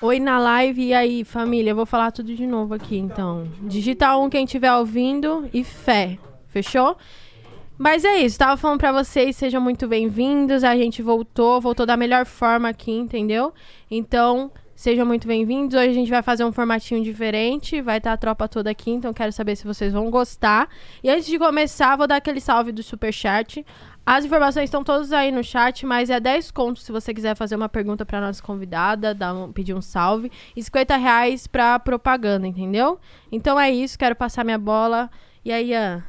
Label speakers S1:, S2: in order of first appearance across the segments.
S1: Oi na live, e aí, família? Eu vou falar tudo de novo aqui, então. Digita um quem estiver ouvindo e fé. Fechou? Mas é isso, tava falando pra vocês, sejam muito bem-vindos. A gente voltou, voltou da melhor forma aqui, entendeu? Então, sejam muito bem-vindos. Hoje a gente vai fazer um formatinho diferente, vai estar a tropa toda aqui, então quero saber se vocês vão gostar. E antes de começar, vou dar aquele salve do Superchat. As informações estão todas aí no chat, mas é 10 contos se você quiser fazer uma pergunta pra nossa convidada, dar um- pedir um salve, e 50 reais pra propaganda, entendeu? Então é isso, quero passar minha bola. E aí, Ian?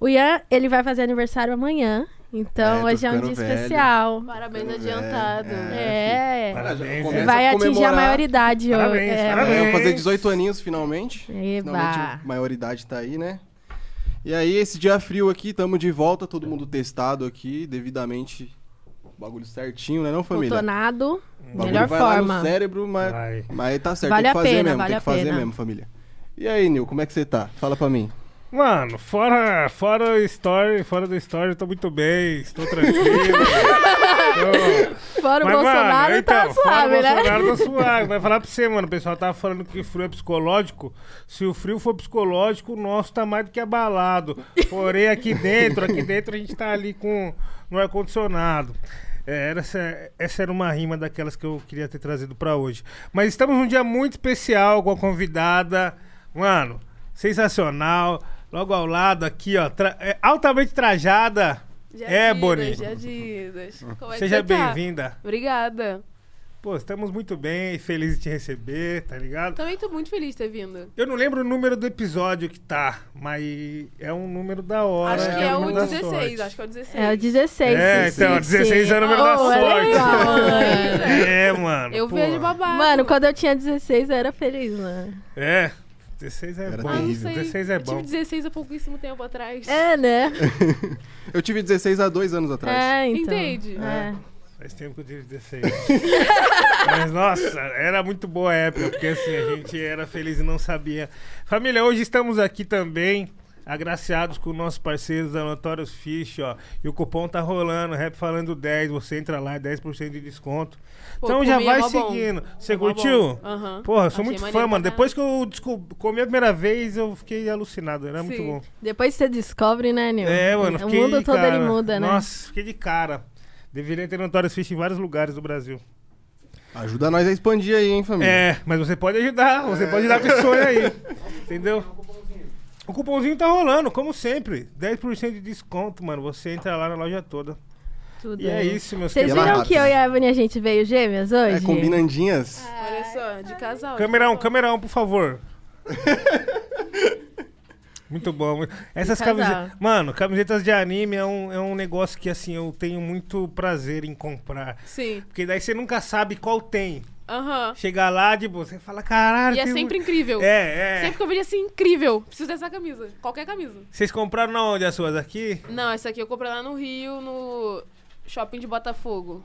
S1: O Ian, ele vai fazer aniversário amanhã,
S2: É,
S1: então
S2: tô
S1: hoje é um dia
S2: ficando velho.
S1: especial.
S3: Parabéns
S2: Ficando
S3: adiantado.
S2: velho,
S1: É,
S2: Parabéns,
S1: Você
S2: começa
S1: vai
S2: a
S1: atingir a
S2: comemorar.
S1: maioridade hoje.
S4: Parabéns,
S1: é,
S4: parabéns.
S2: É, eu vou fazer 18 aninhos finalmente.
S1: Eba.
S2: Finalmente, a maioridade tá aí, né? E aí, esse dia frio aqui, tamo de volta, todo mundo testado aqui, devidamente. o Bagulho certinho, né, não, família?
S1: Cotonado,
S2: O bagulho
S1: melhor
S2: vai Lá
S1: forma.
S2: no cérebro, mas,
S4: Vai.
S2: mas tá certo,
S1: Vale
S2: tem
S1: a
S2: que fazer
S1: pena,
S2: mesmo,
S1: vale
S2: tem
S1: a
S2: que fazer
S1: pena.
S2: mesmo, família. E aí, Nil, como é que você tá? Fala pra mim.
S4: Mano, fora, fora o story, fora do story, eu tô muito bem, estou tranquilo. Então, Tô-
S1: Fora o
S4: Mas,
S1: Bolsonaro,
S4: mano,
S1: tá
S4: então, fora o
S1: suave, né?
S4: Bolsonaro tá suave. Vai falar pra você, mano. O pessoal tava falando que frio é psicológico. Se o frio for psicológico, o nosso tá mais do que abalado. Porém, aqui dentro, aqui dentro a gente tá ali com no ar-condicionado. É, era essa, essa era uma rima daquelas que eu queria ter trazido pra hoje. Mas estamos num dia muito especial com a convidada. Mano, sensacional. Logo ao lado aqui, ó. tra- é, altamente trajada. É, Boni.
S3: Jadidas, Jadidas. Como é que
S4: Seja
S3: você tá?
S4: bem-vinda.
S3: Obrigada.
S4: Pô, estamos muito bem, felizes de te receber, tá ligado?
S3: Também tô muito feliz de ter vindo.
S4: Eu não lembro o número do episódio que tá, mas é um número da hora.
S3: acho que é,
S4: um
S3: o
S4: número da
S3: 16,
S4: sorte.
S3: acho que é o 16.
S1: É o 16.
S4: É,
S1: sim,
S4: então,
S1: sim,
S4: 16
S1: sim.
S4: é o número da
S1: Oh, é
S4: sorte.
S1: legal, mano.
S4: É, mano.
S3: Eu
S4: pô.
S3: vejo babado.
S1: Mano, quando eu tinha 16 eu era feliz, mano.
S4: É, 16 é
S2: Era
S4: bom.
S3: ah, não
S2: terrível.
S3: sei.
S4: 16 é
S3: Eu tive
S4: bom.
S3: 16 há pouquíssimo tempo atrás.
S1: É, né?
S2: Eu tive 16 há dois anos atrás.
S1: É, então.
S3: Entende?
S1: É.
S4: Faz tempo que eu tive 16. Mas, nossa, era muito boa a época, porque assim, a gente era feliz e não sabia. Família, hoje estamos aqui também, agraciados com nossos parceiros da Notorious Fish, ó. E o cupom tá rolando, Rap Falando 10, você entra lá, 10% de desconto.
S3: Pô,
S4: então já
S3: comi, é
S4: vai
S3: mó bom.
S4: seguindo. Você
S3: É mó bom.
S4: curtiu?
S3: Aham.
S4: Porra, eu sou
S3: Achei
S4: muito
S3: maneiro
S4: fã,
S3: pra
S4: mano. Depois que eu descob- comi a primeira vez, eu fiquei alucinado, era é muito
S3: Sim.
S4: bom.
S1: Depois você descobre, né, Nil?
S4: É, mano,
S1: O
S4: fiquei
S1: mundo
S4: de
S1: todo
S4: cara.
S1: ele muda, né?
S4: Nossa, fiquei de cara. Deveria ter Notorious Fish em vários lugares do Brasil.
S1: É.
S2: Ajuda nós a expandir aí, hein, família?
S4: É, mas você pode ajudar, você pode ajudar com esse sonho aí. Entendeu? O cupomzinho tá rolando, como sempre. 10% de desconto, mano. Você entra lá na loja toda.
S1: Tudo né?
S4: E é
S1: aí.
S4: isso, meus
S1: Vocês
S2: E
S4: queridos.
S2: ela
S1: viram
S2: rápido.
S1: que eu e a Evany a gente veio gêmeas hoje?
S2: É, combinandinhas.
S3: Olha só, de casal.
S4: Camerão, camerão, um, por favor. Muito bom. Essas
S1: casal.
S4: camisetas. Mano, camisetas de anime é um, é um negócio que, assim, eu tenho muito prazer em comprar.
S3: Sim.
S4: Porque daí você nunca sabe qual tem.
S3: Aham.
S4: Chegar lá, tipo, você fala, caralho.
S3: E é
S4: tem um-
S3: sempre incrível.
S4: É, é.
S3: Sempre que eu vejo assim, incrível. Preciso dessa camisa. Qualquer camisa.
S4: Vocês compraram na onde as suas aqui?
S3: Não, essa aqui eu comprei lá no Rio, no shopping de Botafogo.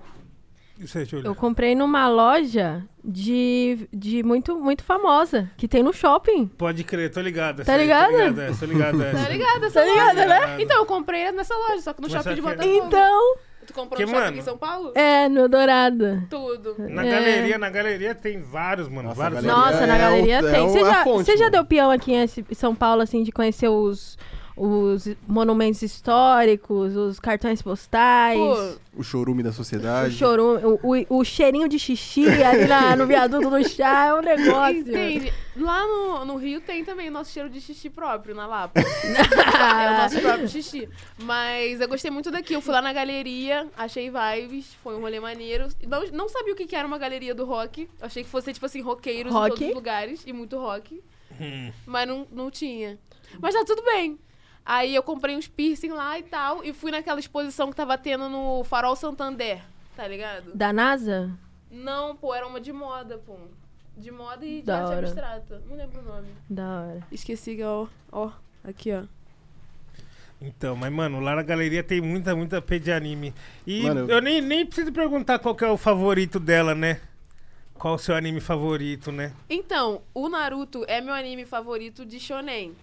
S4: Isso aí, Júlio.
S1: Eu comprei numa loja de, de muito, muito famosa, que tem no shopping.
S4: Pode crer, tô ligado.
S1: Tá
S4: essa aí,
S1: ligado?
S4: Tô ligado, essa, tô ligado. essa.
S3: Tá ligada, essa
S1: Tá ligada,
S3: loja?
S4: né?
S3: Então, eu comprei nessa loja, só que no
S1: É.
S4: Mas
S3: shopping de
S4: só que-
S3: Botafogo.
S1: Então,
S3: Tu comprou
S4: Que,
S3: no shopping
S4: mano?
S3: em São Paulo?
S1: é, no Dourado.
S3: Tudo.
S4: Na
S1: É.
S4: galeria, na galeria tem vários, mano.
S2: Nossa,
S4: vários.
S2: a galeria-
S1: Nossa, na
S2: é
S1: galeria
S2: o- é
S1: tem.
S2: o-
S1: Você
S2: é a
S1: já,
S2: fonte,
S1: você já
S2: mano.
S1: deu peão aqui em S- São Paulo, assim, de conhecer os, os monumentos históricos, os cartões postais,
S3: Pô,
S2: O chorume da sociedade.
S1: o, chorum, o, o- o cheirinho de xixi ali na- no viaduto do chá, é um negócio.
S3: entende? Lá no, no Rio tem também o nosso cheiro de xixi próprio, na Lapa. é o nosso próprio xixi. Mas eu gostei muito daqui. Eu fui lá na galeria, achei vibes, foi um rolê maneiro. Não, não sabia o que que era uma galeria do rock. Eu achei que fosse, tipo assim, roqueiros
S1: Rock?
S3: em todos os lugares e muito rock. Mas não, não tinha. Mas tá tudo bem. Aí eu comprei uns piercing lá e tal. E fui naquela exposição que tava tendo no Farol Santander, tá ligado?
S1: Da NASA?
S3: Não, pô, era uma de moda, pô. De moda e de
S1: Da
S3: arte
S1: hora.
S3: abstrata. Não lembro o nome.
S1: Da hora.
S3: Esqueci, é, ó. Ó, aqui, ó.
S4: Então, mas, mano, lá na galeria tem muita, muita P de anime. E
S2: Mano,
S4: eu,
S2: eu-
S4: nem, nem preciso perguntar qual que é o favorito dela, né? Qual o seu anime favorito, né?
S3: Então, o Naruto é meu anime favorito de shonen.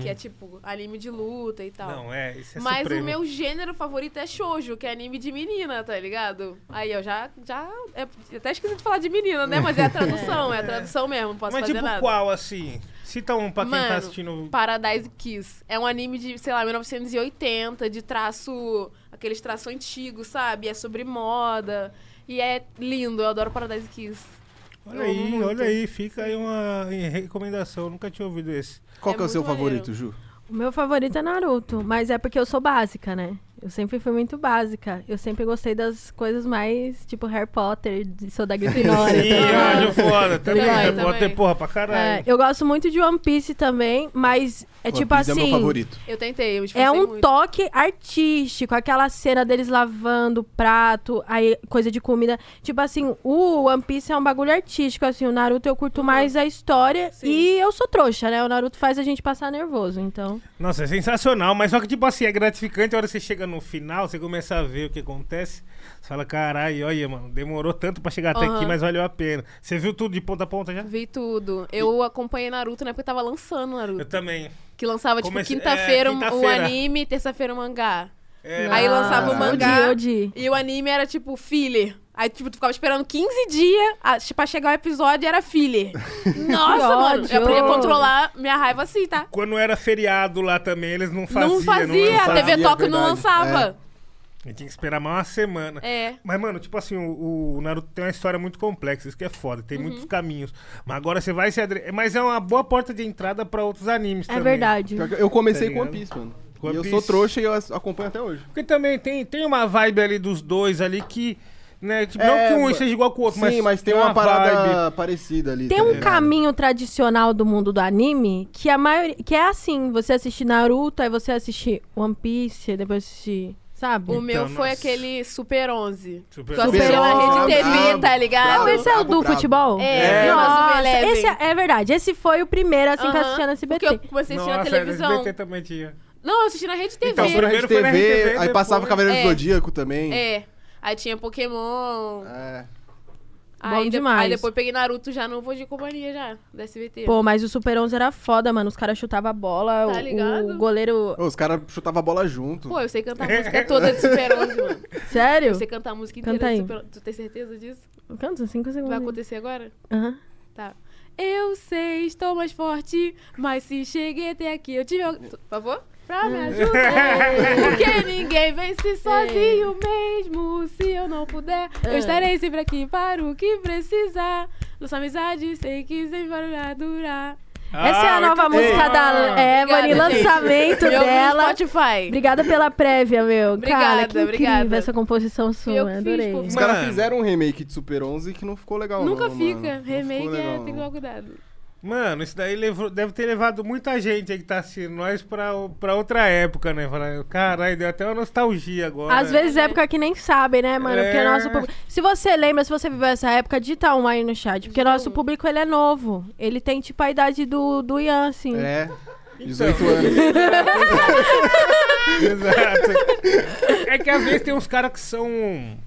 S3: que é tipo anime de luta e tal.
S4: Uhum. Não, é, isso é
S3: Tá. Mas
S4: supremo.
S3: o meu gênero favorito é shoujo, que é anime de menina, tá ligado? Aí eu já. já é, até esqueci de falar de menina, né? Mas é a tradução, é, a tradução mesmo, não posso
S4: Mas
S3: fazer
S4: tipo
S3: nada.
S4: qual, assim? Cita um pra quem
S3: Mano,
S4: tá assistindo.
S3: Paradise Kiss. É um anime de, sei lá, 1980, de traço. aqueles traços antigos, sabe? É sobre moda. E é lindo, eu adoro Paradise Kiss.
S4: Olha
S3: eu amo
S4: aí,
S3: muito.
S4: olha aí, fica aí uma recomendação. Nunca tinha ouvido esse.
S2: Qual
S3: É
S2: que é o seu
S3: muito
S2: favorito, Ju?
S1: O meu favorito é Naruto, mas é porque eu sou básica, né? Eu sempre fui muito básica. Eu sempre gostei das coisas mais, tipo, Harry Potter, de- sou da Grifinória.
S4: Ih,
S1: tá ligado?
S4: olha, foda. Também,
S3: Também,
S4: também. Pode ter
S3: também.
S4: porra pra
S1: É,
S4: caralho.
S1: eu gosto muito de One Piece também, mas é
S2: One
S1: tipo
S2: Piece
S1: assim.
S2: É meu favorito.
S3: Eu tentei, eu
S1: É
S3: me esforcei
S1: um
S3: muito.
S1: toque artístico, aquela cena deles lavando o prato, aí coisa de comida. Tipo assim, o One Piece é um bagulho artístico, assim, o Naruto eu curto mais a história
S3: Uhum. Sim.
S1: e eu sou trouxa, né? O Naruto faz a gente passar nervoso, então.
S4: Nossa, é sensacional, mas só que, tipo assim, é gratificante. A hora que você chega no final, você começa a ver o que acontece. Você fala, caralho, olha, mano, demorou tanto pra chegar até
S3: Aham.
S4: aqui, mas valeu a pena. Você viu tudo de ponta a ponta já?
S3: Vi tudo. Eu acompanhei Naruto na época que tava lançando
S4: Eu
S3: Naruto.
S4: também.
S3: Que lançava, tipo,
S4: Comecei- é,
S3: quinta-feira um- o
S4: quinta-feira.
S3: anime, terça-feira o mangá.
S4: É,
S1: Ah,
S3: Aí lançava o
S2: Caralho.
S3: mangá.
S1: Odi, odi.
S3: E o anime era tipo filler. Aí, tipo, tu ficava esperando 15 dias a- pra chegar o episódio era filler. Nossa,
S1: Que
S3: mano.
S1: ódio.
S3: Eu podia controlar minha raiva assim, tá?
S4: Quando era feriado lá também, eles não faziam.
S3: não fazia,
S4: lançavam.
S3: a TV
S2: Fazia,
S3: Tóquio não
S2: verdade.
S3: lançava.
S4: Eu tinha que esperar mais uma semana.
S3: É.
S4: Mas, mano, tipo assim, o, o Naruto tem uma história muito complexa, isso que é foda, tem muitos caminhos. Mas agora você vai se. adre- Mas é uma boa porta de entrada pra outros animes
S1: É
S4: também.
S1: verdade.
S2: Pior que Eu comecei
S4: Tá
S2: com
S4: ligado?
S2: One Piece, mano.
S4: One
S2: e eu
S4: Piece.
S2: sou trouxa e eu as- acompanho até hoje.
S4: Porque também tem, tem uma vibe ali dos dois ali que. Né, tipo,
S2: É,
S4: não que um
S2: mas-
S4: seja igual com o outro, mas. é
S2: Sim, mas tem uma, parada
S4: vibe.
S2: parecida ali.
S1: Tem
S2: tá
S1: um
S2: ligado?
S1: caminho tradicional do mundo do anime que a maioria, que é assim, você assiste Naruto, aí você assiste One Piece, aí depois assiste, sabe?
S3: O meu foi
S4: nossa.
S3: aquele Super 11.
S4: Super
S3: Tu assistia
S2: Super
S3: na
S2: 11,
S3: rede TV,
S2: brabo,
S3: tá ligado?
S1: Ah, esse é o
S2: Brabo,
S1: do
S2: brabo.
S1: futebol?
S3: É,
S1: Nossa,
S3: mas o Eleven.
S1: esse é, é verdade. Esse foi o primeiro, assim, que eu
S3: Aham.
S1: assistia na SBT.
S3: Porque eu comecei a assistir na
S4: Nossa, é,
S3: televisão.
S4: SBT também tinha.
S3: Não, eu assisti na rede TV.
S4: Então,
S2: Passou na
S4: Primeiro
S2: Rede
S4: foi na
S2: TV,
S4: RedeTV,
S2: aí
S4: depois-
S2: passava Cavaleiro
S3: É.
S2: do Zodíaco também.
S3: É. Aí tinha Pokémon.
S2: É.
S3: aí,
S1: Bom
S3: de-
S1: demais.
S3: aí depois peguei Naruto já no Voo de Companhia, já, da SBT.
S1: Pô, mas o Super 11 era foda, mano. Os caras chutavam a bola,
S3: Tá
S1: o- o
S3: ligado?
S1: goleiro...
S2: Ô, Os caras chutavam a bola junto.
S3: Pô, eu sei cantar a música toda de Super 11, mano.
S1: Sério?
S3: Eu sei cantar a música
S1: Canta
S3: inteira de
S1: aí.
S3: Super 11. Tu tem certeza disso?
S1: Canta, cinco segundos.
S3: Vai acontecer agora?
S1: Aham.
S3: Tá. Eu sei, estou mais forte, mas se cheguei até aqui, eu tive. al- Por favor? Pra
S1: Ah.
S3: me ajudar. Porque ninguém vence sozinho mesmo. Se eu não puder, eu
S1: É.
S3: estarei sempre aqui para o que precisar. Nossa amizade, sei que sempre vai durar.
S1: Essa é a
S4: Ah,
S1: nova
S4: muito
S1: música
S4: bom.
S1: da é,
S3: Ah, Obrigada,
S1: Mani,
S3: gente.
S1: lançamento
S3: Meu
S1: dela.
S3: Spotify.
S1: Obrigada pela prévia, meu. Cara, que
S3: Obrigada,
S1: incrível
S3: obrigada.
S1: essa composição sua.
S3: que fiz,
S1: Adorei.
S3: pô.
S2: Os caras
S4: Mano.
S2: fizeram um remake de Super 11 que não ficou legal
S3: Nunca
S2: não,
S3: fica.
S2: mano. Não
S3: Remake
S2: ficou legal,
S3: é, tem que
S2: não.
S3: tomar cuidado.
S4: Mano, isso daí levou- deve ter levado muita gente aí que tá assistindo nós pra, o- pra outra época, né? Falando, caralho, deu até uma nostalgia agora.
S1: Às vezes é época que nem sabe, né, mano? Porque
S4: É.
S1: nosso público. Se você lembra, se você viveu essa época, digita um aí no chat. Porque
S3: Digita
S1: nosso
S3: um.
S1: público ele é novo. Ele tem, tipo, a idade do, do Ian,
S3: um.
S1: assim.
S2: É.
S4: Então.
S2: 18 anos.
S4: Exato. É que às vezes tem uns caras que são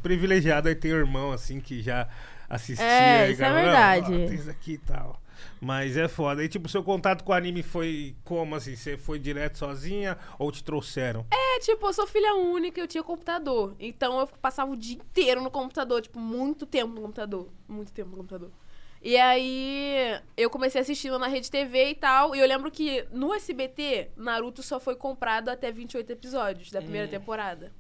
S4: privilegiados, aí tem irmão assim que já assistia.
S1: É,
S4: e
S1: isso é
S4: "Não,
S1: verdade."
S4: ó, tem isso aqui e tal. Mas é foda. E tipo, seu contato com o anime foi como assim? Você foi direto sozinha ou te trouxeram?
S3: É, tipo, eu sou filha única e eu tinha computador. Então eu passava o dia inteiro no computador, tipo, muito tempo no computador. Muito tempo no computador. E aí eu comecei assistindo na Rede TV e tal. E eu lembro que no SBT, Naruto só foi comprado até 28 episódios da
S1: Hum.
S3: primeira temporada.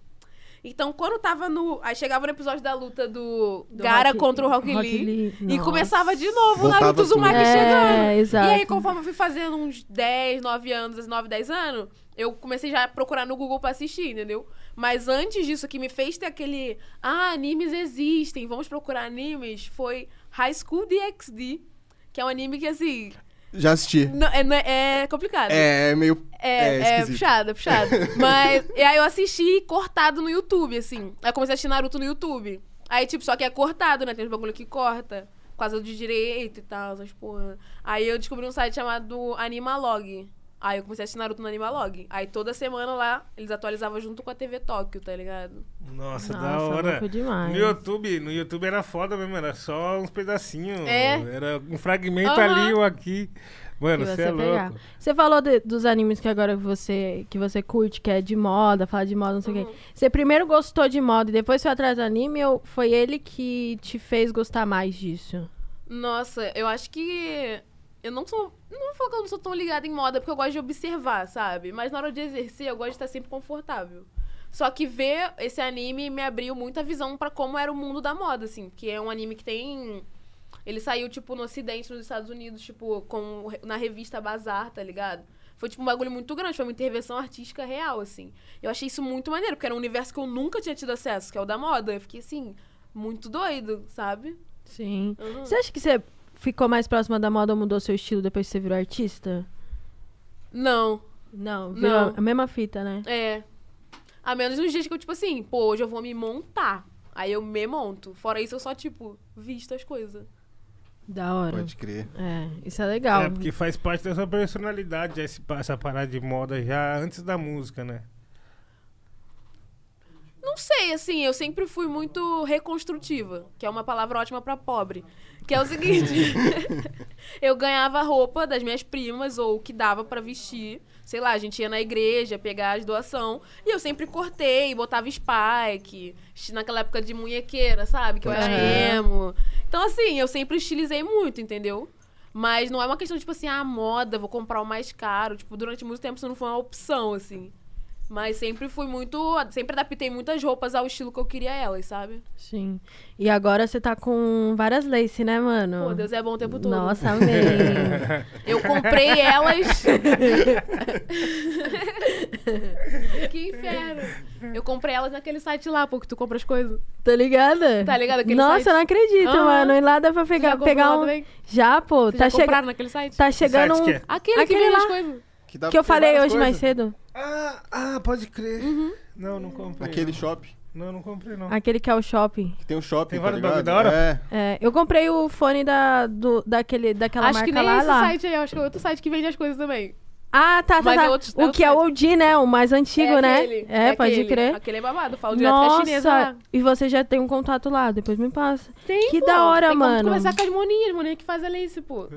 S3: Então, quando tava no. Aí chegava no episódio da luta do,
S1: Do
S3: Gara
S1: Rock-
S3: contra o Rock,
S1: Rock
S3: Lee.
S1: Lee,
S3: E
S1: nossa.
S3: começava de novo o
S2: Voltava
S3: Naruto
S2: tudo.
S3: Uzumaki
S1: É,
S3: chegando.
S1: exato.
S3: E aí, conforme eu fui fazendo uns 10, 9 anos, 9, 10 anos, eu comecei já a procurar no Google pra assistir, entendeu? Mas antes disso, o que me fez ter aquele. Ah, animes existem, vamos procurar animes, foi High School DxD, que é um anime que, assim.
S2: Já assisti.
S3: não- é- não é, é complicado.
S2: É, é meio.
S3: É, é,
S2: esquisito.
S3: puxado, é puxado. Mas. E aí eu assisti cortado no YouTube, assim. Aí eu comecei a assistir Naruto no YouTube. Aí, tipo, só que é cortado, né? Tem uns bagulho que corta. Por causa do direito e tal, essas porra. Aí eu descobri um site chamado Animalog. Aí eu comecei a assistir Naruto no Animalog. Aí toda semana lá, eles atualizavam junto com a TV Tóquio, tá ligado?
S4: Nossa, da
S1: Nossa,
S4: hora.
S1: louco demais.
S4: No YouTube, no YouTube era foda mesmo, era só uns pedacinhos.
S3: É.
S4: Era um fragmento
S3: Aham.
S4: ali ou aqui. Mano,
S1: que
S4: você
S1: você
S4: é
S1: pegar.
S4: louco.
S1: Você falou de- dos animes que agora você, que você curte, que é de moda, fala de moda, não sei o
S3: Uhum.
S1: quê. Você primeiro gostou de moda e depois foi atrás do anime ou foi ele que te fez gostar mais disso?
S3: Nossa, eu acho que. Eu não sou. Não vou falar que eu não sou tão ligada em moda, porque eu gosto de observar, sabe? Mas na hora de exercer, eu gosto de estar sempre confortável. Só que ver esse anime me abriu muita visão pra como era o mundo da moda, assim. Porque é um anime que tem. Ele saiu, tipo, no ocidente, nos Estados Unidos, tipo, com, na revista Bazar, tá ligado? Foi, tipo, um bagulho muito grande, foi uma intervenção artística real, assim. Eu achei isso muito maneiro, porque era um universo que eu nunca tinha tido acesso, que é o da moda. Eu fiquei, assim, muito doido, sabe?
S1: Sim.
S3: Uhum.
S1: Você acha que você ficou mais próxima da moda ou mudou seu estilo depois que você virou artista?
S3: Não,
S1: Não, virou
S3: Não.
S1: a mesma fita, né?
S3: É. A menos nos dias que eu, tipo assim, pô, hoje eu vou me montar. Aí eu me monto. Fora isso, eu só, tipo, visto as coisas.
S1: Da hora.
S2: Pode crer.
S1: É, isso é legal.
S4: É, porque faz parte da sua personalidade esse- essa parada de moda já antes da música, né?
S3: Não sei, assim, eu sempre fui muito reconstrutiva, que é uma palavra ótima pra pobre. Que é o seguinte: eu ganhava roupa das minhas primas ou o que dava pra vestir. Sei lá, a gente ia na igreja pegar as doação e eu sempre cortei, botava spike, esti- naquela época de munhequeira, sabe? Que eu era
S1: Aham.
S3: emo. Então, assim, eu sempre estilizei muito, entendeu? Mas não é uma questão, tipo assim, ah, moda, vou comprar o mais caro. Tipo, durante muito tempo isso não foi uma opção, assim. Mas sempre fui muito. Sempre adaptei muitas roupas ao estilo que eu queria elas, sabe?
S1: Sim. E agora você tá com várias lace, né, mano?
S3: Pô, Deus é bom o tempo todo.
S1: Nossa, amém.
S3: Eu comprei elas. que inferno. Eu comprei elas naquele site lá, pô, que tu compra as coisas.
S1: Tá ligada?
S3: Tá ligado aquele
S1: Nossa,
S3: site?
S1: eu não acredito,
S3: Aham.
S1: mano. E lá dá pra
S3: já
S1: pegar,
S3: comprou
S1: pegar
S3: lá
S1: um.
S3: também?
S1: Já, pô.
S3: Vocês
S1: tá,
S3: já
S1: chega...
S3: compraram naquele site?
S1: tá chegando
S4: site
S1: um.
S4: que é?
S3: Aquele,
S1: Aquele
S3: que vende
S1: lá.
S3: as coisas.
S2: Que, dá
S1: Que eu
S2: pra ter
S1: falei
S4: várias
S1: hoje mais
S4: coisas.
S1: cedo.
S4: Ah, ah, pode crer. Não, não comprei.
S2: Aquele
S4: não.
S2: shopping.
S4: Não, não comprei, não.
S1: Aquele que é o shopping.
S2: Que tem um shopping,
S4: Tem
S2: tá
S4: vários bagulho
S2: ligado?
S4: da hora?
S2: É.
S1: É, eu comprei o fone da, do, daquele, daquela
S3: acho
S1: marca
S3: que nem
S1: lá.
S3: esse
S1: lá.
S3: site aí, eu acho que é outro site que vende as coisas também.
S1: Ah, tá, tá,
S3: Mas
S1: tá.
S3: é outro- é
S1: o
S3: outro
S1: que é o
S3: site.
S1: OG, né? O mais antigo,
S3: é
S1: né?
S3: Aquele,
S1: é, pode
S3: aquele.
S1: crer.
S3: Aquele é babado, falo direto que é chinesa.
S1: Nossa,
S3: lá.
S1: e você já tem um contato lá, depois me passa.
S3: Tem,
S1: Que
S3: pô.
S1: da hora,
S3: Tem como tu
S1: mano.
S3: conversar com as moninhas, as moninhas que fazem ali isso, pô.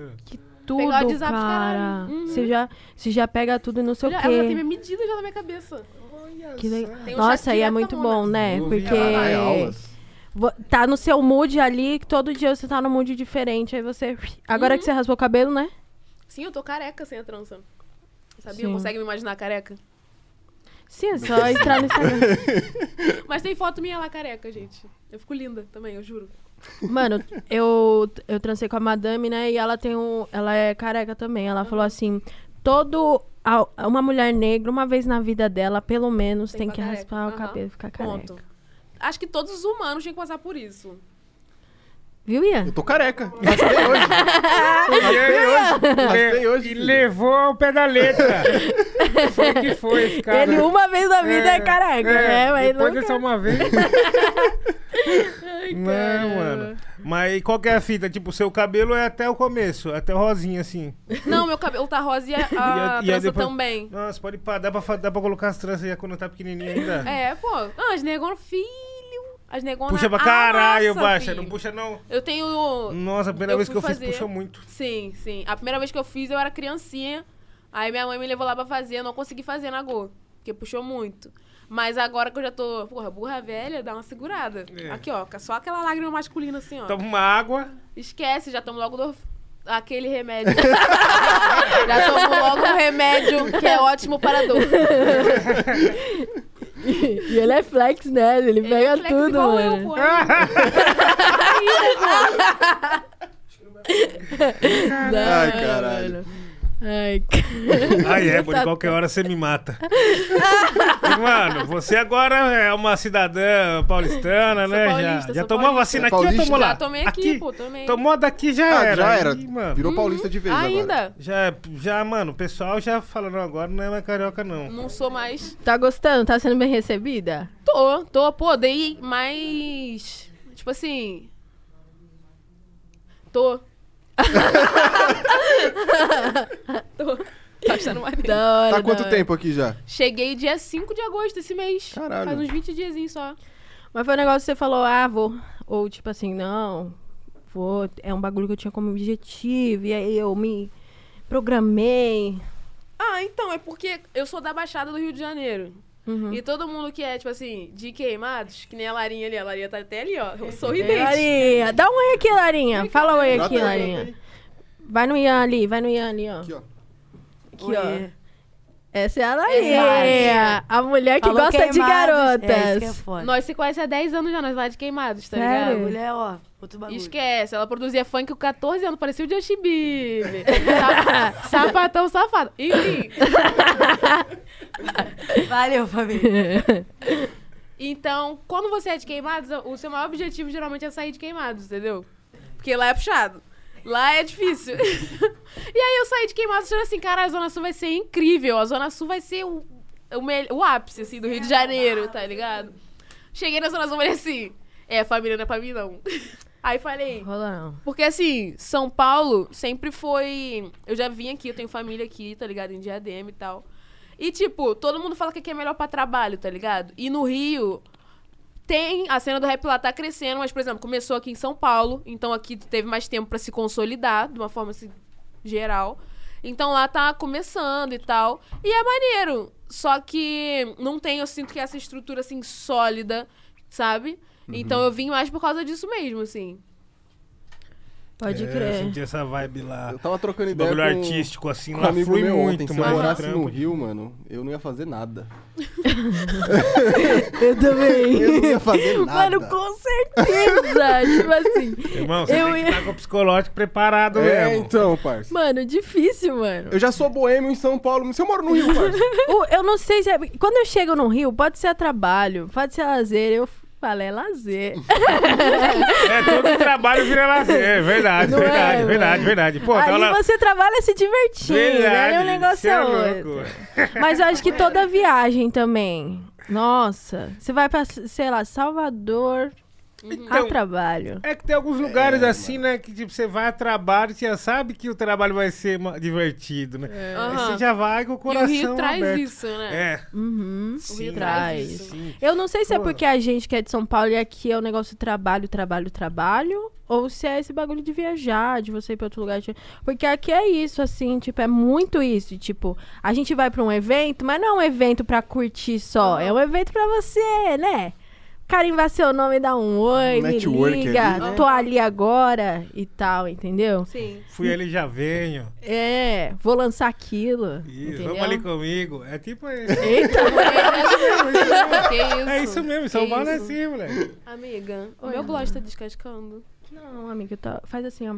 S1: Tudo,
S3: o WhatsApp dos
S1: cara.
S3: caralho. Uhum.
S1: Você já, você já pega tudo e não sei
S3: Já-
S1: o
S3: Ela já tem
S1: quê.
S3: minha medida já na minha cabeça.
S4: Olha
S1: Que legal.
S4: só.
S3: Tem um
S1: Nossa, aí é
S3: Shakira
S1: muito
S3: Camona.
S1: bom, né?
S4: Eu vi,
S2: Caralho,
S1: Porque
S2: aulas.
S1: vo- tá no seu mood ali, que todo dia você tá num mood diferente, aí você... Agora
S3: Uhum.
S1: que você raspou o cabelo, né?
S3: Sim, eu tô careca sem a trança. Sabia?
S1: Sim.
S3: Consegue me imaginar careca?
S1: Sim, é só entrar no Instagram.
S3: Mas tem foto minha lá careca, gente. Eu fico linda também, eu juro.
S1: Mano, eu, eu transei com a madame, né? E ela tem um... Ela é careca também. Ela falou assim, todo... a- Uma mulher negra, uma vez na vida dela, pelo menos, tem,
S3: Tem
S1: que
S3: ficar
S1: raspar o
S3: careca. Aham.
S1: cabelo e ficar careca.
S3: Ponto. Acho que todos os humanos têm que passar por isso.
S1: Viu, Ian?
S2: Eu tô careca. Raspei hoje.
S4: E ele
S2: Raspei
S4: hoje,
S2: hoje,
S4: le- e
S2: filho.
S4: levou ao pé da letra. foi que foi esse cara.
S1: Ele uma vez na vida é, careca, né? Mas
S4: depois
S1: nunca...
S4: dessa uma vez. Não, mano. Mas qual que é a fita? Tipo, seu cabelo é até o começo, até o rosinha, assim.
S3: Não, meu cabelo tá rosa e a,
S4: E
S3: a
S4: a- e a
S3: trança
S4: depois-
S3: também.
S4: Nossa, pode parar. Dá pra, fa- dá pra colocar as tranças aí quando tá pequenininha ainda?
S3: É, pô. Ah, as negona, filho. As negona.
S4: Puxa pra caralho,
S3: amassa,
S4: baixa.
S3: filho.
S4: Não puxa, não.
S3: Eu tenho.
S4: Nossa, a primeira
S3: Eu
S4: vez que
S3: fui
S4: eu fiz,
S3: fazer.
S4: puxou muito.
S3: Sim, sim. A primeira vez que eu fiz, eu era criancinha. Aí minha mãe me levou lá pra fazer, eu não consegui fazer na Go, porque puxou muito. Mas agora que eu já tô, porra, burra velha, dá uma segurada.
S4: É.
S3: Aqui, ó, só aquela lágrima masculina assim, ó.
S4: Toma uma água.
S3: Esquece, já tomo logo do... aquele remédio. já tomo logo um remédio que é ótimo para a dor.
S1: E ele é flex, né? Ele, pega
S3: Reflexo
S1: tudo,
S3: é igual eu,
S1: mano.
S3: pô.
S1: Da
S2: Ai,
S1: hora,
S2: caralho.
S1: mano. Ai, ca-
S4: Ai, é, por qualquer hora você me mata. E, mano, você agora é uma cidadã paulistana,
S3: Sou
S4: né?
S3: paulista,
S4: já
S3: sou
S4: já tomou a
S3: paulista.
S4: vacina aqui ou
S2: Paulista?
S4: tomou lá?
S3: Já tomei aqui, pô, tomei.
S4: Tomou a daqui já
S2: Ah,
S4: era.
S2: já era.
S4: Ih, mano.
S2: Virou paulista de vez agora.
S3: Ainda?
S4: Já, já, mano, o pessoal já falando agora não é mais carioca, não.
S3: Não sou mais...
S1: tá gostando? Tá sendo bem recebida?
S3: Tô, tô, pô, dei mais. Tipo assim. Tô. tô. Tá achando maneiro.
S1: Da hora.
S2: Tá
S1: da
S2: quanto
S1: hora.
S2: tempo aqui já?
S3: Cheguei dia 5 de agosto esse mês.
S2: Caralho.
S3: Faz uns 20 diazinhos só.
S1: Mas foi um negócio que você falou, ah, vou. Ou tipo assim, não, vou. É um bagulho que eu tinha como objetivo. E aí eu me, programei.
S3: Ah, então, é porque eu sou da Baixada do Rio de Janeiro. E todo mundo que é, tipo assim, de queimados, que nem a Larinha ali, a Larinha tá até ali, ó, eu sou ridente.
S1: Larinha, dá um oi aqui, Larinha. Fala oi
S2: Brota
S1: aqui,
S2: aí,
S1: Larinha.
S2: brota aí.
S1: Vai no Ian ali, vai no Ian ali, ó.
S2: Aqui, ó.
S1: Aqui, ó. Essa é a
S5: Essa é
S1: Larinha. A mulher que
S5: Falou
S1: gosta de
S5: queimados. É, isso que é
S1: garotas.
S5: foda.
S3: Nós se conhece há 10 anos já, nós lá de queimados, tá
S1: Sério?
S3: ligado?
S5: Mulher, ó, outro bagulho.
S3: Esquece, ela produzia funk com 14 anos, parecia o Justin Bieber. Sap- Sapatão safado. Enfim,
S5: Valeu, família.
S3: então, quando você é de queimados, o seu maior objetivo geralmente é sair de queimados, entendeu? Porque lá é puxado. Lá é difícil. e aí eu saí de queimados achando assim, cara, a Zona Sul vai ser incrível. A Zona Sul vai ser o, o, mel- o ápice, assim, do Rio de Janeiro, tá ligado? Cheguei na Zona Sul e falei assim, é, família não é pra mim, não. aí falei,
S1: Rola não.
S3: Porque assim, São Paulo sempre foi. Eu já vim aqui, eu tenho família aqui, tá ligado? Em Diadema e tal. E tipo, todo mundo fala que aqui é melhor pra trabalho, tá ligado? E no Rio. Tem, a cena do rap lá tá crescendo, mas, por exemplo, começou aqui em São Paulo, então aqui teve mais tempo pra se consolidar, de uma forma assim, geral. Então lá tá começando e tal. E é maneiro. Só que não tem, eu sinto que essa estrutura assim sólida, sabe? Então eu vim mais por causa disso mesmo, assim.
S1: Pode
S4: É,
S1: crer.
S4: Eu senti essa vibe lá.
S2: Eu tava trocando
S4: Esse
S2: ideia
S4: bagulho
S2: com,
S4: artístico, assim,
S2: com um
S4: lá
S2: amigo
S4: flui
S2: meu
S4: muito,
S2: ontem. Se eu
S4: mano.
S2: morasse
S4: Trampo.
S2: no Rio, mano, eu não ia fazer nada.
S1: Eu também.
S2: Eu não ia fazer nada.
S1: Mano, com certeza. tipo assim.
S4: Irmão, você
S1: Eu
S4: tem
S1: ia-
S4: que estar com o psicológico preparado
S2: É,
S4: mesmo.
S2: então, parça.
S1: Mano, difícil, mano.
S2: Eu já sou boêmio em São Paulo, mas eu moro no Rio, parça.
S1: O- eu não sei se é. Quando eu chego no Rio, pode ser a trabalho, pode ser a lazer. Eu falo, é lazer.
S4: É, todo trabalho vira lazer. É verdade,
S1: Não é,
S4: verdade,
S1: mano?
S4: verdade, verdade. Pô,
S1: Aí
S4: tá lá...
S1: você trabalha se
S4: é
S1: divertindo,
S4: Verdade,
S1: né? Um negócio
S4: cê é
S1: é outro.
S4: louco.
S3: Uhum.
S1: Mas eu acho que toda viagem também. Nossa, você vai pra, sei lá, Salvador, a
S4: Então,
S1: trabalho.
S4: É que tem alguns lugares assim, né? Que tipo, você vai a trabalho, você já sabe que o trabalho vai ser ma- divertido, né? Aí
S3: É. Aham.
S4: você já vai com o
S3: E o
S4: coração
S3: Rio traz
S4: aberto.
S3: isso, né?
S4: É,
S1: Uhum.
S4: sim,
S1: traz.
S4: sim.
S1: Eu não sei se é
S4: Pô.
S1: porque a gente que é de São Paulo e aqui é o negócio trabalho, trabalho, trabalho, ou se é esse bagulho de viajar, de você ir pra outro lugar. de- Porque aqui é isso, assim, tipo, é muito isso. Tipo, a gente vai pra um evento, mas não é um evento pra curtir só, é um evento pra você, né? Carimbar seu nome, dá um oi, me
S2: Network
S1: liga,
S2: ali, né?
S1: tô ali agora e tal,
S4: É.
S1: entendeu?
S3: Sim.
S4: Fui ali já venho.
S1: É, vou lançar aquilo.
S4: Isso,
S1: entendeu?
S4: vamos ali comigo. É tipo isso.
S1: Eita,
S3: que isso?
S4: É isso mesmo, São
S3: Que
S4: Paulo é
S3: isso?
S4: assim, moleque.
S3: Amiga, o
S1: Oi,
S3: meu
S1: amiga.
S3: gloss tá descascando.
S1: não, amiga, tá- faz assim, ó.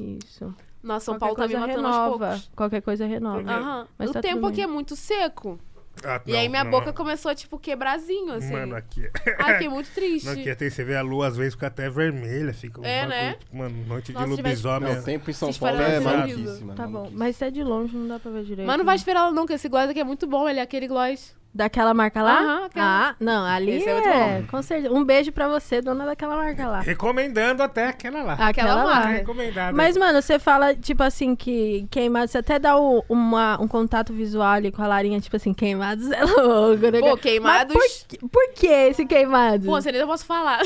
S1: Isso.
S3: Nossa, São
S1: Qualquer
S3: Paulo tá me
S1: coisa
S3: matando
S1: renova.
S3: aos poucos.
S1: Qualquer coisa renova.
S3: Aham.
S1: Mas
S3: o
S1: tá
S3: tempo
S1: tudo
S3: aqui
S1: bem.
S3: é muito seco.
S4: Ah,
S3: e aí
S4: Uhum. não,
S3: minha
S4: não,
S3: boca
S4: não.
S3: começou a, tipo, quebrazinho, assim.
S4: Mano, aqui. é
S3: Ai, fiquei muito triste.
S4: Não, aqui até você vê a lua, às vezes fica até vermelha, fica um
S3: É,
S4: bagulho,
S3: né?
S4: mano, noite de
S3: Nossa, se tivesse-
S4: lobisomem.
S2: Não, o tempo em São
S3: Vocês
S2: Paulo
S3: pararam
S2: é
S4: de
S3: sorriso.
S2: maluquíssimo.
S1: Tá bom, mas se é de longe, não dá pra ver direito.
S3: Mas não vai esperar ela não, que esse gloss aqui é muito bom. Ele é aquele gloss.
S1: Daquela marca lá?
S3: Aham, aquela.
S1: Ah, não, ali
S3: Esse é muito
S1: é, com certeza. Um beijo pra você, dona daquela marca lá.
S4: Recomendando até aquela lá.
S1: Aquela
S4: Tá
S1: lá.
S4: recomendada.
S1: Mas, mano, você fala, tipo assim, que queimados, você até dá o- uma, um contato visual ali com a Larinha, tipo assim, queimados é louco, né?
S3: Pô,
S1: Mas
S3: queimados-
S1: por que- Por, que esse queimado?
S3: Pô, você nem eu posso falar.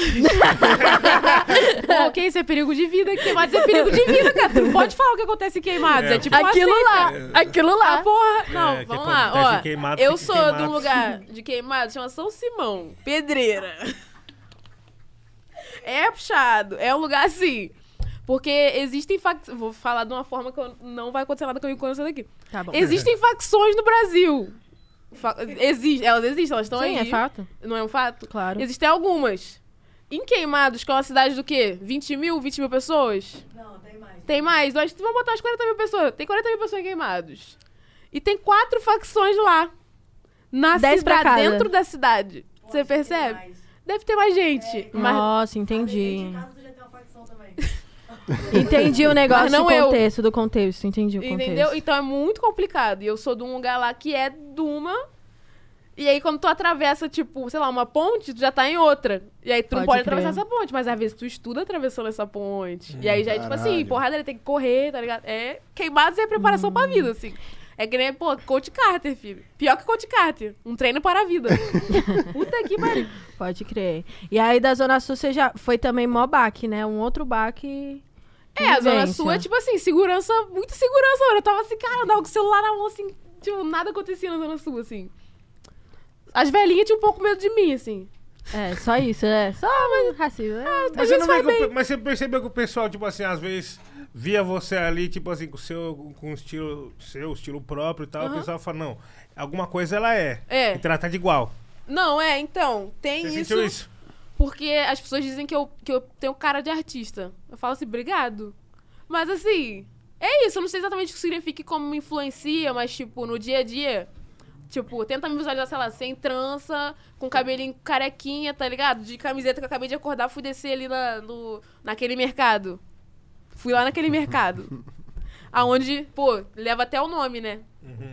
S3: Pô, ok, isso é perigo de vida. Queimados é perigo de vida, cara. Tu não pode falar o que acontece em queimados. É,
S4: É,
S3: tipo um
S1: aquilo
S3: aceito.
S1: lá, aquilo
S3: Ah,
S1: lá.
S3: porra! Não,
S4: que é
S3: vamos
S4: acontece
S3: lá.
S4: em
S3: Ó,
S4: Queimados,
S3: eu
S4: fica em
S3: sou de um
S4: Queimados.
S3: lugar de queimado, chama São Simão, pedreira. É puxado, é um lugar assim. Porque existem facções. Vou falar de uma forma que eu- não vai acontecer nada comigo quando eu sair daqui.
S1: Tá bom.
S3: Existem facções no Brasil. Fa... Existe, elas existem, elas estão aí.
S1: Sim, é fato?
S3: Não é um fato?
S1: Claro.
S3: Existem algumas. Em Queimados, que é uma cidade do quê? 20 mil, 20 mil pessoas?
S5: Não, tem mais.
S3: Tem mais? Nós vamos botar as 40 mil pessoas. Tem 40 mil pessoas queimados. E tem quatro facções lá. Na
S1: Dez pra
S3: cidade,
S1: cada.
S3: dentro da cidade. Você percebe? Deve ter mais
S1: É.
S3: gente. Mas
S1: Nossa, entendi.
S5: Dentro de casa tu já tem uma facção também.
S1: Entendi o negócio
S3: Mas não
S1: do
S3: eu.
S1: contexto, do contexto. Entendi o contexto.
S3: Entendeu? Então é muito complicado. E eu sou de um lugar lá que é de uma. E aí, quando tu atravessa, tipo, sei lá, uma ponte, tu já tá em outra. E aí tu não
S1: Pode
S3: pode atravessar
S1: crer.
S3: essa ponte, mas às vezes tu estuda atravessando essa ponte. e aí já é tipo assim,
S2: caralho.
S3: porrada, ele tem que correr, tá ligado? É queimados é preparação pra vida, assim. É que nem, pô, coach Carter, filho. Pior que coach Carter. Um treino para a vida. Puta que pariu.
S1: Pode crer. E aí da Zona Sul você já foi também mó baque, né? Um outro baque.
S3: É, a Zona
S1: Vivência.
S3: Sul é tipo assim, segurança, muita segurança, mano. Eu tava assim, cara, eu andava com o celular na mão, assim, tipo, nada acontecia na Zona Sul, assim. As velhinhas tinham um pouco medo de mim, assim.
S1: É, só isso, é. Só
S3: Ah,
S1: mas racismo. é.
S3: A
S4: Mas você,
S3: gente
S4: não vê
S3: vai
S4: que o
S3: bem.
S4: pe- mas você percebeu que o pessoal, tipo assim, às vezes via você ali, tipo assim, com o seu com o estilo seu, estilo próprio e tal, o pessoal fala, não, alguma coisa ela é.
S3: É.
S4: E trata de igual.
S3: Não, é, então, tem
S4: você
S3: isso,
S4: sentiu isso?
S3: Porque as pessoas dizem que eu, que eu tenho cara de artista. Eu falo assim, obrigado. Mas assim, é isso. Eu não sei exatamente o que significa e como me influencia, mas, tipo, no dia a dia. Tipo, tenta me visualizar, sei lá, sem trança, com cabelinho carequinha, tá ligado? De camiseta que eu acabei de acordar, fui descer ali na, no, naquele mercado. Fui lá naquele mercado. Aonde, pô, leva até o nome, né?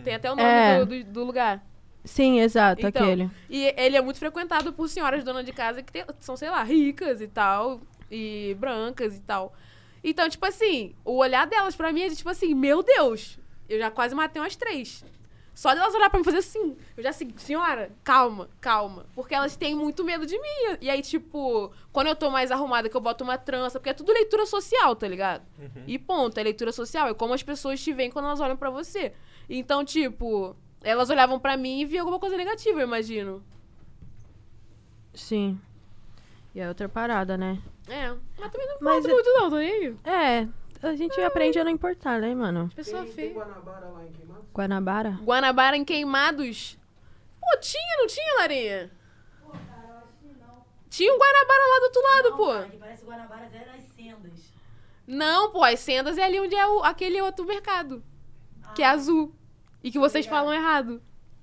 S3: Tem até o nome
S1: É.
S3: do- do- do lugar.
S1: Sim, exato,
S3: Então,
S1: aquele.
S3: E ele é muito frequentado por senhoras donas de casa que tem- são, sei lá, ricas e tal, e brancas e tal. Então, tipo assim, o olhar delas pra mim é de, tipo assim, meu Deus, eu já quase matei umas três. Só delas olhar pra mim e fazer assim, eu já assim, senhora, calma, calma. Porque elas têm muito medo de mim. E aí, tipo, quando eu tô mais arrumada, que eu boto uma trança, porque é tudo leitura social, tá ligado? E ponto, é leitura social. É como as pessoas te veem quando elas olham pra você. Então, tipo, elas olhavam pra mim e viam alguma coisa negativa, eu imagino.
S1: Sim. E a outra parada, né?
S3: É, mas também não
S1: Mas
S3: importa
S1: é-
S3: muito não, tá nem aí?
S1: É, a gente aprende a não importar, né, mano?
S3: Pessoa feia.
S2: Guanabara lá em Queimados?
S1: Guanabara.
S3: Guanabara em Queimados? Pô, tinha, não tinha, Larinha?
S5: Pô, cara, eu acho que não.
S3: Tinha um Guanabara lá do outro lado,
S5: Não,
S3: pô.
S5: cara, que parece Guanabara Zé nas sendas.
S3: Não, pô, as sendas é ali onde é o- aquele outro mercado, que é azul. E que vocês falam errado.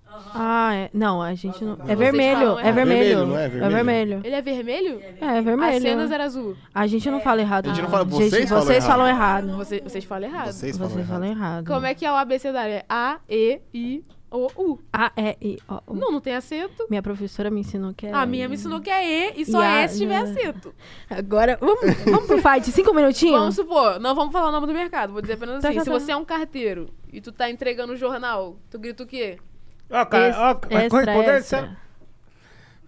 S5: Aham.
S1: Ah, é. Não, a gente não. É
S3: Vocês
S1: vermelho,
S3: falam
S1: é
S3: errado.
S1: vermelho.
S2: Vermelho, não é?
S1: É
S2: Vermelho.
S1: vermelho.
S3: Ele é vermelho?
S1: É, vermelho.
S3: As sendas era azul.
S1: A gente não fala errado.
S2: A gente não
S1: não.
S2: fala- vocês
S1: Gente,
S2: falam
S1: vocês
S2: errado.
S1: falam errado.
S3: Você- vocês falam errado.
S2: Vocês falam
S1: Vocês
S2: errado.
S1: falam errado.
S3: Como é que é o abecedário? É A, E, I, O, U.
S1: A, E, I, O. U.
S3: Não, não tem acento.
S1: Minha professora me ensinou que é.
S3: A minha me ensinou que é E e só
S1: E a-
S3: é se tiver
S1: né?
S3: acento.
S1: Agora, vamos, vamos pro fight, cinco minutinhos?
S3: Vamos supor, não vamos falar o nome do mercado, vou dizer apenas
S1: Tá,
S3: assim.
S1: tá,
S3: se
S1: tá.
S3: você é um carteiro e tu tá entregando o jornal, tu grita o quê?
S4: Ó, cara, ó,
S1: Ex-
S4: a
S1: extra,
S4: correspondência.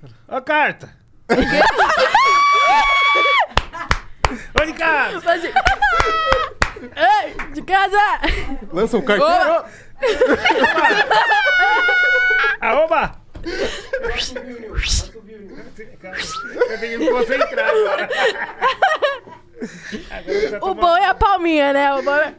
S1: extra.
S4: é Ó, carta. Ô, de casa.
S1: Ei, de casa!
S2: Lança um carteiro!
S4: Arroba! Eu tenho que me concentrar agora. Agora eu já tô
S1: O bom é a palminha, né? O bom é...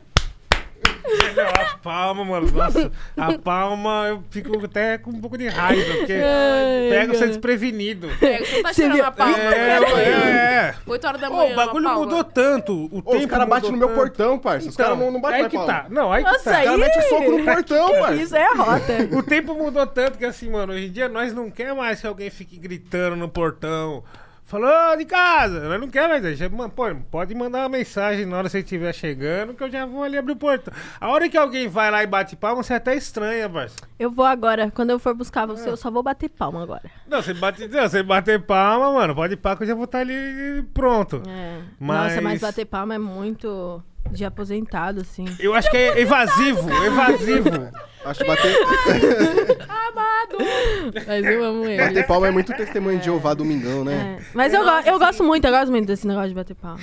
S4: Não, a palma, mano. Nossa, a palma eu fico até com um pouco de raiva, porque
S1: Ai,
S4: pega você
S1: cara.
S4: desprevenido.
S3: É, você não tá
S1: Você
S3: tirando
S1: viu?
S3: a palma.
S4: É, é, é.
S3: 8 horas da
S4: Ô,
S3: manhã.
S4: o bagulho
S3: uma palma.
S4: mudou tanto. O
S2: Ô,
S4: tempo
S2: os caras batem no meu
S4: mudou tanto.
S2: portão, parça. os caras não, não batem
S4: aí
S2: na
S4: que
S2: palma.
S4: tá. Não, aí que
S1: Nossa,
S4: tá.
S2: O cara
S1: Aí.
S2: mete o soco no portão, parça.
S1: Isso é a rota.
S4: O tempo mudou tanto que assim, mano, hoje em dia nós não quer mais que alguém fique gritando no portão. Falou de casa! Nós não quer mais deixa, man- pô, pode mandar uma mensagem na hora que você estiver chegando, que eu já vou ali abrir o portão. A hora que alguém vai lá e bate palma, você é até estranha, parça.
S1: Eu vou agora, quando eu for buscar
S3: É.
S1: você, eu só vou bater palma agora.
S4: Não, você bate, não, você bater palma, mano, pode ir pá que eu já vou estar ali pronto.
S1: É.
S4: Mas-
S1: Nossa, mas bater palma é muito de aposentado, assim.
S4: Eu acho que é evasivo, evasivo.
S2: Acho que bater,
S1: Mas eu amo ele.
S2: bater palma é muito testemunho de Jeová Domingão, né?
S1: É. Mas eu, go- eu
S3: assim.
S1: gosto muito, eu gosto muito desse negócio de bater palma.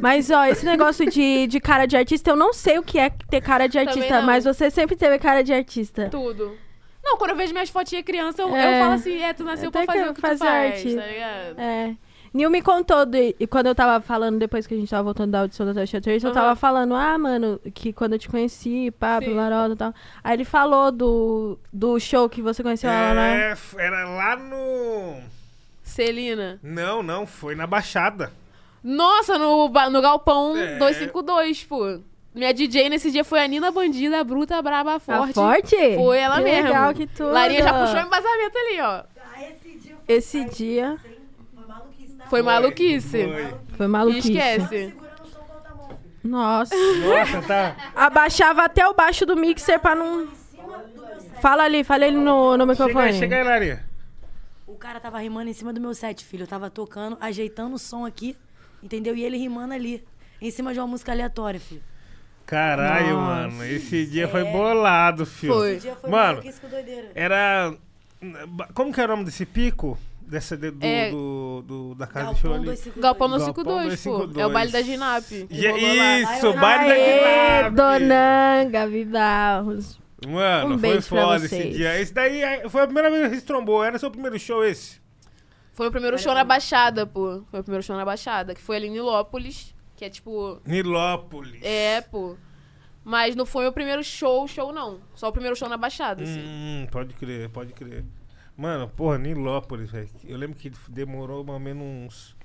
S1: Mas, ó, esse negócio de, de cara de artista, eu não sei o que é ter cara de
S3: Também
S1: artista,
S3: não.
S1: mas você sempre teve cara de artista.
S3: Tudo. Não, quando eu vejo minhas fotinhas criança, eu,
S1: É.
S3: eu falo assim, é, tu nasceu
S1: Até
S3: pra
S1: que
S3: fazer o que
S1: fazer
S3: tu faz,
S1: arte.
S3: tá ligado?
S1: É. Nil me contou, de, e quando eu tava falando, depois que a gente tava voltando da audição da Tasha Trace, eu
S3: Aham.
S1: tava falando, ah, mano, que quando eu te conheci, pá,
S3: Sim.
S1: pro Larota e tal. Aí ele falou do, do show que você conheceu ela, né?
S4: É, f- era lá no.
S3: Celina.
S4: Não, não, foi na Baixada.
S3: Nossa, no, ba- no Galpão
S4: É.
S3: 252, pô. Minha DJ nesse dia foi a Nina Bandida, a Bruta, a Braba, a
S1: Tá
S3: Forte.
S1: forte?
S3: Foi ela
S1: que
S3: mesma.
S1: Legal que tudo.
S3: Larinha já puxou o embasamento ali, ó.
S5: Ah, esse dia foi,
S1: Esse dia
S5: sem- foi maluquice, tá?
S3: Foi maluquice.
S4: Foi.
S1: foi maluquice.
S3: Esquece.
S5: Segurando o som com a outra mão, filho.
S1: Nossa.
S4: Nossa, tá.
S1: Abaixava até o baixo do mixer é pra não.
S5: Em cima do meu set.
S1: Fala ali, fala ele no, no
S4: Chega
S1: microfone.
S4: aí, chega aí, Larinha.
S5: O cara tava rimando em cima do meu set, filho. Eu tava tocando, ajeitando o som aqui, entendeu? E ele rimando ali, em cima de uma música aleatória, filho.
S4: Caralho, mano, esse dia foi bolado, filho.
S3: Foi.
S5: Esse Um dia foi
S4: mano,
S5: maluquice com doideira.
S4: era. Como que era o nome desse pico? dessa de- do,
S3: É.
S4: do- do- da casa de show
S5: Galpão
S4: Tá, ali.
S5: 252.
S3: Galpão no
S4: Galpão
S3: 52, pô. É o
S4: 252.
S3: baile da Ginap. É,
S4: E é
S5: Vamos lá,
S4: isso,
S5: vai,
S4: baile
S1: Aê,
S4: da Guilherme.
S1: Donanga, Vidarros.
S4: Mano,
S1: Um
S4: foi
S1: beijo pra
S4: foda esse
S1: vocês.
S4: dia. Esse daí aí, foi a primeira vez que a gente trombou. Era seu primeiro show esse?
S3: Foi o primeiro
S4: é.
S3: show na Baixada, pô. Foi o primeiro show na Baixada, que foi ali em Nilópolis, que é tipo.
S4: Nilópolis.
S3: É, pô. Mas não foi o primeiro show, show não. Só o primeiro show na Baixada, assim.
S4: Hum, pode crer, pode crer. Mano, porra, Nilópolis, velho. Eu lembro que demorou mais ou menos uns-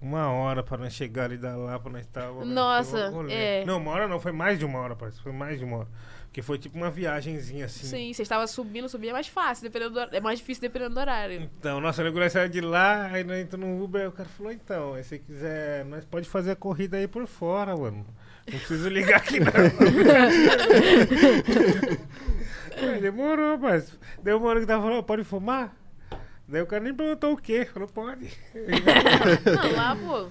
S4: uma hora pra nós chegar ali da Lapa, nós tava. né,
S3: Nossa,
S4: foi um rolê.
S3: é.
S4: Não, uma hora não, foi mais de uma hora, parece. Foi mais de uma hora. Porque foi tipo uma viagenzinha assim.
S3: Sim, você estava subindo, subir é mais fácil, dependendo do, hor- é mais difícil dependendo do horário.
S4: Então, nossa, eu saiu de lá, aí nós entrou no Uber, aí o cara falou, então, aí se você quiser, nós pode fazer a corrida aí por fora, mano. Não preciso ligar aqui não. Aí demorou, mas deu uma hora que tava falando, pode fumar? Daí o cara nem perguntou o quê, falou, pode.
S3: Não, lá, pô.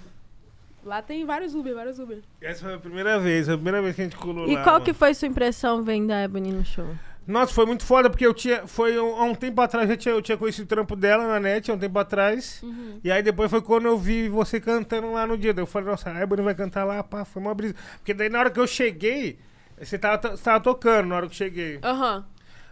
S3: Lá tem vários Uber, vários Uber.
S4: Essa foi a primeira vez, foi a primeira vez que a gente colou
S1: E
S4: lá.
S1: qual
S4: mano.
S1: que foi sua impressão vendo a Ebony no show?
S4: Nossa, foi muito foda, porque eu tinha. Foi um- há um tempo atrás, eu tinha, eu tinha conhecido o trampo dela na net, há um tempo atrás. E aí depois foi quando eu vi você cantando lá no dia. Daí eu falei, nossa, a Ebony vai cantar lá, pá, foi uma brisa. Porque daí na hora que eu cheguei, você tava, to- você tava tocando na hora que eu cheguei.
S3: Aham.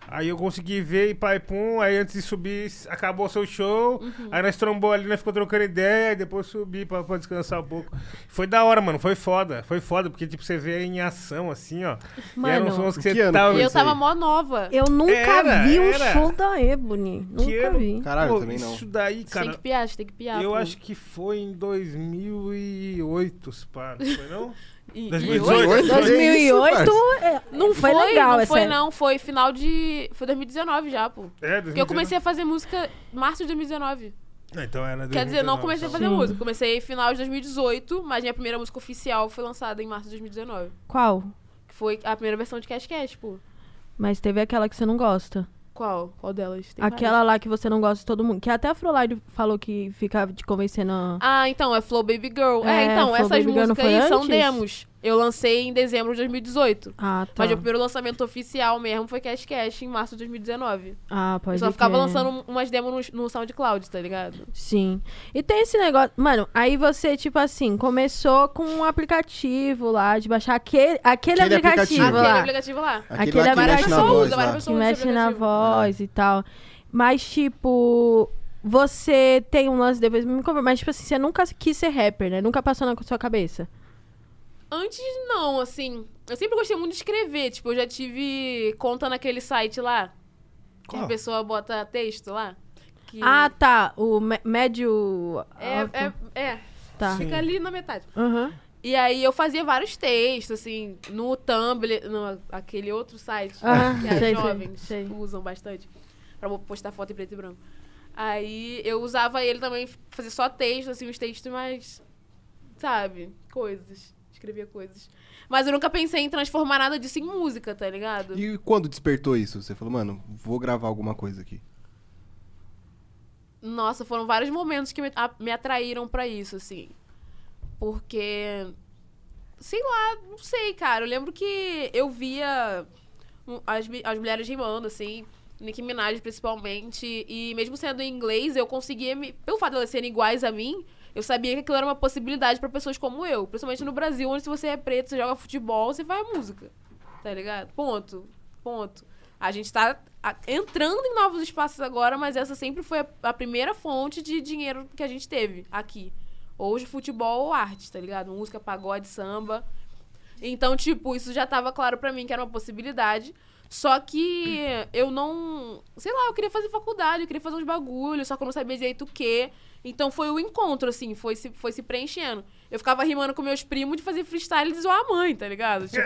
S4: Aí eu consegui ver e pai pum, aí antes de subir, s- acabou seu show. Aí nós trombou ali, nós ficou trocando ideia, aí depois subi pra, pra descansar um pouco. Foi da hora, mano, foi foda, foi foda, porque tipo, você vê em ação assim, ó. e eram
S1: Mano.
S4: sons que
S2: Que
S4: você
S2: ano
S4: tava.
S3: E eu
S2: isso aí.
S3: tava mó nova.
S1: Eu nunca
S4: Era,
S1: vi um
S4: era.
S1: show da Ebony. Nunca
S4: ano?
S1: vi.
S2: Caralho,
S4: Pô,
S2: também não.
S4: Isso daí,
S3: tem
S4: cara.
S3: que piar, você tem que piar.
S4: Eu
S3: pô.
S4: acho que foi em 2008, se pá, não foi não?
S3: E- e
S4: 2018.
S3: hoje-
S1: 2008 é,
S3: Não
S1: foi
S3: foi,
S1: legal
S3: não
S1: essa
S3: foi
S1: época.
S3: não, foi final de... Foi 2019 já, pô.
S4: É,
S3: Porque eu comecei a fazer música em março de 2019.
S4: 2019. Então era
S3: Quer dizer, não
S4: 2019,
S3: comecei a
S4: então.
S3: fazer
S1: Sim.
S3: música. Comecei final de 2018, mas minha primeira música oficial foi lançada em março de 2019.
S1: Qual?
S3: Que foi a primeira versão de Cash Cash, pô.
S1: Mas teve aquela que você não gosta.
S3: Qual? Qual delas? Tem
S1: aquela lá que você não gosta de todo mundo. Que até a Frolide falou que ficava te convencendo. a-
S3: várias. Ah, então, é Flow Baby Girl. É,
S1: É,
S3: então,
S1: Flow
S3: essas
S1: Baby Girl não
S3: músicas
S1: foi
S3: aí são
S1: antes?
S3: demos. Eu lancei em dezembro de 2018.
S1: Ah, tá.
S3: Mas o primeiro lançamento oficial mesmo foi Cash Cash em março de 2019.
S1: Ah, pode
S3: eu só ficava
S1: crer.
S3: lançando umas demos no, no SoundCloud, tá ligado?
S1: Sim. E tem esse negócio. Mano, aí você, tipo assim, começou com um aplicativo lá, de baixar aquele, aquele,
S2: Aquele
S1: aplicativo,
S2: aplicativo.
S3: Aquele
S1: lá.
S3: aplicativo lá.
S1: Aquele
S2: lá que
S1: abraço
S2: mexe na
S1: só
S2: voz né?
S3: usa,
S2: lá.
S3: várias pessoas-
S1: que mexe na
S3: aplicativo.
S1: voz e tal. Mas, tipo, você tem um lance depois, me confirma, mas, tipo assim, você nunca quis ser rapper, né? Nunca passou na sua cabeça.
S3: Antes não, assim. Eu sempre gostei muito de escrever. Tipo, eu já tive conta naquele site lá. Que a
S4: Qual?
S3: pessoa bota texto lá. que-
S1: Ah, tá. O mé- médio.
S3: é,
S1: alto.
S3: é, é.
S1: Tá.
S3: Fica ali na metade.
S1: Aham.
S3: E aí eu fazia vários textos, assim, no Tumblr, no, aquele outro site
S1: Ah,
S3: que
S1: sei,
S3: as
S1: sei,
S3: jovens
S1: sei.
S3: usam bastante pra postar foto em preto e branco. Aí eu usava ele também, fazer só texto, assim, uns textos mais, sabe, coisas. Escrevia coisas. Mas eu nunca pensei em transformar nada disso em música, tá ligado?
S2: E quando despertou isso? Você falou, mano, vou gravar alguma coisa aqui.
S3: Nossa, foram vários momentos que me, a- me atraíram pra isso, assim. Porque. Sei lá, não sei, cara. Eu lembro que eu via um, as, mi- as mulheres rimando, assim. Nicki Minaj, principalmente. E mesmo sendo em inglês, eu conseguia me. Pelo fato de elas serem iguais a mim, eu sabia que aquilo era uma possibilidade pra pessoas como eu. Principalmente no Brasil, onde se você é preto, você joga futebol, você faz música. Tá ligado? Ponto. Ponto. A gente tá a- entrando em novos espaços agora, mas essa sempre foi a, a primeira fonte de dinheiro que a gente teve aqui. Hoje, futebol ou arte, tá ligado? Música, pagode, samba. Então, tipo, isso já tava claro pra mim que era uma possibilidade. Só que eu não. Sei lá, eu queria fazer faculdade, eu queria fazer uns bagulhos, só que eu não sabia direito o quê. Então foi o encontro, assim, foi se, foi se preenchendo. Eu ficava rimando com meus primos de fazer freestyle e de zoar a mãe, tá ligado? Tipo,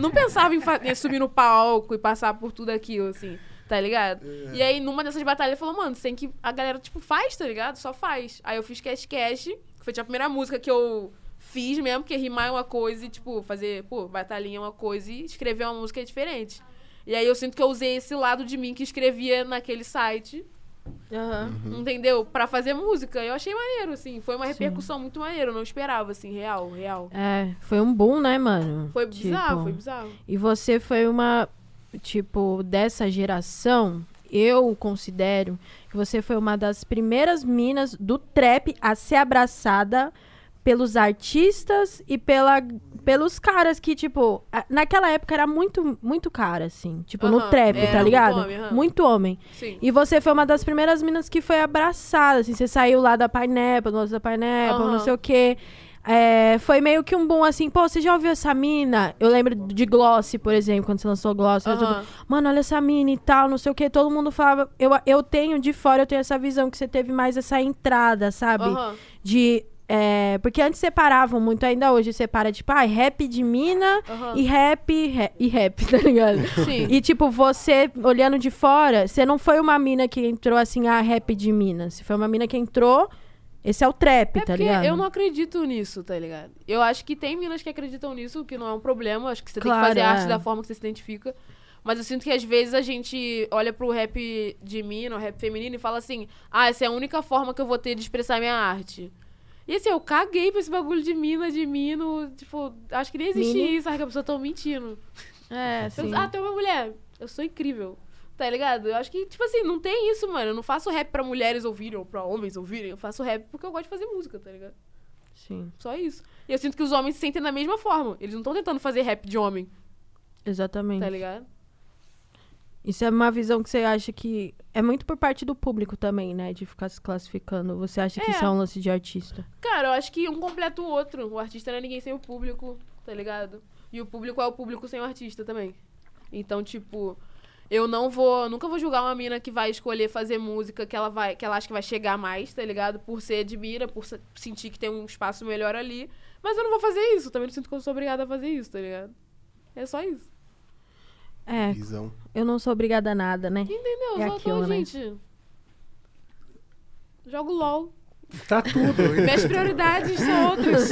S3: não pensava em, fa- em subir no palco e passar por tudo aquilo, assim, tá ligado? E aí, numa dessas batalhas, falou, mano, você tem que. A galera, tipo, faz, tá ligado? Só faz. Aí eu fiz Cash Cash, que foi tipo, a primeira música que eu fiz mesmo, porque rimar é uma coisa e, tipo, fazer, pô, batalhinha é uma coisa e escrever uma música é diferente. E aí eu sinto que eu usei esse lado de mim que escrevia naquele site,
S1: Aham.
S3: entendeu? Pra fazer música. Eu achei maneiro, assim. Foi uma repercussão muito maneira, eu não esperava, assim, real, real.
S1: É, foi um boom, né, mano?
S3: Foi
S1: Tipo,
S3: bizarro, foi bizarro.
S1: E você foi uma, tipo, dessa geração eu considero que você foi uma das primeiras minas do trap a ser abraçada pelos artistas e pela, pelos caras que, tipo, a- naquela época era muito, muito cara, assim. Tipo, no
S3: Aham,
S1: trap,
S3: era
S1: tá
S3: muito
S1: ligado?
S3: homem, aham.
S1: Muito homem.
S3: Sim.
S1: E você foi uma das primeiras minas que foi abraçada, assim, você saiu lá da Pineapple, do lado da Pineapple,
S3: Aham.
S1: não sei o quê. É, foi meio que um boom assim, pô, você já ouviu essa mina? Eu lembro de Gloss, por exemplo, quando você lançou Gloss, era
S3: Aham.
S1: tudo, mano, olha essa mina e tal, não sei o quê. Todo mundo falava, eu, eu tenho de fora, eu tenho essa visão que você teve mais essa entrada, sabe?
S3: Aham.
S1: De. é, porque antes separavam muito, ainda hoje separa, tipo, ah, rap de mina
S3: Aham.
S1: e rap, ra- e rap, tá ligado?
S3: Sim.
S1: E, tipo, você, olhando de fora, você não foi uma mina que entrou assim, ah, rap de mina. Você foi uma mina que entrou, esse é o trap,
S3: É
S1: tá
S3: porque
S1: ligado?
S3: eu não acredito nisso, tá ligado? Eu acho que tem minas que acreditam nisso, que não é um problema. Acho que você
S1: Claro,
S3: tem que fazer a arte
S1: é.
S3: da forma que você se identifica. Mas eu sinto que às vezes a gente olha pro rap de mina, o rap feminino, e fala assim: ah, essa é a única forma que eu vou ter de expressar minha arte. E assim, eu caguei pra esse bagulho de mina, de mino. Tipo, acho que nem existe
S1: Mini.
S3: isso, acho que a pessoa tá mentindo.
S1: É,
S3: Eu,
S1: sim.
S3: ah, tem uma mulher. Eu sou incrível. Tá ligado? Eu acho que, tipo assim, não tem isso, mano. Eu não faço rap pra mulheres ouvirem ou pra homens ouvirem. Eu faço rap porque eu gosto de fazer música, tá ligado?
S1: Sim,
S3: Só isso. E eu sinto que os homens se sentem da mesma forma. Eles não estão tentando fazer rap de homem,
S1: exatamente.
S3: tá ligado?
S1: Isso é uma visão que você acha que. É muito por parte do público também, né? De ficar se classificando. Você acha que
S3: É.
S1: isso é um lance de artista.
S3: Cara, eu acho que um completa o outro. O artista não é ninguém sem o público, tá ligado? E o público é o público sem o artista também. Então, tipo, eu não vou, nunca vou julgar uma mina que vai escolher fazer música que ela vai, que ela acha que vai chegar mais, tá ligado? Por ser de mira, por se- sentir que tem um espaço melhor ali. Mas eu não vou fazer isso, também não sinto que eu sou obrigada a fazer isso, tá ligado? É só isso.
S1: É,
S2: Visão.
S1: eu não sou obrigada a nada, né?
S3: Entendeu?
S1: É
S3: só
S1: aquilo,
S3: tô,
S1: né?
S3: gente. Jogo LOL.
S4: Tá tudo.
S3: Minhas prioridades são outras.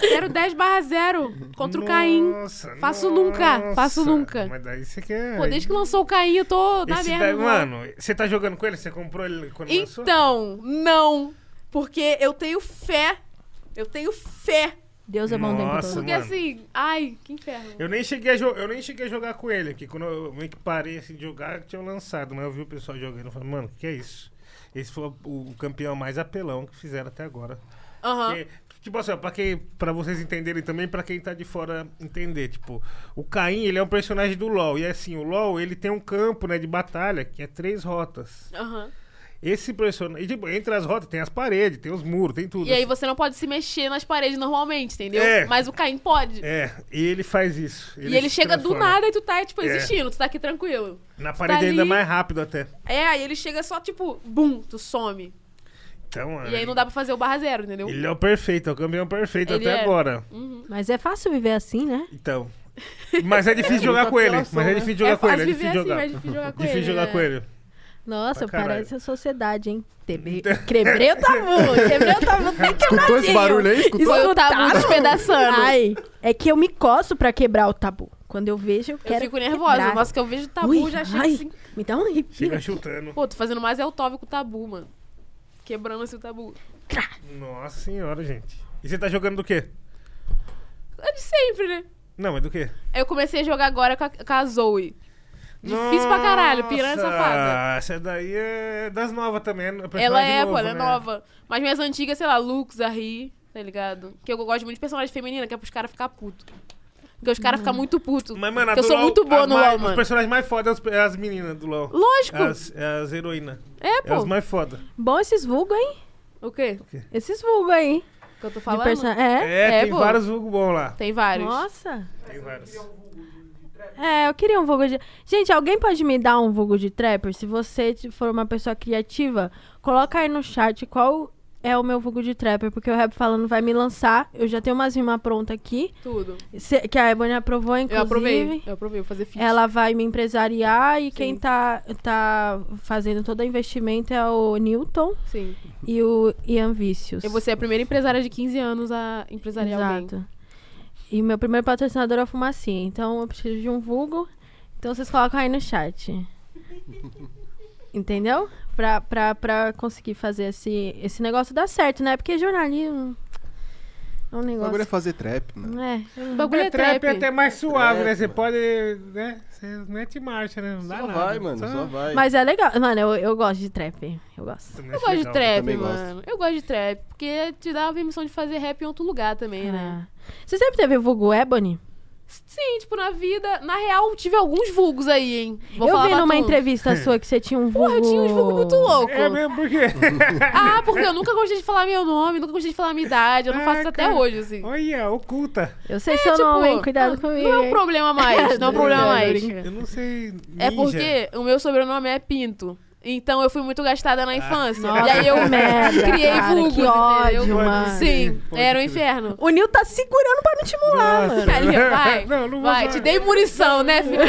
S3: Quero 10 barra 0 contra o Caim.
S4: Nossa,
S3: Faço nunca, faço
S4: nossa.
S3: nunca.
S4: Mas daí você quer.
S3: Pô, desde que lançou o Caim, eu tô na
S4: Esse
S3: merda.
S4: daí,
S3: agora.
S4: mano, você tá jogando com ele? Você comprou ele quando lançou?
S3: Então, não. Porque eu tenho fé. Eu tenho fé.
S1: Deus é bom o tempo
S4: Nossa,
S1: todo.
S3: Porque
S4: Mano.
S3: assim, ai, que inferno.
S4: Eu nem, cheguei a jo- eu nem cheguei a jogar com ele, porque quando eu meio que parei assim, de jogar, tinha lançado. Mas eu vi o pessoal jogando e falei, mano, que é isso? Esse foi o campeão mais apelão que fizeram até agora.
S3: Aham.
S4: Porque, tipo assim, ó, pra, quem, pra vocês entenderem também, pra quem tá de fora entender, tipo, o Caim, ele é um personagem do LoL. E assim, o LoL, ele tem um campo, né, de batalha, que é três rotas.
S3: Aham.
S4: Esse personagem... E, tipo, entre as rotas tem as paredes, tem os muros, tem tudo.
S3: E aí
S4: assim.
S3: você não pode se mexer nas paredes normalmente, entendeu?
S4: É.
S3: Mas o Caim pode.
S4: É, e ele faz isso.
S3: e ele
S4: se
S3: chega do
S4: transforma.
S3: nada e tu tá, tipo,
S4: É.
S3: existindo, tu tá aqui tranquilo.
S4: Na
S3: Tu
S4: parede
S3: tá
S4: ainda
S3: ali.
S4: mais rápido até.
S3: É, aí ele chega só, tipo, bum, tu some.
S4: Então, mano,
S3: E aí não dá pra fazer o barra zero, entendeu?
S4: Ele é o perfeito, é o campeão perfeito
S3: Ele
S4: até
S3: é.
S4: agora.
S1: Mas é fácil viver assim, né?
S4: Então. Mas é difícil jogar
S2: muita
S4: com ele.
S2: apelação,
S4: Mas é
S2: né?
S4: difícil jogar
S3: é
S4: com ele.
S3: fácil
S4: É
S3: viver
S4: difícil
S3: assim,
S4: jogar.
S3: mas difícil jogar com ele.
S4: Difícil jogar
S3: né?
S4: com ele.
S1: Nossa,
S4: Pra caralho.
S1: parece a sociedade, hein? Tebe... Quebrei o tabu, quebrei o tabu, tem que
S2: Escutou esse barulho aí? Escutou?
S1: Escutaram?
S3: Foi o tabu despedaçando.
S1: Ai, é que eu me coço pra quebrar o tabu. Quando eu vejo, eu
S3: Eu
S1: quero
S3: fico nervosa.
S1: quebrar.
S3: Nossa, que eu vejo tabu,
S1: Ui,
S3: já chega
S1: ai,
S3: assim.
S1: Me dá um
S4: Chega
S1: arrepio.
S4: chutando.
S3: Pô, tô fazendo mais é o Tove com o tabu, mano. Quebrando assim o tabu.
S4: Nossa senhora, gente. E você tá jogando do quê?
S3: É de sempre, né?
S4: Não, mas do quê?
S3: Eu comecei a jogar agora com a, com a Zoe. Difícil pra caralho, é piranha
S4: Nossa,
S3: safada.
S4: Essa daí é das novas também. é personagem
S3: Ela é,
S4: novo,
S3: pô, ela é
S4: né?
S3: nova. Mas minhas antigas, sei lá, Lux, a Ri, tá ligado? Que eu gosto muito de personagem feminina, que é pros caras ficar puto. Porque os caras
S1: Hum.
S3: ficam muito putos.
S4: Mas, mano, a
S3: Porque eu
S4: do
S3: sou
S4: LOL,
S3: muito boa
S4: a
S3: no
S4: mais-
S3: LOL,
S4: Os
S3: mano.
S4: personagens mais fodas é as- é as meninas do LOL.
S3: Lógico!
S4: As, é as heroínas.
S3: É,
S4: É as
S3: pô.
S4: mais fodas.
S1: Bom esses vulgo, hein?
S3: O quê?
S1: Esses vulgo aí.
S3: Que eu tô
S1: De
S3: falando?
S1: perso- É?
S4: É,
S3: É,
S4: tem
S3: pô.
S4: vários vulgo bons lá.
S3: Tem vários.
S1: Nossa.
S4: Tem vários.
S1: É, eu queria um vulgo de... Gente, alguém pode me dar um vulgo de trapper? Se você t- for uma pessoa criativa, coloca aí no chat qual é o meu vulgo de trapper. Porque o Rap Falando vai me lançar. Eu já tenho umas rimas prontas aqui.
S3: Tudo.
S1: cê- Que a Ebony aprovou, inclusive.
S3: Eu aprovei. Eu aprovei, vou fazer fit.
S1: Ela vai me empresariar e quem
S3: Sim.
S1: tá, tá fazendo todo o investimento é o Newton
S3: Sim.
S1: e o Ian Vícios.
S3: Eu vou ser a primeira empresária de 15 anos a empresariar alguém.
S1: Exato. E meu primeiro patrocinador é o Fumacinha, então eu preciso de um vulgo. Então vocês colocam aí no chat. Entendeu? Pra, pra, pra conseguir fazer esse, esse negócio dar certo, né? Porque jornalismo É um
S2: O bagulho é
S1: negócio.
S2: fazer trap, mano.
S1: É, o
S4: O
S1: bagulho é
S4: trap,
S1: trap.
S4: é até mais suave,
S2: Trap,
S4: né? Você pode, né? Você mete marcha, né? Não dá
S2: Só
S4: nada.
S2: vai, mano, é só vai.
S1: Mas é legal. Mano, eu, eu gosto de trap. Eu gosto.
S4: Também
S3: Eu
S4: acho
S3: gosto de
S4: legal.
S3: trap,
S2: também gosto.
S3: mano. Eu gosto de trap, porque te dá a permissão de fazer rap em outro lugar também, né?
S1: É. Você sempre teve vulgo Ebony?
S3: Sim, tipo, na vida, na real, tive alguns vulgos aí, hein? Vou
S1: eu
S3: falar
S1: vi
S3: pra
S1: numa
S3: tu.
S1: entrevista sua que você tinha um vulgo...
S3: Porra, eu tinha uns vulgos muito loucos.
S4: É mesmo, por quê?
S3: Ah, porque eu nunca gostei de falar meu nome, nunca gostei de falar minha idade, eu não
S4: Ah,
S3: faço isso até
S4: cara.
S3: hoje, assim.
S4: Olha, oculta.
S1: Eu sei
S3: É,
S1: seu
S3: tipo,
S1: nome, hein? Cuidado
S3: não-
S1: comigo.
S3: Não é um
S1: hein?
S3: problema mais, não é um problema mais.
S1: Brincadeira.
S4: Eu não sei.
S3: É
S4: ninja.
S3: porque o meu sobrenome é Pinto. Então eu fui muito gastada na infância.
S1: Nossa,
S3: e aí eu
S1: que merda,
S3: criei
S1: cara,
S3: vulgos,
S1: que
S3: entendeu?
S1: ódio, mano.
S3: Sim,
S4: Pode
S3: era um
S4: crer.
S3: inferno.
S1: O Nil tá segurando pra não te mular,
S4: Nossa.
S1: mano.
S3: Carinha, vai,
S4: Não, não vou
S3: vai,
S4: falar.
S3: te dei munição, né, filha?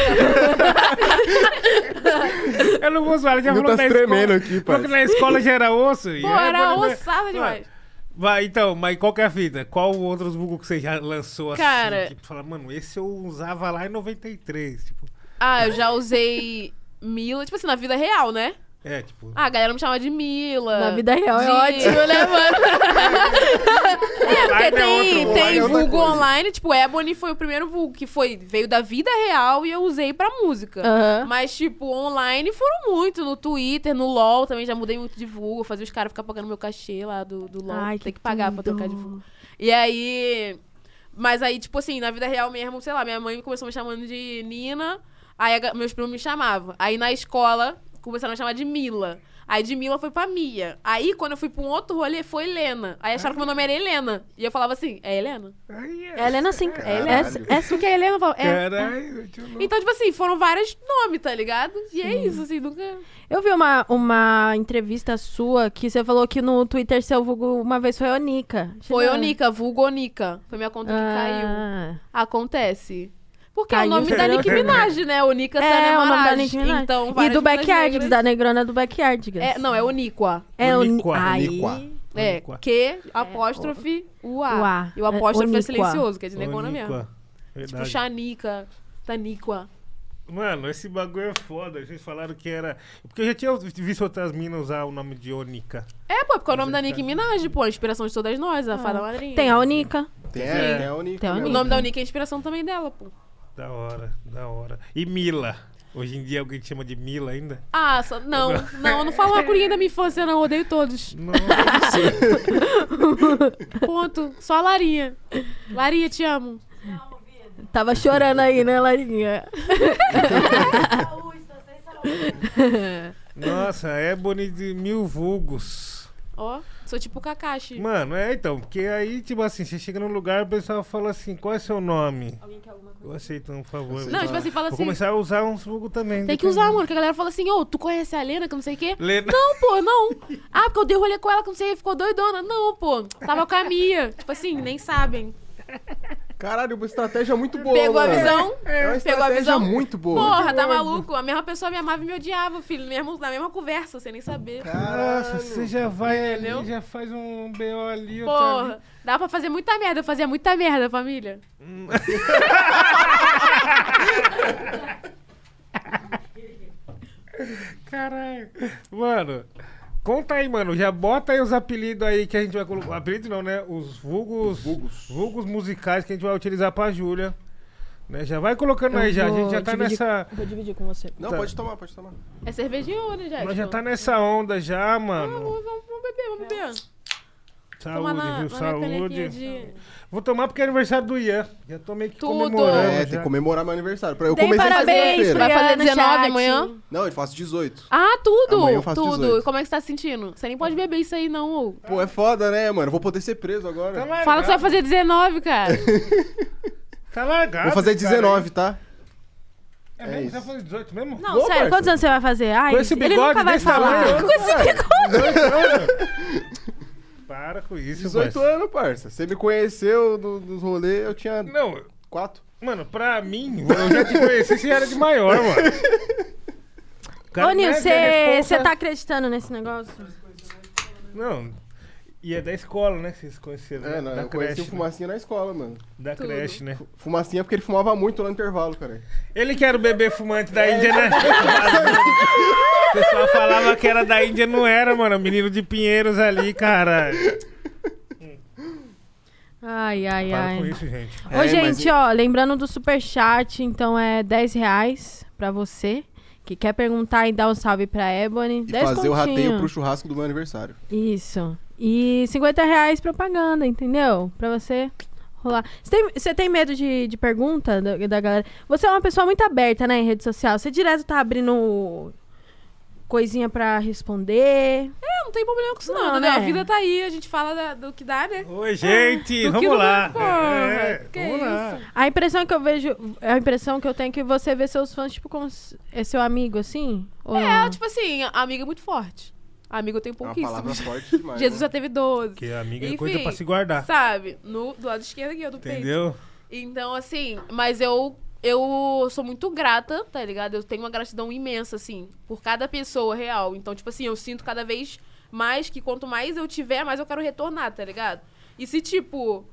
S3: um
S4: Eu não vou zoar, ele já
S2: Não
S4: falou
S2: tá
S4: que na
S2: tremendo
S4: escola.
S2: aqui,
S4: falou que
S2: parça.
S4: na escola já era osso. e
S3: Pô,
S4: aí,
S3: era
S4: mano,
S3: ossada demais.
S4: Vai, então, mas qual que é a vida? Qual outros Google que você já lançou
S3: Cara.
S4: assim? Tipo, fala, mano, esse eu usava lá em 93. Tipo,
S3: Ah, eu já usei Mila, tipo assim, na vida real, né?
S4: é, tipo.
S3: Ah, a galera me chama de Mila.
S1: Na vida real é
S3: de-
S1: ótimo, né, mano?
S3: É, porque
S4: Online é outro,
S3: tem,
S4: online
S3: tem
S2: é outra
S3: vulgo
S2: coisa.
S3: online, tipo, Ebony foi o primeiro vulgo que foi, veio da vida real e eu usei pra música.
S1: Aham.
S3: Mas, tipo, online foram muito. No Twitter, no LOL também já mudei muito de vulgo. Fazia os caras ficar pagando meu cachê lá do, do LOL.
S1: Ai,
S3: tem
S1: que
S3: que pagar pra
S1: tudo.
S3: trocar de vulgo. E aí. Mas aí, tipo assim, na vida real mesmo, sei lá, minha mãe começou me chamando de Nina. Aí a ga- meus primos me chamavam. Aí na escola, começaram a me chamar de Mila. Aí de Mila foi pra Mia. Aí quando eu fui pra um outro rolê, foi Helena. Aí acharam que meu nome era Helena. E eu falava assim, é Helena?
S4: Ai, é.
S1: Helena, sim.
S2: Caralho.
S1: Essa, essa que é Helena. eu falo, É,
S4: Caralho, tio louco.
S3: Então, tipo assim, foram vários nomes, tá ligado? E é isso, assim, nunca.
S1: Eu vi uma, uma entrevista sua que você falou que no Twitter seu vulgo uma vez foi Onika.
S3: Foi Onica, vulgo Onica. Foi minha conta que caiu.
S1: Ah.
S3: Acontece. Porque
S1: Caiu,
S3: é o nome da
S1: entendeu?
S3: Nicki Minaj, né? Onika
S1: É,
S3: Sânia
S1: o nome da
S3: Maraj.
S1: Nicki Minaj.
S3: Então,
S1: e
S3: várias
S1: do
S3: meninas
S1: Backyardigans,
S3: negras-
S1: da Negrona do Backyardigans.
S3: É, não, é Oníqua.
S1: É o
S4: Oníqua.
S1: Aí...
S2: Oníqua.
S3: É,
S4: Oníqua.
S3: Q, apóstrofe, o
S1: o
S3: A.
S1: É, A.
S3: E o apóstrofe
S1: É,
S3: é,
S1: Oníqua.
S3: silencioso, que é de negona mesmo.
S4: Oníqua.
S3: Tipo,
S4: Verdade.
S3: Xanica, Taníqua.
S4: Mano, esse bagulho é foda. Vocês falaram que era. Porque eu já tinha visto outras minas usar o nome de Onika.
S3: É, pô, porque é o nome da Nicki Minaj, pô, a inspiração de todas nós, a fada madrinha.
S1: Ah. Tem a Onika.
S2: Tem,
S4: Sim.
S2: tem a Unico.
S1: Tem a
S3: O
S2: mesmo.
S3: nome da Onika é a inspiração também dela, pô.
S4: Da hora, da hora. E Mila. Hoje em dia alguém te chama de Mila ainda?
S3: Ah, só, não, não, eu não falo com ninguém da minha infância, não, eu odeio todos.
S4: Não.
S3: Ponto. Só a Larinha. Larinha, te amo.
S1: Tava chorando aí, né, Larinha?
S5: Saúde, tô sem saúde.
S4: Nossa, é bonito de mil vulgos.
S3: Ó, sou tipo Kakashi.
S4: Mano, é então, porque aí, tipo assim, você chega num lugar, o pessoal fala assim, qual é seu nome?
S3: Alguém quer alguma coisa?
S4: Eu aceito, um favor.
S3: Não, tipo assim, fala
S4: Vou
S3: assim.
S4: começar a usar uns vulgo também.
S3: Tem que usar, mano, que a galera fala assim, ô, tu conhece a Helena, que não sei o quê?
S4: Lena.
S3: Não, pô, não. Ah, porque eu dei rolê com ela, que não sei, ficou doidona. Não, pô, tava com a Mia. Tipo assim, nem sabem.
S2: Caralho, uma estratégia muito boa.
S3: Pegou a
S2: mano. É
S3: visão?
S2: uma
S3: Pegou a
S2: estratégia
S3: visão?
S2: muito boa.
S3: Porra, tá maluco? A mesma pessoa me amava e me odiava, filho. Mesmo, na mesma conversa, sem nem saber.
S4: Nossa, você já vai
S3: Entendeu?
S4: ali, já faz um BO ali. outro ali.
S3: Porra, dá pra fazer muita merda. Eu fazia muita merda, família.
S4: Caralho. Mano, conta aí, mano. Já bota aí os apelidos aí que a gente vai colocar. Apelido não, né? Os vulgos, vulgos. musicais que a gente vai utilizar pra Júlia. Né? Já vai colocando
S1: Eu
S4: aí, já. A
S1: vou
S4: gente já tá
S1: dividir-
S4: nessa.
S1: Vou dividir com você.
S2: Não,
S4: Tá.
S2: pode tomar, pode tomar.
S3: É cervejinha ou né, Jackson?
S4: Nós já tá nessa onda já,
S3: Ah,
S4: mano.
S3: vamos, vamos beber, vamos beber.
S4: Saúde,
S3: Toma na,
S4: viu?
S3: na minha canequinha
S4: Saúde.
S3: de...
S4: Vou tomar porque é aniversário do Ian. Já tô meio que
S3: Tudo.
S4: comemorando.
S2: É,
S4: já.
S2: tem que comemorar meu aniversário. Pra- Eu
S1: Dei
S2: comecei
S1: parabéns
S2: sexta-feira.
S1: pra
S3: Vai fazer
S1: Ian no
S3: 19
S1: chat.
S3: amanhã?
S2: Não, eu faço 18.
S3: Ah, tudo!
S2: Amanhã eu faço
S3: tudo.
S2: 18.
S3: E como é que você tá se sentindo? Você nem pode beber isso aí, não. ô.
S2: Pô, é foda, né, mano? Eu Vou poder ser preso
S4: Tá
S2: agora.
S4: largado.
S3: Fala que você vai fazer 19, cara. É,
S4: Tá largado.
S2: Vou fazer
S4: esse cara aí.
S2: 19, tá?
S4: É,
S2: É
S4: mesmo?
S2: isso.
S4: Já foi 18 mesmo?
S1: Não,
S2: Vou,
S1: sério,
S2: parça.
S1: quantos anos você vai fazer? Ai,
S4: Com esse
S1: ele
S4: bigode
S1: nunca vai
S4: desse
S1: falar.
S4: tamanho,
S1: com esse bigode.
S4: Para com isso,
S2: 18
S4: parça.
S2: anos, parça. Você me conheceu no- nos rolês, eu tinha
S4: Não,
S2: 4.
S4: Mano, pra mim, eu já te conheci, você era de maior, mano. O cara
S1: Ô, Nil,
S4: não é da responsa-
S1: você tá acreditando nesse negócio?
S4: Não, e é da escola, né? que Vocês conheceram,
S2: É,
S4: né?
S2: não,
S4: da
S2: eu conheci o
S4: creche, né?
S2: Fumacinha na escola, mano.
S4: Da
S3: Tudo.
S4: creche, né?
S2: Fumacinha é porque ele fumava muito lá no intervalo, cara.
S4: Ele que era o bebê fumante da
S2: É.
S4: Índia, né? O pessoal falava que era da Índia, não era, mano. Menino de Pinheiros ali, cara.
S1: Ai, ai,
S4: Para
S1: ai.
S4: com isso, gente.
S1: Ô,
S2: É,
S1: gente,
S2: mas-
S1: ó, lembrando do superchat, então é 10 reais pra você que quer perguntar e dar um salve pra Ebony.
S2: E
S1: 10
S2: fazer o rateio
S1: continho.
S2: pro churrasco do meu aniversário. É
S1: Isso. E 50 reais propaganda, entendeu? Pra você rolar. Você tem, você tem medo de, de pergunta da, da galera? Você é uma pessoa muito aberta, né, em rede social. Você direto tá abrindo coisinha pra responder.
S3: Não tem problema com isso,
S1: Não,
S3: não, né? A
S1: né?
S3: vida tá aí, a gente fala da- do que dá, né?
S4: Oi, gente,
S3: do que
S4: vamos
S3: não
S4: lá.
S3: porra,
S4: É,
S3: que
S4: vamos lá.
S1: A impressão que eu vejo, a impressão que eu tenho é que você vê seus fãs, tipo, como s- é seu amigo, assim? Ou
S3: É,
S1: não?
S3: tipo assim, a amiga é muito forte. Amigo eu tenho
S2: É uma palavra
S3: pouquíssimos.
S2: forte demais.
S3: Jesus
S2: né?
S3: já teve 12.
S4: Porque amiga é
S3: Enfim,
S4: coisa pra se guardar.
S3: Sabe? No, do lado esquerdo aqui, eu do peito.
S4: Entendeu?
S3: Então, assim, mas eu, eu sou muito grata, tá ligado? Eu tenho uma gratidão imensa, assim, por cada pessoa real. Então, tipo assim, eu sinto cada vez mais que quanto mais eu tiver, mais eu quero retornar, tá ligado? E se, tipo,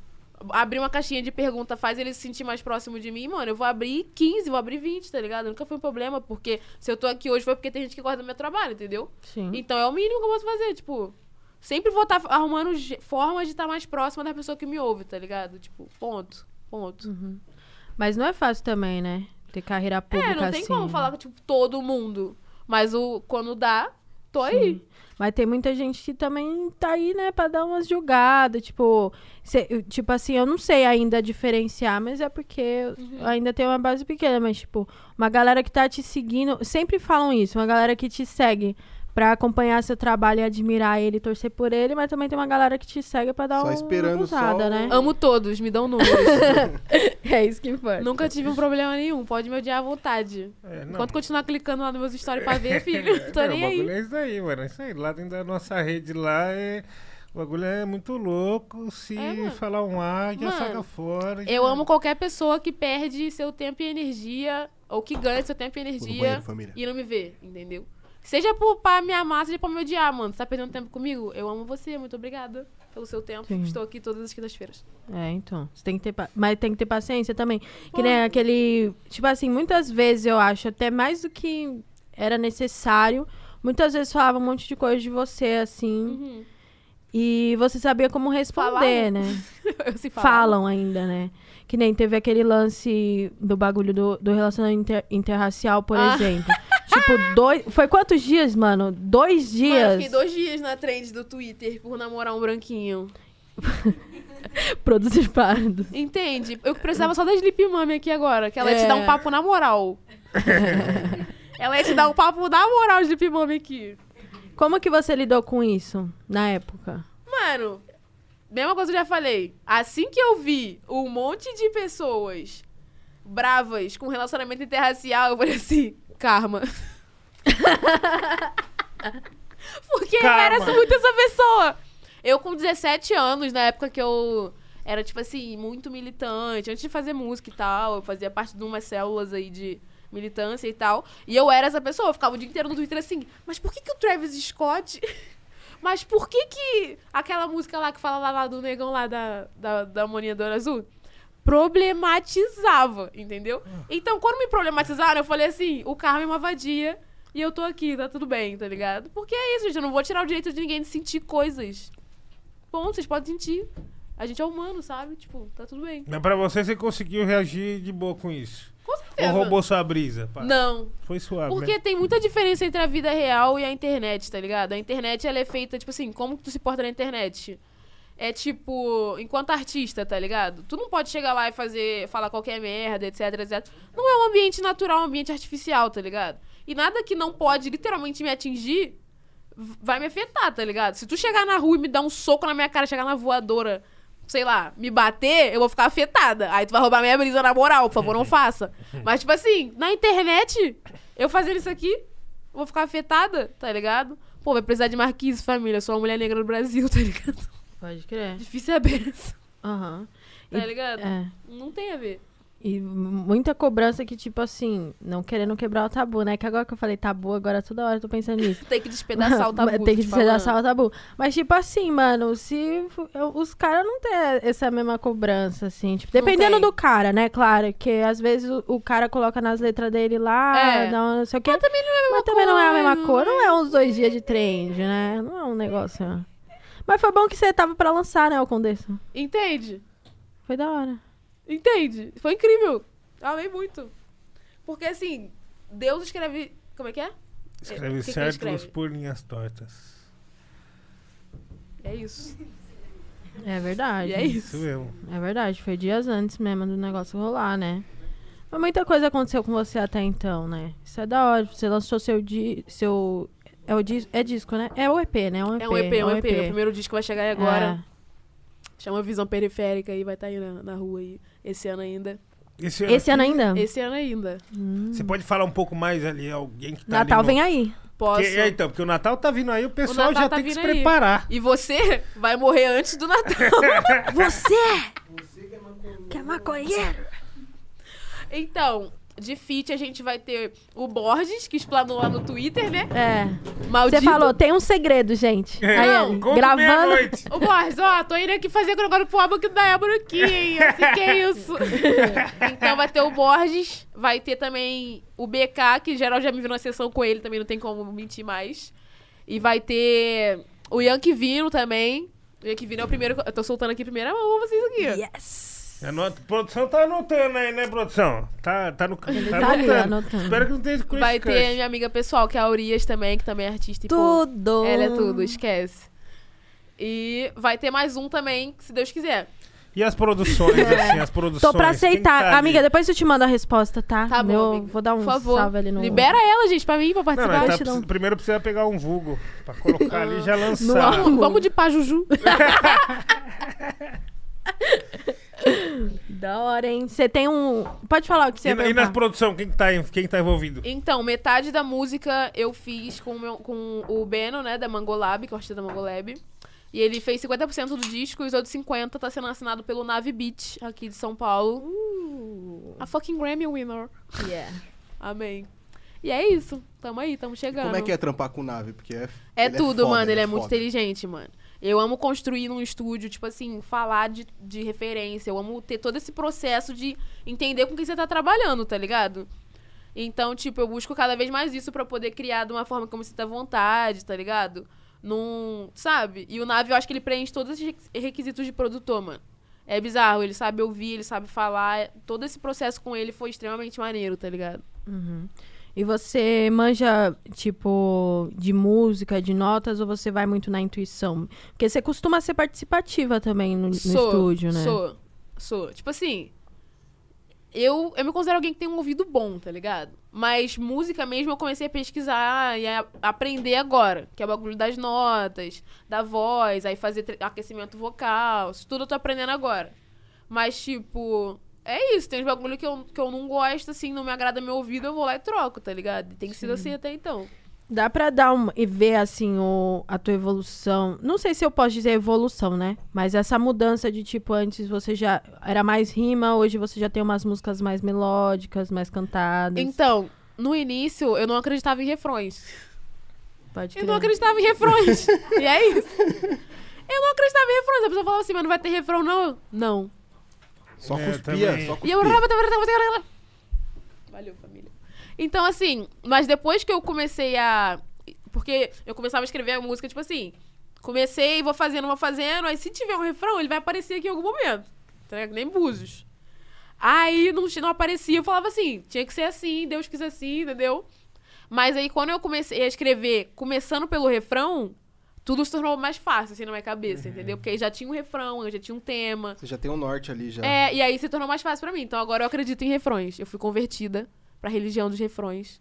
S3: abrir uma caixinha de pergunta faz ele se sentir mais próximo de mim, mano, eu vou abrir 15, vou abrir 20, tá ligado? Nunca foi um problema, porque se eu tô aqui hoje foi porque tem gente que gosta do meu trabalho, entendeu?
S1: Sim.
S3: Então é o mínimo que eu posso fazer, tipo. Sempre vou estar arrumando je- formas de estar mais próxima da pessoa que me ouve, tá ligado? Tipo, ponto, ponto.
S1: Mas não é fácil também, né? Ter carreira pública
S3: é,
S1: assim.
S3: não tem como falar com, tipo, todo mundo. Mas o, quando dá, tô aí.
S1: Mas tem muita gente que também tá aí, né, pra dar umas julgadas. Tipo, cê- eu- tipo assim, eu não sei ainda diferenciar, mas é porque eu ainda tem uma base pequena. Mas, tipo, uma galera que tá te seguindo. Sempre falam isso, uma galera que te segue pra acompanhar seu trabalho e admirar ele, torcer por ele, mas também tem uma galera que te segue pra dar
S2: Só
S1: uma
S2: esperando só
S1: abusada,
S2: o-
S1: né?
S3: Amo todos, me dão números.
S1: É isso que importa.
S3: Nunca tive um problema nenhum, pode me odiar à vontade.
S4: É, não.
S3: Enquanto continuar clicando lá nos meus stories pra ver, filho, tô
S4: É,
S3: nem
S4: o bagulho
S3: aí.
S4: é isso aí, mano. É isso aí. Lá dentro da nossa rede lá é. O bagulho é muito louco. Se
S3: É, mano.
S4: falar um ar, já
S3: Mano,
S4: saca fora.
S3: Eu amo qualquer pessoa que perde seu tempo e energia, ou que ganha seu tempo e
S2: Vou
S3: energia.
S2: no banheiro, família.
S3: é e não me vê, entendeu? Seja por, pra me amar, seja pra me odiar, mano. Você tá perdendo tempo comigo? Eu amo você, muito obrigada pelo seu tempo.
S1: Sim.
S3: Estou aqui todas as quintas-feiras.
S1: É, então. Você tem que ter, pa- mas tem que ter paciência também. Que
S3: Pô.
S1: nem aquele, tipo assim, muitas vezes eu acho até mais do que era necessário. Muitas vezes falava um monte de coisa de você assim,
S3: Uhum.
S1: e você sabia como responder,
S3: Falavam.
S1: né?
S3: Eu se falo.
S1: Falam ainda, né? Que nem teve aquele lance do bagulho do, do relacionamento inter- interracial, por
S3: Ah.
S1: exemplo. tipo, dois. Foi quantos dias, mano? Dois
S3: Mano, eu
S1: dias.
S3: fiquei dois dias na trend do Twitter por namorar um branquinho.
S1: Produzir parados.
S3: Entende? Eu precisava só da Sleep Mami aqui agora, que ela ia
S1: É.
S3: te dar um papo na moral. ela ia te dar um papo na moral, Sleep Mami aqui.
S1: Como que você lidou com isso na época?
S3: Mano, mesma coisa que eu já falei. Assim que eu vi um monte de pessoas bravas com relacionamento interracial, eu falei assim, karma. Porque
S4: Karma.
S3: eu mereço muito essa pessoa. Eu com 17 anos, na época que eu era, tipo assim, muito militante. Antes de fazer música e tal, eu fazia parte de umas células aí de militância e tal. E eu era essa pessoa, eu ficava o dia inteiro no Twitter assim, mas por que, que o Travis Scott... Mas por que que aquela música lá que fala lá, lá do negão lá da, da, da Moninha do Olho Azul problematizava, entendeu? Então, quando me problematizaram, eu falei assim, o carro é uma vadia e eu tô aqui, tá tudo bem, tá ligado? Porque é isso, gente, eu não vou tirar o direito de ninguém de sentir coisas. Bom, vocês podem sentir. A gente é humano, sabe? Tipo, tá tudo bem.
S4: Mas pra você, você conseguiu reagir de boa com isso.
S3: Com
S4: Ou
S3: certeza.
S4: roubou sua brisa? pá?
S3: Não,
S4: Foi suave. né?
S3: Porque tem muita diferença entre a vida real e a internet, tá ligado? A internet, ela é feita, tipo assim, como que tu se porta na internet? É tipo, enquanto artista, tá ligado? Tu não pode chegar lá e fazer, falar qualquer merda, etc, etc. Não é um ambiente natural, é um ambiente artificial, tá ligado? E nada que não pode literalmente me atingir v- vai me afetar, tá ligado? Se tu chegar na rua e me dar um soco na minha cara, chegar na voadora, sei lá, me bater, eu vou ficar afetada. Aí tu vai roubar minha brisa na moral, por favor, não faça. Mas, tipo assim, na internet, eu fazendo isso aqui, eu vou ficar afetada, tá ligado? Pô, vai precisar de Marquise, família. Eu sou uma mulher negra no Brasil, tá ligado?
S1: Pode crer.
S3: Difícil é a benção,
S1: Aham.
S3: tá
S1: E-
S3: ligado?
S1: É.
S3: Não tem a ver.
S1: E muita cobrança que, tipo assim, não querendo quebrar o tabu, né? Que agora que eu falei tabu, agora toda hora eu tô pensando nisso.
S3: Tem que despedaçar o tabu.
S1: Tem
S3: tô
S1: que
S3: te
S1: despedaçar
S3: falando.
S1: o tabu. Mas, tipo assim, mano, se f- eu- os caras não têm essa mesma cobrança, assim. Tipo,
S3: Não
S1: dependendo
S3: tem.
S1: do cara, né? Claro, que às vezes o, o cara coloca nas letras dele lá,
S3: É.
S1: dá um não sei o quê. Mas também não é a
S3: mesma
S1: mesma cor.
S3: coisa,
S1: Não é uns dois dias de trend, né? Não é um negócio. Mas foi bom que você tava pra lançar, né, o Condessa?
S3: Entende?
S1: Foi da hora.
S3: Entende? Foi incrível. Amei muito. Porque assim, Deus escreve. Como é que é?
S4: Escreve
S3: o que que ele
S4: círculos
S3: escreve?
S4: por linhas tortas.
S3: É isso.
S1: É verdade.
S3: E é
S4: Isso
S3: isso.
S4: mesmo.
S1: É verdade, foi dias antes mesmo do negócio rolar, né? Mas muita coisa aconteceu com você até então, né? Isso é da hora. Você lançou seu di seu é o dis é disco, né? É o EP, né?
S3: É um EP, é um É. EP. É O primeiro disco que vai chegar aí agora. Chama Visão Periférica aí, vai estar aí na, na rua aí. Esse ano ainda.
S4: Esse,
S1: É. Esse ano ainda?
S3: Esse ano ainda.
S4: Você pode falar um pouco mais ali, alguém que tá
S1: Natal
S4: ali no-
S1: vem aí.
S3: Posso.
S4: Porque- é, então, porque o Natal tá vindo aí, o pessoal
S3: Natal
S4: já
S3: tá
S4: tem que se
S3: vindo aí.
S4: preparar.
S3: E você vai morrer antes do Natal.
S5: Você! é? que é maconheiro!
S3: então, de feat a gente vai ter o Borges, que explanou lá no Twitter, né?
S1: É.
S3: Maldito.
S1: Você falou, tem um segredo, gente. Aí,
S4: É. Não,
S1: ele,
S4: conta
S1: gravando.
S4: meia-noite.
S3: Ô, Borges, ó, tô indo aqui fazer agora pro álbum aqui da Ébora aqui, hein? Assim que é isso. então vai ter o Borges, vai ter também o BK, que geral já me viu na sessão com ele, também não tem como mentir mais. E vai ter o Yankee Vino também. O Yankee Vino é o primeiro. que Eu tô soltando aqui em primeira mão vocês aqui.
S5: Yes!
S4: Anota, produção tá anotando aí, né, produção? Tá, tá no tá
S1: tá ali,
S4: anotando.
S1: anotando.
S4: Espero que não tenha crush
S3: Vai
S4: crush.
S3: ter a minha amiga pessoal, que é a Urias também, que também é artista. e, pô,
S1: Tudo.
S3: Ela é tudo, esquece. E vai ter mais um também, se Deus quiser.
S4: E as produções, assim, as produções.
S1: É. Tô pra
S4: quem
S1: aceitar.
S4: tá ali?
S1: amiga, depois eu te mando a resposta, tá?
S3: Tá bom,
S1: Eu
S3: amiga.
S1: vou dar um
S3: Por favor.
S1: salve ali no.
S3: Libera ela, gente, pra mim, pra
S4: Não,
S3: participar.
S4: mas tá,
S1: te dá um-
S4: primeiro precisa pegar um vulgo pra colocar ali e já
S1: No
S4: lançar.
S1: álbum.
S3: Vamos, vamos de pajuju.
S1: Da hora, hein? Você tem um. Pode falar o que
S4: E,
S1: você ia
S4: e nas
S1: perguntar.
S4: produções, quem que tá, em- quem que tá envolvido?
S3: Então, metade da música eu fiz com o, meu- com o Beno, né, da Mangolab, que é o artista da Mangolab. E ele fez 50% do disco e os outros 50% tá sendo assinado pelo Nave Beat, aqui de São Paulo.
S1: Uh.
S3: A fucking Grammy winner.
S1: Yeah.
S3: Amém. E é isso. Tamo aí, tamo chegando.
S2: Como é que é trampar com nave? Porque é.
S3: É
S2: ele
S3: tudo,
S2: foda,
S3: mano. Ele é, muito
S2: foda.
S3: inteligente, mano. Eu amo construir num estúdio, tipo assim, falar de, de referência. Eu amo ter todo esse processo de entender com quem você tá trabalhando, tá ligado? Então, tipo, eu busco cada vez mais isso pra poder criar de uma forma como você tá à vontade, tá ligado? Num. Sabe? E o Nave, eu acho que ele preenche todos os requ- requisitos de produtor, mano. É bizarro, ele sabe ouvir, ele sabe falar. Todo esse processo com ele foi extremamente maneiro, tá ligado?
S1: E você manja, tipo, de música, de notas, ou você vai muito na intuição? Porque você costuma ser participativa também no, no estúdio, né?
S3: Sou, sou. Tipo assim, eu, eu me considero alguém que tem um ouvido bom, tá ligado? Mas música mesmo eu comecei a pesquisar e a aprender agora. Que é o bagulho das notas, da voz, aí fazer tre- aquecimento vocal. Isso tudo eu tô aprendendo agora. Mas, tipo, é isso. Tem uns bagulho que eu, que eu não gosto, assim, não me agrada meu ouvido, eu vou lá e troco, tá ligado? E Tem sido assim até então.
S1: Dá pra dar uma, e ver, assim, o, a tua evolução. Não sei se eu posso dizer evolução, né? Mas essa mudança de, tipo, antes você já era mais rima, hoje você já tem umas músicas mais melódicas, mais cantadas.
S3: Então, no início, eu não acreditava em refrões.
S1: Pode
S3: Eu
S1: crer.
S3: não acreditava em refrões. e é isso. Eu não acreditava em refrões. A pessoa falava assim, mas não vai ter refrão, não? Não.
S2: Só
S4: É,
S2: cuspia,
S4: também.
S2: só
S3: E
S2: cuspia.
S3: eu... Valeu, família. Então, assim, mas depois que eu comecei a... Porque eu começava a escrever a música, tipo assim... Comecei, vou fazendo, vou fazendo. Aí se tiver um refrão, ele vai aparecer aqui em algum momento. Tá ligado? Que Nem búzios. Aí não, não aparecia, eu falava assim, tinha que ser assim, Deus quis assim, entendeu? Mas aí quando eu comecei a escrever, começando pelo refrão, tudo se tornou mais fácil, assim, na minha cabeça, entendeu? Porque aí já tinha um refrão, eu já tinha um tema.
S2: Você já tem o norte ali já.
S3: É, e aí se tornou mais fácil pra mim. Então agora eu acredito em refrões. Eu fui convertida pra religião dos refrões.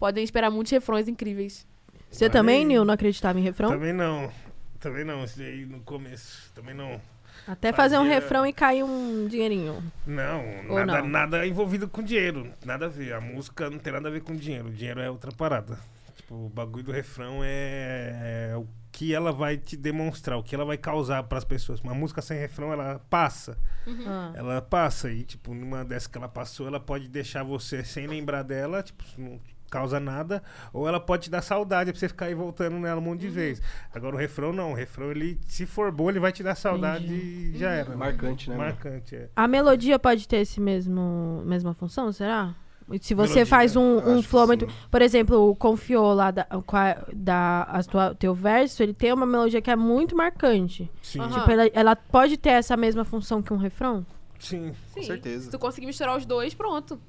S3: Podem esperar muitos refrões incríveis.
S1: Você também, Nil, não acreditava em refrão?
S4: Também não. Também não, isso daí no começo. Também não.
S1: Até fazer um
S4: Fazia-
S1: refrão e cair um dinheirinho.
S4: Não,
S1: Ou
S4: nada,
S1: não?
S4: nada envolvido com dinheiro. Nada a ver. A música não tem nada a ver com dinheiro. O dinheiro é outra parada. Tipo, o bagulho do refrão é, é o que ela vai te demonstrar, o que ela vai causar pras pessoas. Uma música sem refrão, ela passa.
S3: Uhum.
S1: Ah.
S4: Ela passa e, tipo, numa dessas que ela passou, ela pode deixar você sem lembrar dela, tipo, isso não causa nada, ou ela pode te dar saudade é pra você ficar aí voltando nela um monte de vezes. Agora o refrão não, o refrão ele, se for bom, ele vai te dar saudade e já era.
S2: Uhum. Marcante, né? mano?
S4: Marcante, é.
S1: A melodia pode ter esse mesmo mesma função, será? Se você
S4: Melodia,
S1: faz um,
S2: né? eu acho
S1: um
S2: que
S1: flow
S2: sim. Ah,
S1: muito. Por exemplo, o Confiou lá da, com a- da as tua- teu verso, ele tem uma melodia que é muito marcante.
S4: Sim,
S3: Aham.
S1: Tipo, ela, ela pode ter essa mesma função que um refrão?
S4: sim.
S3: Sim.
S2: certeza.
S3: Se tu conseguir misturar os dois, pronto.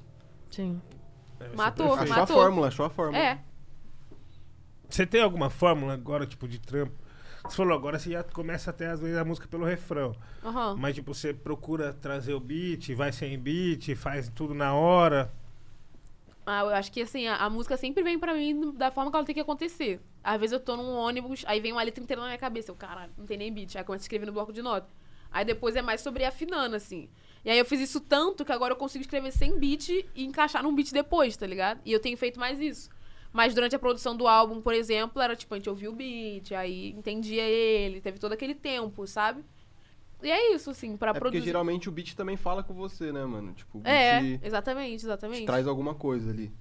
S1: Sim.
S3: Matou,
S2: achou a
S3: matou.
S2: fórmula, achou a fórmula.
S3: É.
S4: Você tem alguma fórmula agora, tipo, de trampo? Você falou, agora você já começa até às vezes a música pelo refrão.
S3: Aham.
S4: Mas, tipo, você procura trazer o beat, vai sem beat, faz tudo na hora.
S3: Ah, eu acho que assim, a, a música sempre vem pra mim da forma que ela tem que acontecer. Às vezes eu tô num ônibus, aí vem uma letra inteira na minha cabeça. Eu, caralho, não tem nem beat. Aí começa a escrever no bloco de nota. Aí depois é mais sobre afinando, assim. E aí eu fiz isso tanto que agora eu consigo escrever sem beat e encaixar num beat depois, tá ligado? E eu tenho feito mais isso. Mas durante a produção do álbum, por exemplo, era tipo, a gente ouvia o beat, aí entendia ele, teve todo aquele tempo, sabe? E é isso, assim, pra
S2: É porque
S3: produzir.
S2: geralmente o beat também fala com você, né, mano? Tipo, o beat
S3: É,
S2: te
S3: exatamente, exatamente.
S2: traz alguma coisa ali.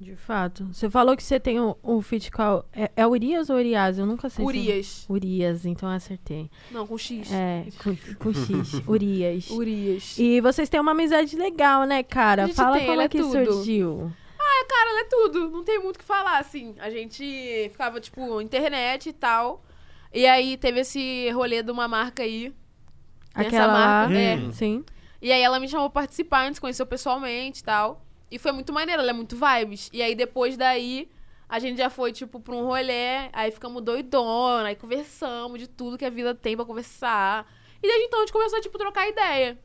S1: De fato. Você falou que você tem um, um feat com a, é, é Urias ou Urias? Eu
S2: um-
S1: nunca sei. se-
S3: Urias.
S1: Urias, então eu acertei.
S3: Não, com X.
S1: É, com, com X. Urias.
S3: Urias.
S1: E vocês têm uma amizade legal, né,
S3: A
S1: cara?
S3: gente
S1: Fala
S3: tem,
S1: como
S3: ela
S1: é
S3: é
S1: que
S3: tudo.
S1: surgiu.
S3: Cara, ela é tudo. Não tem muito o que falar, assim. A gente ficava, tipo, internet e tal. E aí teve esse rolê de uma marca aí. Tem essa
S1: Aquela lá.
S3: marca, é.
S1: Hum. Sim.
S3: E aí ela me chamou pra participar, a gente se conheceu pessoalmente e tal. E foi muito maneiro, ela é muito vibes. E aí depois daí, a gente já foi, tipo, pra um rolê. Aí ficamos doidona, aí conversamos de tudo que a vida tem pra conversar. E desde então a gente começou, tipo, trocar ideia.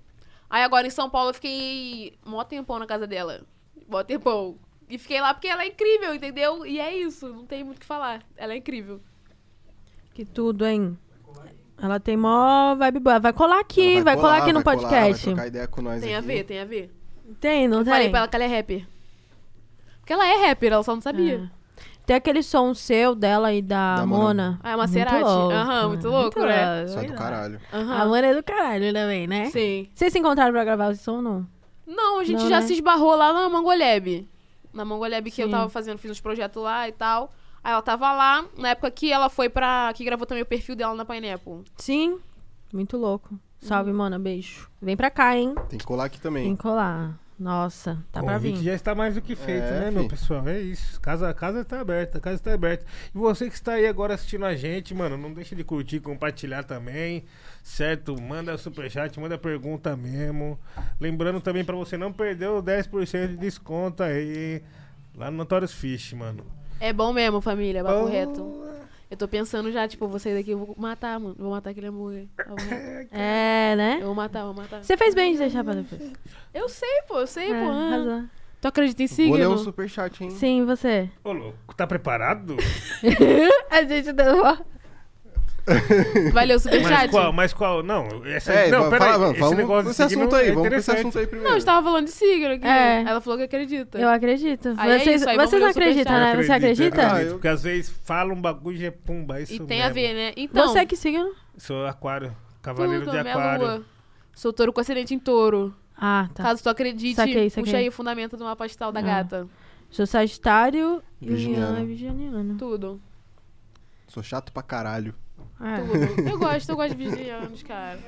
S3: Aí agora em São Paulo eu fiquei mó tempão na casa dela. Mó tempão. E fiquei lá porque ela é incrível, entendeu? E é isso, não tem muito o que falar. Ela é incrível.
S1: Que tudo, hein? Ela tem mó vibe boa. Vai colar aqui,
S2: Ela
S1: vai, colar, aqui no
S2: vai colar,
S1: podcast.
S2: vai trocar ideia com nós
S3: Tem a
S2: aqui.
S3: ver, tem a ver.
S1: Tem, não
S3: Eu
S1: tem?
S3: falei pra ela que ela é rapper. Porque ela é rapper, ela só não sabia.
S1: É. Tem aquele som seu dela e da,
S2: Da Mona.
S1: Mona.
S3: Ah, é uma
S1: Muito
S3: Cerati.
S1: louco.
S3: Aham, muito
S1: Ah,
S3: louco, né?
S1: louco.
S2: Isso é do caralho.
S3: Aham.
S1: A Mona é do caralho também, né?
S3: Sim.
S1: Vocês se encontraram pra gravar esse som ou não?
S3: Não, a gente
S1: Não,
S3: já
S1: né?
S3: se esbarrou lá na Mangoleb. Na Mangoleb que eu
S1: Sim.
S3: tava fazendo, fiz uns projetos lá e tal. Aí ela tava lá, na época que ela foi pra. que gravou também o perfil dela na Pineapple.
S1: Sim. Muito louco.
S3: Uhum.
S1: Salve, Mona. Beijo. Vem pra cá, hein?
S2: Tem que colar aqui
S1: Vem
S2: também.
S1: colar. Nossa, tá
S4: O
S1: pra
S4: convite
S1: vir.
S4: já está mais do que feito,
S2: É,
S4: né, meu
S2: fi.
S4: pessoal? É isso. Casa, a casa está aberta, a casa está aberta. E você que está aí agora assistindo a gente, mano, não deixa de curtir, compartilhar também, certo? Manda superchat, manda pergunta mesmo. Lembrando também para você não perder o 10% de desconto aí lá no Notorious Fish, mano.
S3: É bom mesmo, família, papo
S4: Oh.
S3: reto. Eu tô pensando já, tipo, vou sair daqui, eu vou matar, mano. Vou matar aquele hambúrguer. Papo reto.
S1: É, né?
S3: Eu vou matar, vou matar.
S1: Você fez bem de deixar pra depois.
S3: Eu sei, pô, eu sei,
S1: É,
S3: pô. ah.
S1: arrasou.
S3: Tu acredita em
S2: Vou ler um
S3: signo?
S2: superchat, hein?
S1: Sim, você.
S4: Ô, louco, tá preparado?
S1: A gente deu uma...
S3: Valeu,
S4: Mas
S3: superchat.
S4: qual, mas qual? Não, essa,
S2: É,
S4: não,
S2: não,
S4: peraí.
S2: fala, vamos,
S4: esse
S2: vamos pra
S4: negócio de
S2: esse
S4: signo
S2: assunto aí,
S4: é
S2: vamos pra esse
S4: interessante.
S2: assunto aí primeiro.
S3: Não, a gente tava falando de signo aqui.
S1: É.
S3: Ela falou que acredita.
S1: Eu acredito.
S3: Aí é
S1: vocês
S3: isso, aí
S1: vocês
S3: vamos ler
S1: não
S3: o superchat.
S1: acreditam, né? Você
S4: Acredito,
S1: acredita?
S2: Tá, Ah, eu-
S4: Porque às vezes fala um bagulho e é pumba, é isso
S3: E tem a
S4: mesmo.
S3: ver, né? Então,
S1: Você é que signo?
S4: Sou aquário, cavaleiro
S3: tudo,
S4: de
S3: minha
S4: aquário.
S3: lua. Sou touro com acidente em touro.
S1: Ah, tá.
S3: Caso tu acredite,
S1: Saquei,
S3: puxa
S1: saquei.
S3: aí o fundamento do mapa astral da
S1: Ah.
S3: gata.
S1: Sou Sagitário e
S2: Virginiano.
S1: Liana é Virginiano.
S3: Tudo.
S2: Sou chato pra caralho.
S1: É.
S3: Tudo. Eu gosto, eu gosto de virginianos, cara.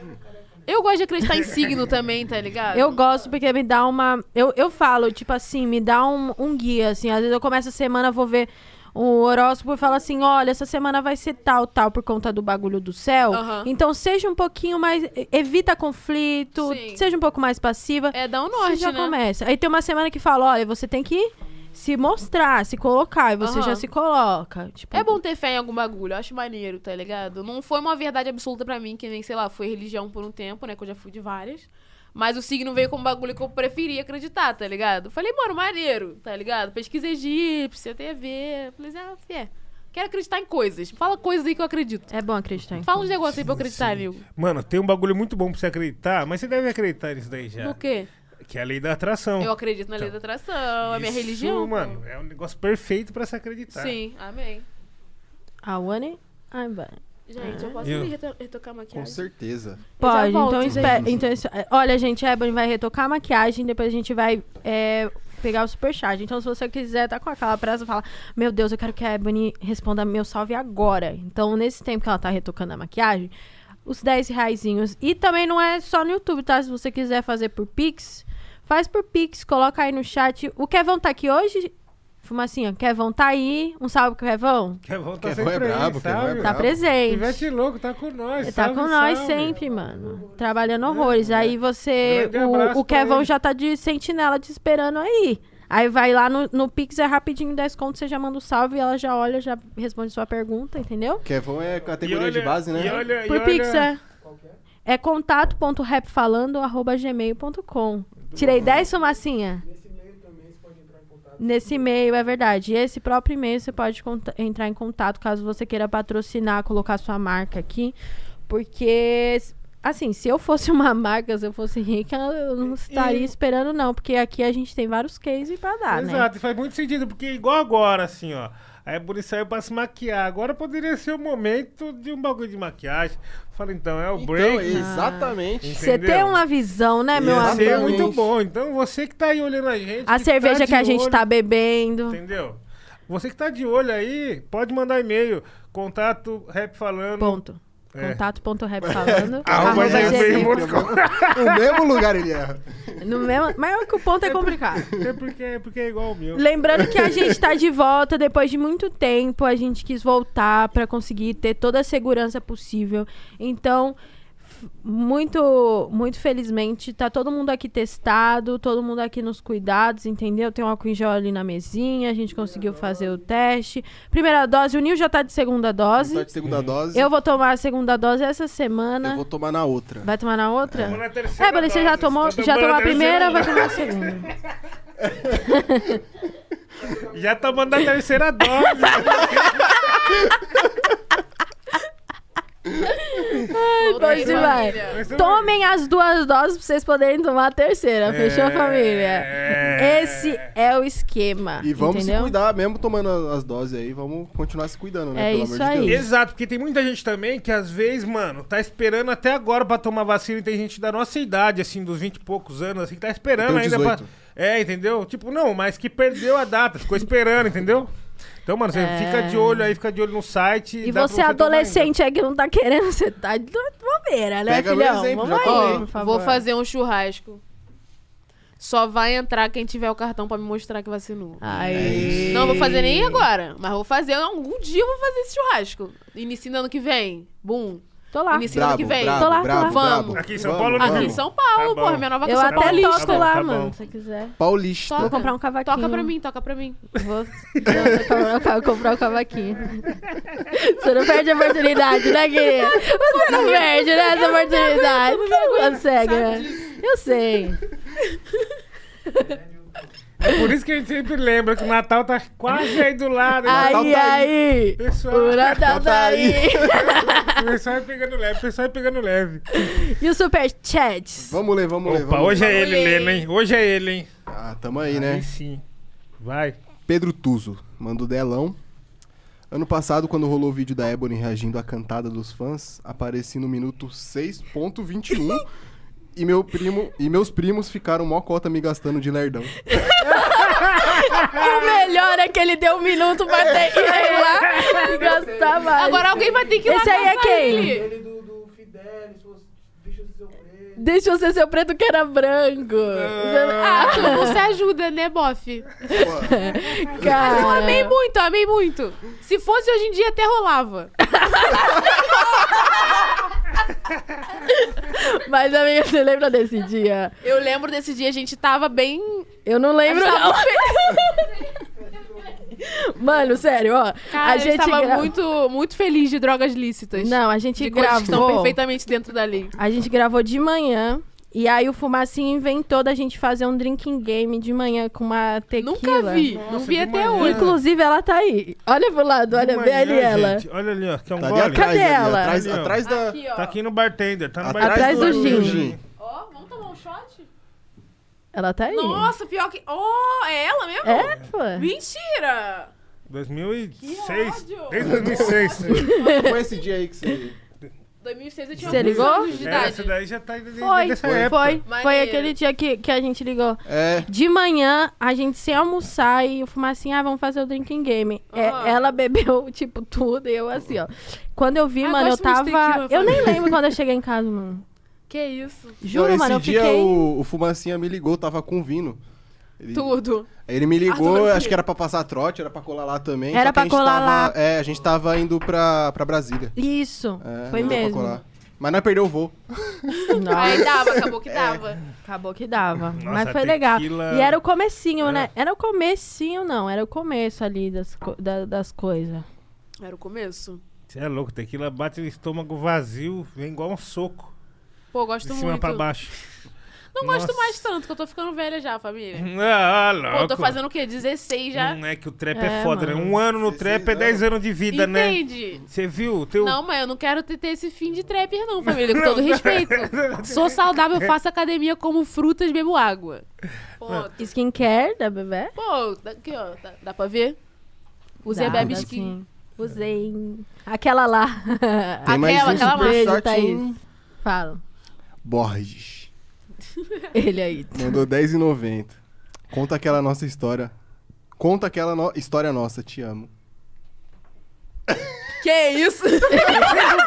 S3: Eu gosto de acreditar em signo também, tá ligado?
S1: Eu gosto porque me dá uma. Eu, eu falo, tipo assim, me dá um, um guia, assim. Às vezes eu começo a semana, vou ver o horóscopo e falo assim: olha, essa semana vai ser tal, tal, por conta do bagulho do céu.
S3: Aham.
S1: Então seja um pouquinho mais. Evita conflito,
S3: Sim.
S1: seja um pouco mais passiva.
S3: É dar o
S1: Você
S3: norte,
S1: já
S3: né?
S1: começa. Aí tem uma semana que fala: olha, você tem que se mostrar, se colocar. E você
S3: Aham.
S1: já se coloca. Tipo,
S3: É bom ter fé em algum bagulho, eu acho maneiro, tá ligado? Não foi uma verdade absoluta pra mim, que nem, sei lá, foi religião por um tempo, né? Que eu já fui de várias. Mas o signo veio como um bagulho que eu preferi acreditar, tá ligado? Falei, mano, maneiro, tá ligado? Pesquisa egípcia, tem a ver. Falei, assim, ah, fé. Quero acreditar em coisas. Fala coisas aí que eu acredito.
S1: É bom acreditar em
S3: Fala uns negócios aí pra eu acreditar, Nil.
S4: Mano, tem um bagulho muito bom pra você acreditar, mas você deve acreditar nisso daí já.
S3: Por quê?
S4: Que é a lei da atração.
S3: Eu acredito na lei da atração, é
S4: Então.
S3: minha
S4: Isso,
S3: religião.
S4: mano, tá. é um negócio perfeito pra se acreditar.
S3: Sim, amém.
S1: A Ah, One, I'm back.
S3: Gente, eu posso
S4: Eu-
S3: me reto- retocar a maquiagem?
S2: Com certeza.
S1: Ah. Pode,
S3: volto,
S1: então,
S3: gente.
S1: espera, então isso- é, Olha, gente, a Ebony vai retocar a maquiagem, depois a gente vai é, pegar o superchat. Então, se você quiser, tá com aquela pressa, fala: Meu Deus, eu quero que a Ebony responda meu salve agora. Então, nesse tempo que ela tá retocando a maquiagem, os 10 reaisinhos. E também não é só no YouTube, tá? Se você quiser fazer por Pix, Faz por Pix, coloca aí no chat. O Kevão tá aqui hoje? Fumacinha, Kevão tá aí. Um salve pro Kevão.
S4: Quer
S2: Quer
S4: voltar
S2: vai
S4: é tá sempre aí,
S2: é brabo, quer vai
S4: sabe?
S2: brabo.
S1: Tá presente.
S4: Ivete Louco tá com nós.
S1: Ele tá
S4: salve,
S1: com nós
S4: salve. É,
S1: sempre, mano. Trabalhando horrores. Aí você.
S4: Grande abraço
S1: O, o
S4: pra
S1: Kevão
S4: ele.
S1: já tá de sentinela te esperando aí. Aí vai lá no, no Pix, é rapidinho 10 conto, você já manda um salve, ela já olha, já responde sua pergunta, entendeu?
S2: Kevão é
S4: E
S2: categoria
S4: olha,
S2: de base, né?
S4: E olha, e
S1: Por
S4: olha,
S1: Pix é. É contato.rapfalando.gmail.com. Tirei 10, fumacinha? Nesse e-mail, é verdade. E esse próprio e-mail você pode conta- entrar em contato caso você queira patrocinar, colocar sua marca aqui. Porque, assim, se eu fosse uma marca, se eu fosse rica, eu não estaria
S4: E-
S1: esperando, não. Porque aqui a gente tem vários cases pra dar, né?
S4: Exato, e faz muito sentido, porque igual agora, assim, ó. A Ebony saiu pra se maquiar. Agora poderia ser o momento de um bagulho de maquiagem. Fala, então, é o
S2: Então,
S4: break.
S2: exatamente.
S1: Você tem
S4: Entendeu?
S1: uma visão, né, meu
S2: Ia
S4: Ia ser
S2: exatamente.
S1: amigo?
S4: muito bom. Então, você que tá aí olhando a gente.
S1: A
S4: que
S1: cerveja
S4: tá de
S1: que a gente
S4: olho,
S1: tá bebendo.
S4: Entendeu? Você que tá de olho aí, pode mandar e-mail. Contato rap falando.
S1: Ponto.
S4: É.
S1: Contato.rapfalando.
S4: Arroba
S1: arroba
S4: gmail.
S1: gmail.
S2: o mesmo lugar ele erra.
S1: No mesmo, mas é que o ponto é complicado.
S4: É porque, é porque é igual o meu.
S1: Lembrando que a gente tá de volta depois de muito tempo, a gente quis voltar pra conseguir ter toda a segurança possível. Então, f- muito, muito felizmente, tá todo mundo aqui testado, todo mundo aqui nos cuidados, entendeu? Tem um álcool em gel ali na mesinha, a gente conseguiu fazer o teste. Primeira dose, o Nil já tá de segunda
S2: Tá
S1: dose.
S2: de segunda dose.
S1: Eu vou tomar a segunda dose essa
S2: Eu
S1: semana.
S2: vou tomar na outra.
S1: Vai tomar na outra?
S4: Vamos na terceira
S1: É, Bruno, você já
S4: dose.
S1: tomou,
S4: Tá
S1: já tomou
S4: tomando
S1: a primeira,
S4: terceira
S1: vai
S4: dose.
S1: tomar a segunda.
S4: Já tomando a terceira dose.
S1: bom
S3: Voltei,
S1: demais.
S3: família.
S1: Tomem as duas doses pra vocês poderem tomar a terceira, fechou,
S2: É.
S1: família?
S4: É.
S1: Esse é o esquema.
S2: E vamos
S1: entendeu?
S2: se cuidar, mesmo tomando a- as doses aí, vamos continuar se cuidando, né?
S1: É
S2: pelo
S1: isso
S2: amor de
S1: aí.
S2: Deus.
S4: Exato, porque tem muita gente também que às vezes, mano, tá esperando até agora pra tomar vacina e tem gente da nossa idade, assim, dos 20 e poucos anos, assim, que tá esperando
S2: Eu tenho
S1: Então,
S4: ainda
S2: 18.
S4: pra. É, entendeu? Tipo, não, mas que perdeu a data, ficou esperando, entendeu? Então, mano, você
S1: É.
S4: fica de olho aí, fica de olho no site.
S1: E
S4: dá pra
S1: você
S2: então.
S1: adolescente aí que não tá querendo, você tá de bobeira, né,
S2: Pega meu
S1: filhão?
S2: exemplo,
S1: Vamos
S2: já
S1: aí,
S2: tomei.
S1: por favor.
S3: Vou fazer um churrasco. Só vai entrar quem tiver o cartão pra me mostrar que vacinou.
S1: Ah.
S2: É
S1: Aí.
S3: Não vou fazer nem agora, mas vou fazer. Algum dia eu vou fazer esse churrasco. Iniciando ano que vem. Bum.
S1: Tô lá.
S3: Inicia- Semana
S2: Brabo,
S3: que vem.
S2: brabo,
S1: Tô lá, tô
S2: brabo,
S1: lá.
S2: brabo.
S3: Vamos.
S4: Aqui em São
S2: Vamos,
S4: Paulo, né?
S2: vamos.
S3: Aqui em São Paulo,
S4: Tá bom.
S3: porra. Minha nova
S1: Eu
S3: São
S1: até
S3: Paulo.
S4: bom,
S1: toco
S4: tá bom,
S1: lá,
S4: tá
S1: mano,
S4: bom.
S1: se você quiser.
S2: Paulista.
S1: Vou comprar um cavaquinho.
S3: Toca pra mim, toca pra mim.
S1: Vou, vou comprar o cavaquinho. Você não perde a oportunidade, né, querida? Você não perde, né, essa oportunidade. Você não consegue, né? Eu sei.
S4: É por isso que a gente sempre lembra que o Natal tá quase aí do lado. né?
S2: Natal
S1: Aí,
S2: tá
S1: aí.
S4: Pessoal,
S1: O
S3: Ah,
S1: Natal tá aí.
S4: o pessoal vai pegando leve, o pessoal vai pegando leve.
S1: E o Super Chats?
S2: Vamos ler, vamos ler.
S4: Opa,
S2: vamos
S4: hoje
S2: ler.
S4: é ele,
S3: Olhei.
S4: Leno, hein? Hoje é ele, hein?
S2: Ah, tamo aí, né?
S4: Aí sim. Vai.
S2: Pedro Tuso, manda o delão. Ano passado, quando rolou o vídeo da Ebony reagindo à cantada dos fãs, apareci no minuto 6.21 e, meu primo, e meus primos ficaram mó cota me gastando de lerdão.
S3: Ah.
S1: O melhor é que ele deu um minuto pra ter ir lá e gastar mais.
S3: Agora alguém vai ter que ir
S1: Esse
S3: lá
S1: aí é
S3: caçar
S1: quem?
S3: ele.
S6: Ele do, do Fidelis, os bichos do seu preto.
S1: Deixa você ser o preto que era branco.
S3: Ah,
S1: Ah,
S3: tu não se ajuda, né, bofe? Eu
S1: cara.
S3: amei muito, eu amei muito. Se fosse hoje em dia, até rolava.
S1: Mas, amiga, você lembra desse dia?
S3: Eu lembro desse dia, a gente tava bem.
S1: Eu não lembro,
S3: Tava
S1: não.
S3: fe-
S1: Mano, sério, ó.
S3: Cara,
S1: a gente
S3: tava
S1: gra-
S3: muito, muito feliz de drogas lícitas.
S1: Não, a gente
S3: de coisas que estão
S1: gravou.
S3: perfeitamente dentro da lei.
S1: A gente gravou de manhã. E aí o Fumacinho inventou da gente fazer um drinking game de manhã com uma tequila.
S3: Nunca vi, não
S4: Nossa,
S3: vi
S4: que
S3: até
S1: Ah.
S4: maneiro.
S3: hoje.
S1: Inclusive, ela tá aí. Olha pro lado, olha,
S4: De
S1: vê ali
S4: manhã,
S1: ela.
S4: é né, gente, olha ali, ó. Que é um
S2: Tá ali
S4: gole.
S2: atrás, ali,
S1: ela?
S2: atrás,
S4: Ali, ó.
S2: atrás da...
S3: Aqui, ó.
S4: Tá aqui no bartender. Tá no
S2: Atrás,
S4: bartender.
S1: do gin.
S3: Ó, vamos tomar um shot?
S1: Ela tá aí.
S3: Nossa, pior que. Oh, é ela mesmo?
S1: É, pô.
S3: Mentira!
S4: 2006.
S3: Que ódio.
S4: Desde 2006.
S2: Foi esse dia aí que você...
S3: 2006 eu tinha
S1: Você
S3: 11
S1: ligou?
S3: anos de
S4: É,
S3: idade.
S4: Essa daí já tá desde
S1: Foi,
S4: dessa
S1: foi,
S4: época.
S1: foi.
S3: Maneiro.
S1: aquele dia que, que a gente ligou.
S2: É,
S1: De manhã, a gente sem almoçar e o Fumacinho, ah, vamos fazer o drinking game. É,
S3: Aham.
S1: ela bebeu, tipo, tudo e eu assim, ó. Quando eu vi,
S3: Ah,
S1: mano, eu
S3: gosto muito de
S1: tava...
S3: tequila,
S1: eu nem
S3: Fabinho.
S1: lembro quando eu cheguei em casa, mano.
S3: Que isso?
S1: Juro,
S2: Não, esse
S1: mano, eu
S2: dia
S1: fiquei.
S2: o, o Fumacinha me ligou, tava com o Vino. Ele,
S3: Tudo.
S2: Aí ele me
S3: Ah,
S2: ligou,
S3: tudo
S2: acho que era pra passar trote, era pra colar lá também.
S1: Era
S2: só que
S1: pra
S2: a gente
S1: colar
S2: tava-
S1: lá.
S2: É, a gente tava indo pra, pra Brasília.
S1: Isso,
S2: É,
S1: foi
S2: não deu pra
S1: mesmo.
S2: colar. Mas nós perdeu o voo.
S3: Aí dava, acabou que dava.
S1: Acabou que dava.
S4: Nossa,
S1: mas
S4: a
S1: foi legal.
S4: tequila-
S1: E era o comecinho, né? Era o comecinho, não. Era o começo ali das, co- da- das coisas.
S3: Era o começo.
S4: Você é louco, tequila bate o estômago vazio, vem igual um soco.
S3: Pô, gosto
S4: De cima
S3: muito.
S4: pra baixo.
S3: Não gosto
S4: Nossa.
S3: mais tanto, que eu tô ficando velha já, família.
S4: Ah, louco.
S3: É. Pô, tô fazendo o quê? 16 já?
S4: Hum, é que o trap é,
S1: É,
S4: foda, né?
S1: mano.
S4: Um ano no
S2: 16
S4: trap é 10 anos de vida, né?
S3: Entende?
S4: Você viu? Teu...
S3: Não, mas eu não quero ter, ter esse fim de trapper, não, família, com todo respeito. Sou saudável, faço academia, como frutas, bebo água. Pô, t-
S1: Skincare da bebê?
S3: pô tá aqui, ó, tá- dá pra ver? Usei a
S1: Dá,
S3: Bebe
S1: dá
S3: Skin.
S1: sim. Usei. assim. É. Aquela lá.
S2: Tem mais
S3: Aquela,
S2: um
S3: aquela
S2: super
S1: lá.
S2: shot
S1: Beijo,
S2: em
S1: Fala.
S2: Borges.
S1: Ele aí.
S2: Mandou 10,90. Conta aquela nossa história. Conta aquela no- história nossa, te amo.
S3: Que isso?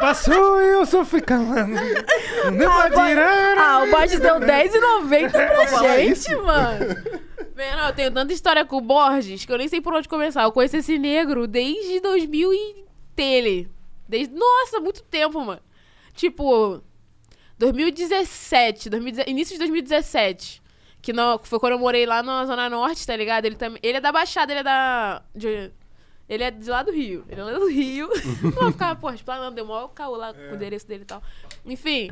S4: Passou e eu só ficando. Não
S1: Ah,
S4: pode tirar.
S1: Ah, o Borges deu 10,90 pra gente, mano.
S3: Menor, eu tenho tanta história com o Borges que eu nem sei por onde começar. Eu conheço esse negro desde 2000 e tele. Desde... Nossa, muito tempo, mano. Tipo, 2017, 2010 início de 2017. Que não, foi quando eu morei lá na Zona Norte, tá ligado? Ele, também, ele é da Baixada, ele é da. de- ele é de lá do Rio. Ele é lá do Rio. não vou ficar, porra, explanando, deu maior caô lá com o endereço dele e tal. Enfim,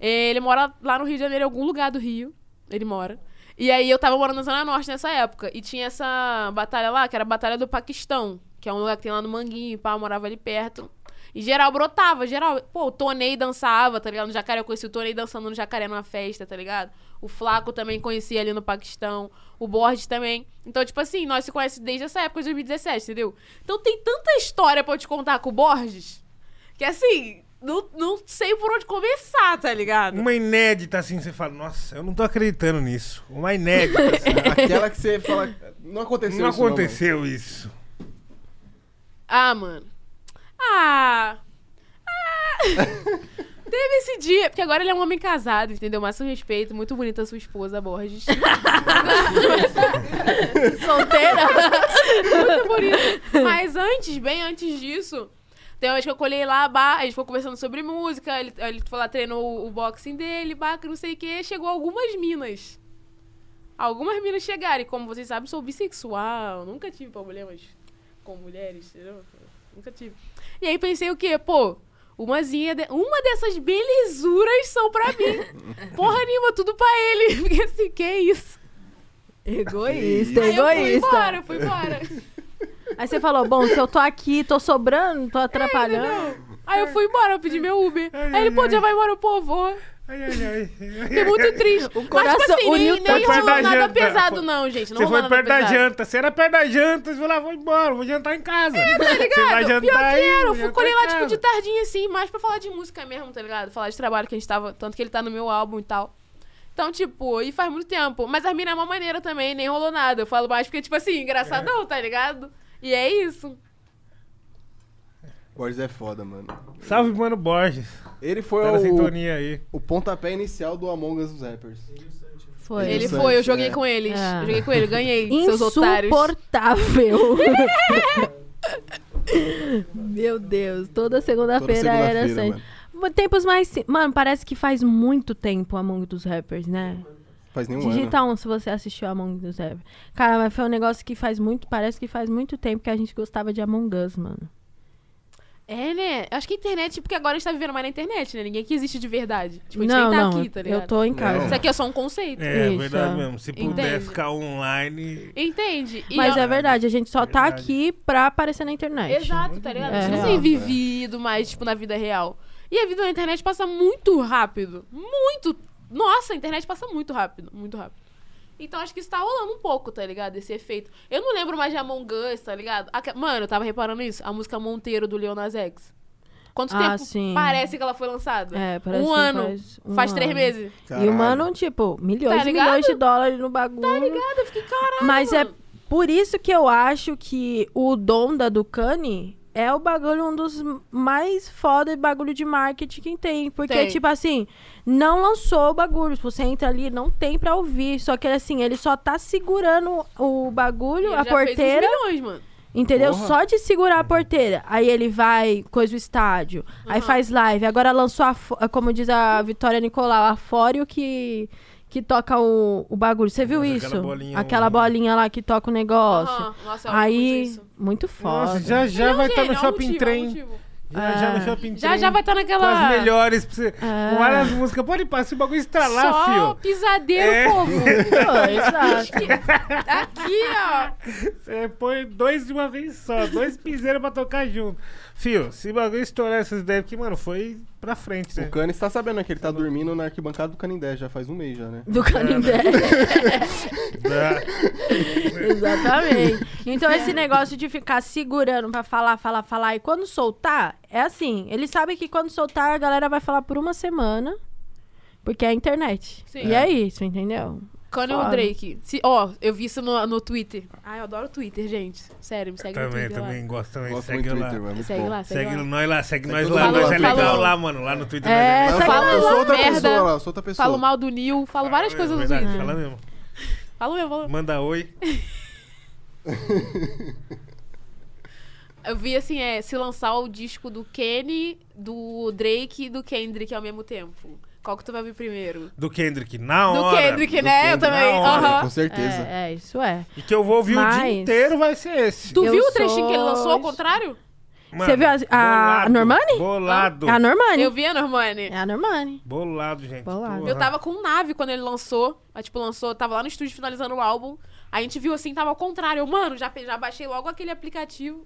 S3: ele mora lá no Rio de Janeiro, em algum lugar do Rio. Ele mora. E aí eu tava morando na Zona Norte nessa época. E tinha essa batalha lá, que era a Batalha do Paquistão, que é um lugar que tem lá no Manguinho, e pá, eu morava ali perto. E geral brotava, geral. Pô, o Tonei dançava, tá ligado? No jacaré, eu conheci o Tonei dançando no jacaré numa festa, tá ligado? O Flaco também conhecia ali no Paquistão. O Borges também. Então, tipo assim, nós se conhecemos desde essa época de 2017, entendeu? Então tem tanta história pra eu te contar com o Borges, que assim, não, não sei por onde começar, tá ligado?
S4: Uma inédita assim, você fala, nossa, eu não tô acreditando nisso. Uma inédita. assim.
S2: Aquela que você fala. Não aconteceu
S4: não
S2: isso, mano."
S4: aconteceu isso.
S3: Ah, mano. Ah. Ah. Teve esse dia, porque agora ele é um homem casado, entendeu? Mas um respeito, muito bonita a sua esposa, Borges.
S1: Solteira.
S3: muito bonito. Mas antes, bem antes disso, tem uma vez que eu colhei lá, bah, a gente ficou conversando sobre música, ele, ele foi lá, treinou o, o boxing dele, bah, que não sei o que, chegou algumas minas. Algumas minas chegaram, e como vocês sabem, sou bissexual, nunca tive problemas com mulheres, entendeu? Nunca tive. E aí pensei o quê? Pô, umazinha de- uma dessas belezuras são pra mim. Porra nenhuma, tudo pra ele. Porque assim, que isso?
S1: Egoísta,
S3: Aí eu fui
S1: egoísta.
S3: embora, eu fui embora.
S1: Aí você falou, bom, se eu tô aqui, tô sobrando, tô atrapalhando.
S3: Entendeu? Aí eu fui embora, eu pedi meu Uber. Aí ele, pô, já vai embora, eu, pô, vou.
S4: Ai, ai, ai.
S3: Fiquei muito triste. Mas, tipo
S1: coração
S3: assim, nem,
S1: uniu
S3: nem
S1: tanto.
S4: Foi perto
S3: rolou
S4: da
S3: nada
S4: janta.
S3: pesado,
S4: Foi-
S3: não, gente. Não
S4: Você
S3: rolou
S4: foi
S3: nada
S4: perto da
S3: pesado.
S4: janta. Você era perto da janta. Você falou, ah, vou embora, vou jantar em casa.
S3: Tá ligado?
S4: Você vai
S3: Pior
S4: jantar
S3: que
S4: aí.
S3: era, eu
S4: vou
S3: fui
S4: jantar
S3: colher
S4: em
S3: lá, tipo,
S4: casa.
S3: de tardinha, assim, mais pra falar de música mesmo, tá ligado? Falar de trabalho que a gente tava, tanto que ele tá no meu álbum e tal. Então, tipo, e faz muito tempo. Mas as minas é uma maneira também, nem rolou nada. Eu falo mais porque, tipo assim, engraçadão, tá ligado? E é isso.
S2: Borges é foda, mano.
S4: Salve, mano Borges.
S2: Ele foi
S4: Tá na
S2: o,
S4: sintonia aí.
S2: o pontapé inicial do Among Us dos Rappers.
S1: Foi.
S3: Ele
S2: Interessante,
S3: foi, eu joguei
S2: é.
S3: com eles.
S1: É.
S3: Eu joguei com ele, ganhei, seus otários.
S1: Insuportável. Meu Deus, toda
S2: Toda
S1: segunda-feira era
S2: segunda-feira,
S1: assim.
S2: mano.
S1: Tempos mais. si- Mano, parece que faz muito tempo Among dos Rappers, né?
S2: Faz nenhum ano.
S1: Digita um se você assistiu Among dos Rappers. Cara, mas foi um negócio que faz muito. Parece que faz muito tempo que a gente gostava de Among Us, mano.
S3: É, né? Acho que a internet, porque agora a gente tá vivendo mais na internet, né? Ninguém que existe de verdade. Tipo, a gente
S1: não,
S3: nem tá
S1: não.
S3: aqui, tá ligado?
S1: eu tô em casa.
S3: Isso aqui é só um conceito.
S4: É,
S1: Isso,
S4: verdade
S1: é.
S4: mesmo. Se
S3: Entende.
S4: puder ficar online.
S3: Entende? E
S1: Mas
S3: eu-
S1: é verdade, a gente só tá
S4: Verdade.
S1: aqui pra aparecer na internet.
S3: Exato, tá ligado?
S1: É.
S3: A gente não
S2: Exato,
S3: tem
S2: é.
S3: vivido mais, tipo, na vida real. E a vida na internet passa muito rápido. Muito. Nossa, a internet passa muito rápido. Muito rápido. Então acho que isso tá rolando um pouco, tá ligado? Esse efeito. Eu não lembro mais de Among Us, tá ligado? Aque- Mano, eu tava reparando isso. A música Monteiro do Lil Nas X. Quanto
S1: Ah,
S3: tempo
S1: sim.
S3: parece que ela foi lançada?
S1: É, parece
S3: um
S1: que
S3: ano.
S1: faz um
S3: faz três
S1: ano.
S3: meses.
S1: E
S2: Caralho.
S1: o mano, tipo, milhões
S3: Tá
S1: e milhões de
S3: ligado?
S1: dólares no bagulho.
S3: Tá ligado? Eu fiquei, caralho.
S1: Mas é
S3: mano.
S1: por isso que eu acho que o dom da Ducani é o bagulho um dos mais foda bagulho de marketing que tem. Porque,
S3: Tem.
S1: tipo assim, não lançou o bagulho. Se você entra ali, não tem pra ouvir. Só que, assim, ele só tá segurando o bagulho,
S3: Ele
S1: a
S3: já
S1: porteira.
S3: Fez uns milhões, mano.
S1: Entendeu?
S2: Porra.
S1: Só de segurar a porteira. Aí ele vai, coisa o estádio. Aí
S3: Aham.
S1: faz live. Agora lançou, a, fo- como diz a Vitória Nicolau, a Fório que, que toca o, o bagulho. Você viu
S4: Mas
S1: isso?
S4: aquela bolinha-
S1: Aquela bolinha lá que toca o negócio.
S3: Aham, Nossa, eu amo muito
S1: Aí,
S3: isso.
S1: muito foda.
S4: Nossa, já já
S3: Ele é um
S4: vai estar
S3: gênio,
S4: no
S3: é um
S4: shopping
S3: motivo, é um
S4: trem.
S3: motivo. É.
S4: Já, já no shopping
S3: Já
S4: trem.
S3: já vai estar
S4: Com
S3: naquela.
S4: as melhores, pra você-
S1: Ah.
S4: com várias músicas. Pode passar esse bagulho estralar,
S3: Só
S4: fio.
S3: pisadeiro,
S4: É.
S3: povo.
S1: Pô, exato.
S3: Aqui, ó.
S4: Você põe dois de uma vez só, dois piseiros pra tocar junto. Fio, se bagulho estourar essas ideias, porque, mano, foi pra frente,
S1: tipo,
S4: né?
S2: O Canis tá sabendo né, que ele tá dormindo na arquibancada do Canindé já faz um mês já, né?
S4: É,
S1: Do Canindé.
S4: Da-
S1: Exatamente. Então, esse negócio de ficar segurando pra falar, falar, falar. E quando soltar, é assim. Eles sabem que quando soltar, a galera vai falar por uma semana. Porque é a internet.
S3: Sim.
S1: E é isso, entendeu?
S3: Kanye
S1: Foda.
S3: Drake. Se- Ó, eu vi isso no, no Twitter. Ai, eu adoro o Twitter, gente. Sério, me segue no
S4: Também,
S3: Twitter lá.
S4: também, gosto também.
S2: Gosto
S4: segue
S2: muito do
S4: lá.
S2: Twitter, mano.
S3: Me
S2: muito
S3: Segue
S2: bom.
S3: lá, segue,
S4: Segue
S3: lá.
S4: nós lá, segue
S2: Segue
S4: nós
S2: todo
S4: lá.
S3: mundo
S4: Nós
S3: lá.
S4: é legal
S3: Falou.
S4: lá, mano. Lá no Twitter. né?
S1: É,
S2: Aí
S4: nós
S1: segue
S2: eu,
S1: Essa
S2: falo,
S1: galera
S2: eu sou
S3: lá,
S2: outra
S3: merda.
S2: pessoa lá, eu sou outra pessoa.
S3: Falo mal do Nil, falo várias
S4: É
S3: coisas no
S4: verdade,
S3: Twitter.
S4: Fala mesmo.
S3: Falo mesmo, falo mesmo.
S4: Manda oi.
S3: Eu vi assim, é, se lançar o disco do Kenny, do Drake e do Kendrick ao mesmo tempo. Qual que tu vai ouvir primeiro?
S4: Do Kendrick, na
S3: do
S4: hora.
S3: Kendrick,
S2: Do
S3: né? Eu
S2: Kendrick,
S3: também.
S4: na hora.
S3: Aham.
S2: Com certeza.
S1: É, é, isso é.
S4: E que eu vou ouvir o
S1: Mas-
S4: dia inteiro vai ser esse.
S3: Tu
S1: Eu
S3: viu o trechinho que ele lançou
S1: sou-
S3: ao contrário?
S4: Mano,
S1: Você viu as- a- a
S4: bolado,
S1: Normani?
S4: Bolado.
S1: É a Normani.
S3: Eu vi, Ah, a Normani.
S1: É a Normani.
S4: Bolado, gente.
S1: Bolado.
S4: Porra.
S3: Eu tava com nave quando ele lançou. Mas, tipo, lançou, tava lá no estúdio finalizando o álbum. A gente viu assim, tava ao contrário. Eu, mano, já, pe- já baixei logo aquele aplicativo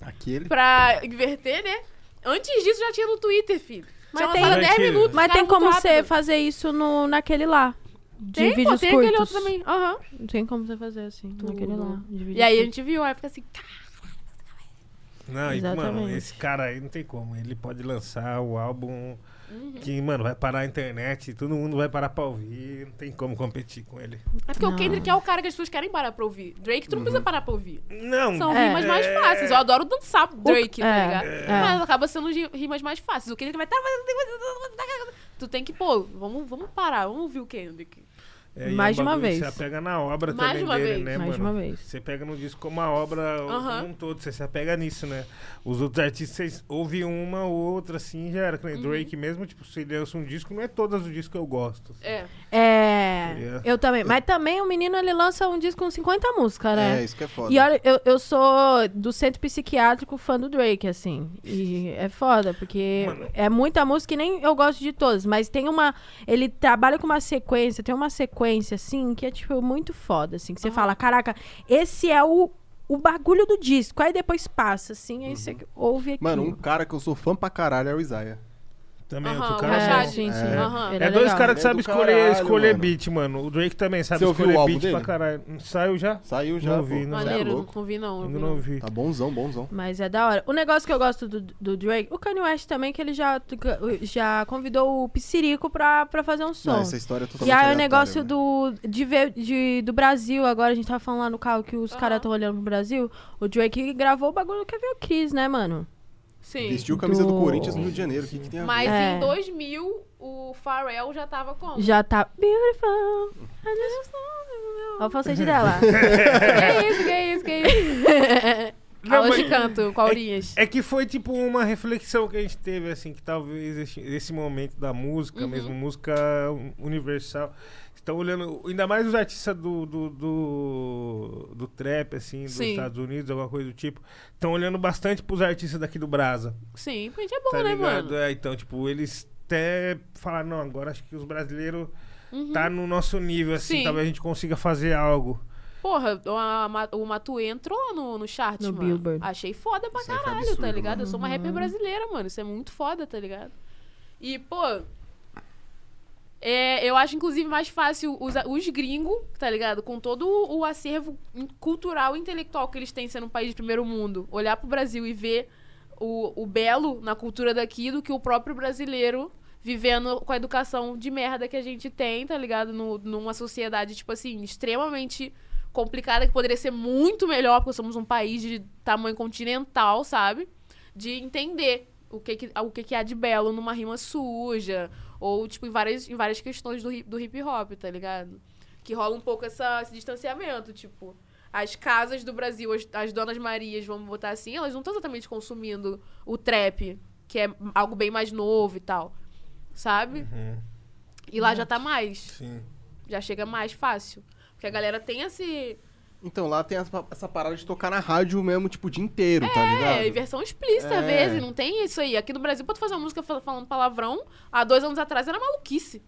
S2: Aquele.
S3: pra inverter, né? Antes disso já tinha no Twitter, filho.
S1: Mas
S3: tinha
S1: tem-
S3: lançado 10
S4: Mentira.
S3: minutos.
S1: Mas
S3: cara,
S1: tem como
S3: muito
S1: você
S3: rápido.
S1: fazer isso no, naquele lá. De
S3: tem, pô,
S1: vídeos
S3: tem
S1: curtos.
S3: aquele outro também. Aham.
S1: Tem como você fazer assim, naquele lá. de vídeos
S3: E aí a
S1: curtos.
S3: gente viu, aí fica assim, tá.
S4: Não, e, mano,
S1: Exatamente.
S4: esse cara aí não tem como. Ele pode lançar o álbum que, mano, vai parar a internet, todo mundo vai parar pra ouvir. Não tem como competir com ele.
S3: É porque
S1: Não.
S3: o Kendrick é o cara que as pessoas querem parar pra ouvir. Drake, tu não precisa parar pra ouvir.
S4: Não,
S3: São
S1: É.
S3: rimas mais fáceis. Eu adoro dançar Drake,
S1: é,
S3: tá ligado?
S1: é.
S3: Mas acaba sendo ri- rimas mais fáceis. O Kendrick vai. tá, mas tem coisa- Tu tem que, pô, vamos, vamos parar, vamos ouvir o Kendrick.
S4: É, e
S1: Mais de uma
S4: bagulho que
S1: vez.
S4: Você pega na obra
S3: Mais
S4: também
S3: de uma
S4: dele,
S3: vez.
S4: né,
S1: Mais de
S4: mano?
S1: uma vez.
S4: Você pega no disco como a obra
S3: Aham.
S4: como um todo, você se apega nisso, né? Os outros artistas, vocês ouvem uma ou outra, assim, já era. Que nem Drake mesmo, tipo, se ele lança um disco, não é todas os discos que eu gosto. assim.
S3: É.
S1: É,
S4: Seria-
S1: eu também. Mas também o menino, ele lança um disco com 50 músicas, né?
S2: É, isso que é foda.
S1: E olha, eu, eu sou do centro psiquiátrico fã do Drake, assim. E é foda, porque é muita música e nem eu gosto de todas. Mas tem uma. Ele trabalha com uma sequência, tem uma sequência, assim, que é, tipo, muito foda, assim. Que você fala, caraca, esse é o, o bagulho do disco. Aí depois passa, assim, aí você ouve aqui.
S2: Mano, um cara que eu sou fã pra caralho é o Isaiah.
S4: Também
S3: Aham,
S4: outro
S3: o
S4: cara.
S1: É,
S3: Rashad.
S1: gente,
S3: É. Aham.
S4: É,
S1: ele
S4: dois
S1: legal.
S4: caras que
S2: É
S4: sabem
S2: do
S4: escolher,
S2: caralho,
S4: escolher
S2: mano.
S4: beat, mano. O Drake também sabe
S2: Você ouviu
S4: escolher
S2: o álbum
S4: beat pra
S2: dele?
S4: caralho. Saiu já?
S2: Saiu já,
S4: Não
S2: pô.
S4: ouvi, não.
S2: Cê é
S3: Maneiro,
S2: louco.
S3: não vi não. eu
S4: Ainda
S3: vi
S4: não
S3: não.
S4: ouvi.
S2: Tá bonzão, bonzão.
S1: Mas é da hora. O negócio que eu gosto do, do Drake, o Kanye West também, que ele já, já convidou o Pissirico pra, pra fazer um som.
S2: Não, essa história é totalmente
S1: e aí o
S2: aleatória,
S1: negócio
S2: né?
S1: do, de ver, de, do Brasil, agora a gente tava falando lá no carro que os
S3: Aham.
S1: caras estão olhando pro Brasil, o Drake gravou o bagulho do Kevin Chris, né, mano?
S3: Sim.
S2: Vestiu a camisa do
S1: Do-
S2: Corinthians no Rio de Janeiro. O que, que tem a ver?
S3: Mas
S1: É.
S3: em 2000, o Pharrell já tava como?
S1: Já tá beautiful. I just love you. Ó o falsete dela.
S3: Que isso, que isso, que isso.
S4: É Não,
S3: Aula de
S4: mas-
S3: canto, com aurinhas.
S4: É que foi tipo uma reflexão que a gente teve, assim, que talvez esse, esse momento da música, mesmo música universal, estão olhando, ainda mais os artistas do, do, do, do trap, assim, dos
S3: Sim.
S4: Estados Unidos, alguma coisa do tipo, estão olhando bastante pros artistas daqui do Brasa,
S3: Sim, porque a gente é bom,
S4: tá
S3: né,
S4: ligado?
S3: mano?
S4: É, então, tipo, eles até falaram, não, agora acho que os brasileiros tá no nosso nível, assim,
S3: Sim.
S4: talvez a gente consiga fazer algo.
S3: Porra, o- a Ma- o Matu entrou lá no, no chart,
S1: No
S3: mano.
S1: Billboard.
S3: Achei foda pra
S2: Isso aí foi
S3: caralho, tá
S2: absurdo,
S3: ligado?
S2: mano. Uhum.
S3: Eu sou uma rapper brasileira, mano. Isso é muito foda, tá ligado? E, pô. é, eu acho, inclusive, mais fácil os, os gringos, tá ligado? Com todo o acervo in- cultural e intelectual que eles têm sendo um país de primeiro mundo, olhar pro Brasil e ver o, o belo na cultura daqui do que o próprio brasileiro vivendo com a educação de merda que a gente tem, tá ligado? No- numa sociedade, tipo assim, extremamente complicada que poderia ser muito melhor, porque somos um país de tamanho continental, sabe? De entender o que, que, o que, que há de belo numa rima suja, ou, tipo, em várias, em várias questões do, hi- do hip hop, tá ligado? Que rola um pouco essa, esse distanciamento, tipo. As casas do Brasil, as, as donas Marias, vamos botar assim, elas não estão exatamente consumindo o trap, que é algo bem mais novo e tal. Sabe? E lá já tá mais.
S4: Sim.
S3: Já chega mais fácil. Porque a galera tem esse.
S2: Então, lá tem essa, essa parada de tocar na rádio mesmo, tipo, o dia inteiro, tá
S3: É, e
S2: ligado?
S3: versão explícita às
S2: É.
S3: vezes, não tem isso aí. Aqui no Brasil, pra tu fazer uma música fal- falando palavrão, há dois anos atrás era maluquice.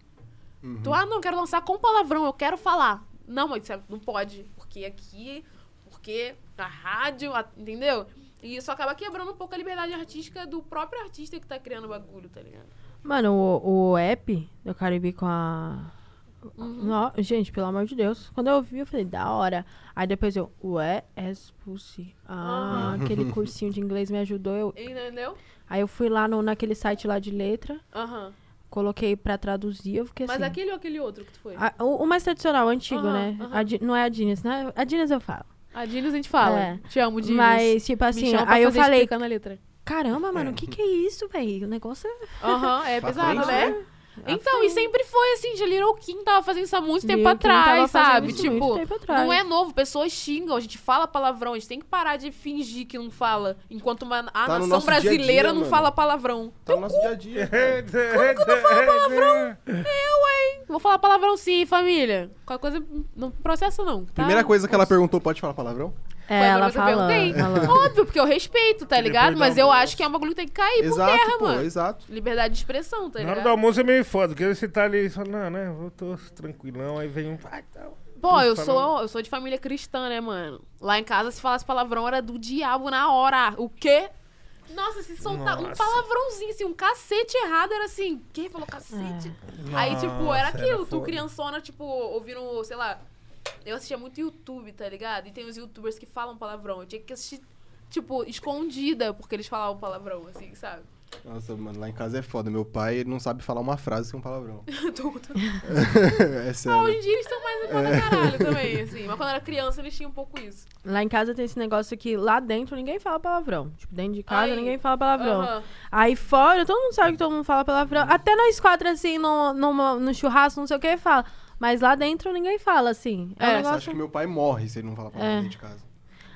S2: Uhum.
S3: Tu, ah, não, eu quero lançar com palavrão, eu quero falar. Não, mas isso é, não pode. Porque aqui, porque na rádio, a- entendeu? E isso acaba quebrando um pouco a liberdade artística do próprio artista que tá criando o bagulho, tá ligado?
S1: Mano, o, o app do Caribe com a. No- gente, pelo amor de Deus. Quando eu vi, eu falei, da hora. Aí depois eu, ué, é pussy. Ah, aquele cursinho de inglês me ajudou. Eu...
S3: Entendeu?
S1: Aí eu fui lá no, naquele site lá de letra,
S3: Aham.
S1: coloquei pra traduzir, eu fiquei
S3: Mas
S1: assim.
S3: aquele ou aquele outro que tu foi?
S1: A- o, o mais tradicional, o antigo,
S3: Aham,
S1: né?
S3: aham.
S1: A Di- não é a Dines, né? A Dines eu falo.
S3: A Dinos a gente fala.
S1: É.
S3: Te amo, Dinos.
S1: Mas, tipo assim,
S3: tá
S1: aí eu falei,
S3: na letra.
S1: caramba, mano, o que que é isso, velho? O negócio é...
S3: Aham, é
S2: Pra
S3: pesado,
S2: frente,
S3: né?
S1: Tá
S3: Então, e sempre foi assim, já Little Kim tava fazendo isso há muito tempo
S1: Lil' Kim tava
S3: atrás,
S1: fazendo
S3: sabe?
S1: isso
S3: tipo,
S1: muito tempo atrás.
S3: não é novo, pessoas xingam, a gente fala palavrão, a gente tem que parar de fingir que não fala, enquanto uma, a
S2: Tá no
S3: nação
S2: nosso dia a dia,
S3: brasileira não
S2: mano.
S3: fala palavrão.
S2: Tá no nosso dia a dia. cara.
S4: Como que eu não falo palavrão?
S3: Eu, hein? Vou falar palavrão sim, família. Qualquer coisa, não processa não, tá?
S2: Primeira coisa que ela perguntou, pode falar palavrão?
S1: É,
S3: Foi a
S1: ela
S3: primeira coisa
S1: falando,
S3: que eu perguntei.
S1: falando.
S3: Óbvio, porque eu respeito,
S4: E
S3: tá
S4: depois
S3: ligado?
S4: dá
S3: Mas
S4: um
S3: eu
S4: almoço.
S3: acho que é um bagulho que tem que cair por
S2: exato,
S3: terra,
S2: pô,
S3: mano.
S2: exato.
S3: Liberdade de expressão, tá
S4: Na hora
S3: ligado?
S4: do almoço é meio foda, porque você tá ali e fala, não, né? Eu tô tranquilão, aí vem um. Ah, tá.
S3: Pô,
S4: Fala-
S3: eu sou, eu sou de família cristã, né, mano? Lá em casa, se falasse palavrão, era do diabo na hora. O quê? Nossa, se soltar um
S4: Nossa.
S3: palavrãozinho, assim, um cacete errado, era assim, quem falou cacete? Aí, tipo,
S4: É. Nossa,
S3: era aquilo. tu
S4: foda.
S3: criançona, tipo, ouvindo, sei lá. Eu assistia muito YouTube, tá ligado? E tem os youtubers que falam palavrão. Eu tinha que assistir, tipo, escondida, porque eles falavam palavrão, assim, sabe?
S2: Nossa, mano, lá em casa é foda. Meu pai ele não sabe falar uma frase sem um palavrão.
S3: Tô- tô-
S2: é
S3: Hoje
S2: sério.
S3: em dia eles estão mais animados pra caralho também, assim. Mas quando eu era criança, eles tinham um pouco isso.
S1: Lá em casa tem esse negócio que lá dentro ninguém fala palavrão. Tipo, dentro de casa
S3: Aí.
S1: ninguém fala palavrão.
S3: Aham.
S1: Aí fora, todo mundo sabe que todo mundo fala palavrão.
S2: Uhum.
S1: Até na esquadra, assim, no, numa- no churrasco, não sei o que, fala. Mas lá dentro ninguém fala, assim. É, um
S3: É,
S2: Nossa, acho
S1: negócio...
S2: que meu pai morre se ele não falar palavrão
S1: É.
S2: dentro de casa.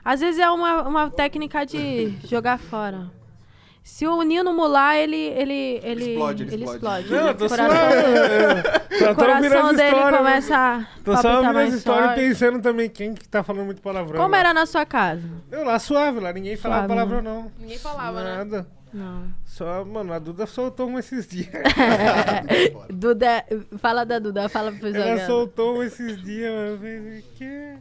S1: Às vezes é uma, uma técnica de jogar fora. Se o Nino mular, ele, ele, ele,
S2: explode, ele explode.
S4: Não, eu
S1: o
S4: tô é,
S1: coração,
S4: Só
S1: o coração dele
S4: história. né?
S1: começa a
S4: Tô
S1: palpitar
S4: só ouvindo
S1: mais
S4: as histórias
S1: forte.
S4: e pensando também quem que tá falando muito palavrão.
S1: Como
S4: lá.
S1: era na sua casa?
S4: Eu lá suave, lá ninguém falava
S1: Suave,
S4: palavrão, não.
S3: Ninguém falava, né?
S4: Nada.
S1: Não.
S4: Só, mano, a Duda soltou um esses dias.
S1: Duda, fala da Duda, fala pro pessoal.
S4: Ela
S1: dela.
S4: soltou um esses dias, mano. Eu falei, "Quê?"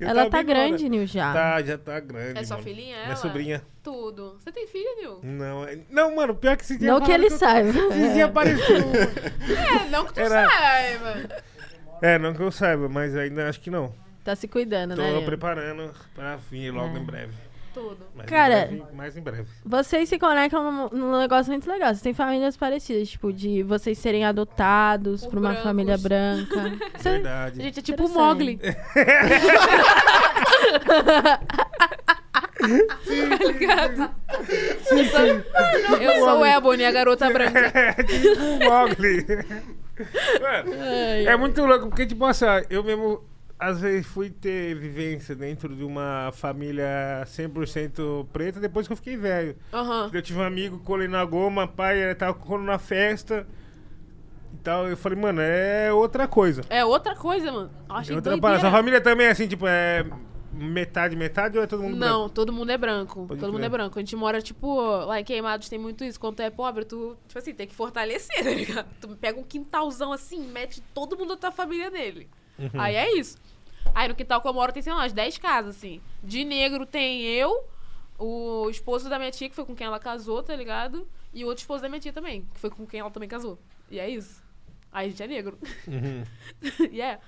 S4: Eu
S1: Ela
S4: tava
S1: tá
S4: bem na hora.
S1: grande, Nil, já.
S4: Tá, já tá grande.
S3: É sua
S4: mano.
S3: filhinha,
S4: Minha
S3: ela?
S4: sobrinha.
S3: Tudo. Você tem filho, Nil?
S4: Não, é- não, mano, pior que esse dia.
S1: Não que
S4: falaram
S1: ele
S4: eu-
S1: saiba.
S4: Esses dias apareceu.
S3: É, não que tu
S4: Era-
S3: saiba.
S4: é, não que eu saiba, mas ainda acho que não.
S1: Tá se cuidando,
S4: Tô
S1: né? Nil?
S4: preparando pra vir logo
S1: É.
S4: em breve.
S3: Tudo.
S4: Mas
S1: Cara-
S4: Em breve, mais em breve.
S1: Vocês se conectam num, num negócio muito legal. Vocês têm famílias parecidas, tipo, de vocês serem adotados por,
S3: Por
S1: uma
S3: brancos.
S1: família branca. Cê-
S4: Verdade.
S3: Gente, é tipo o
S1: Interessante.
S3: Mogli. Ligado? Eu sou-
S4: Tipo
S3: Eu sou o Ebony, a garota branca.
S4: É tipo o Mogli. Mano, é muito louco, porque, tipo, assim, ó, eu mesmo, às vezes, fui ter vivência dentro de uma família 100% preta depois que eu fiquei velho.
S3: Aham.
S4: Eu tive um amigo colei na goma, pai, ele tava colando na festa e tal. Eu falei, mano, é outra coisa.
S3: É outra coisa, mano. Eu Achei
S4: É outra
S3: doideira.
S4: parada. Sua família também é assim, tipo, é metade, metade ou é todo mundo branco?
S3: Não, todo mundo é branco.
S4: Pode
S3: todo mundo
S4: crer.
S3: é branco. A gente mora, tipo, lá em Queimados tem muito isso. Quando tu é pobre, tu, tipo assim, tem que fortalecer, tá ligado? Tu pega um quintalzão assim, mete todo mundo da tua família nele.
S4: Uhum.
S3: Aí é isso. Aí no quintal que eu moro tem, sei lá, umas 10 casas, assim. De negro tem eu, o esposo da minha tia, que foi com quem ela casou, tá ligado? E outro esposo da minha tia também, que foi com quem ela também casou. E é isso. Aí a gente é negro. e é.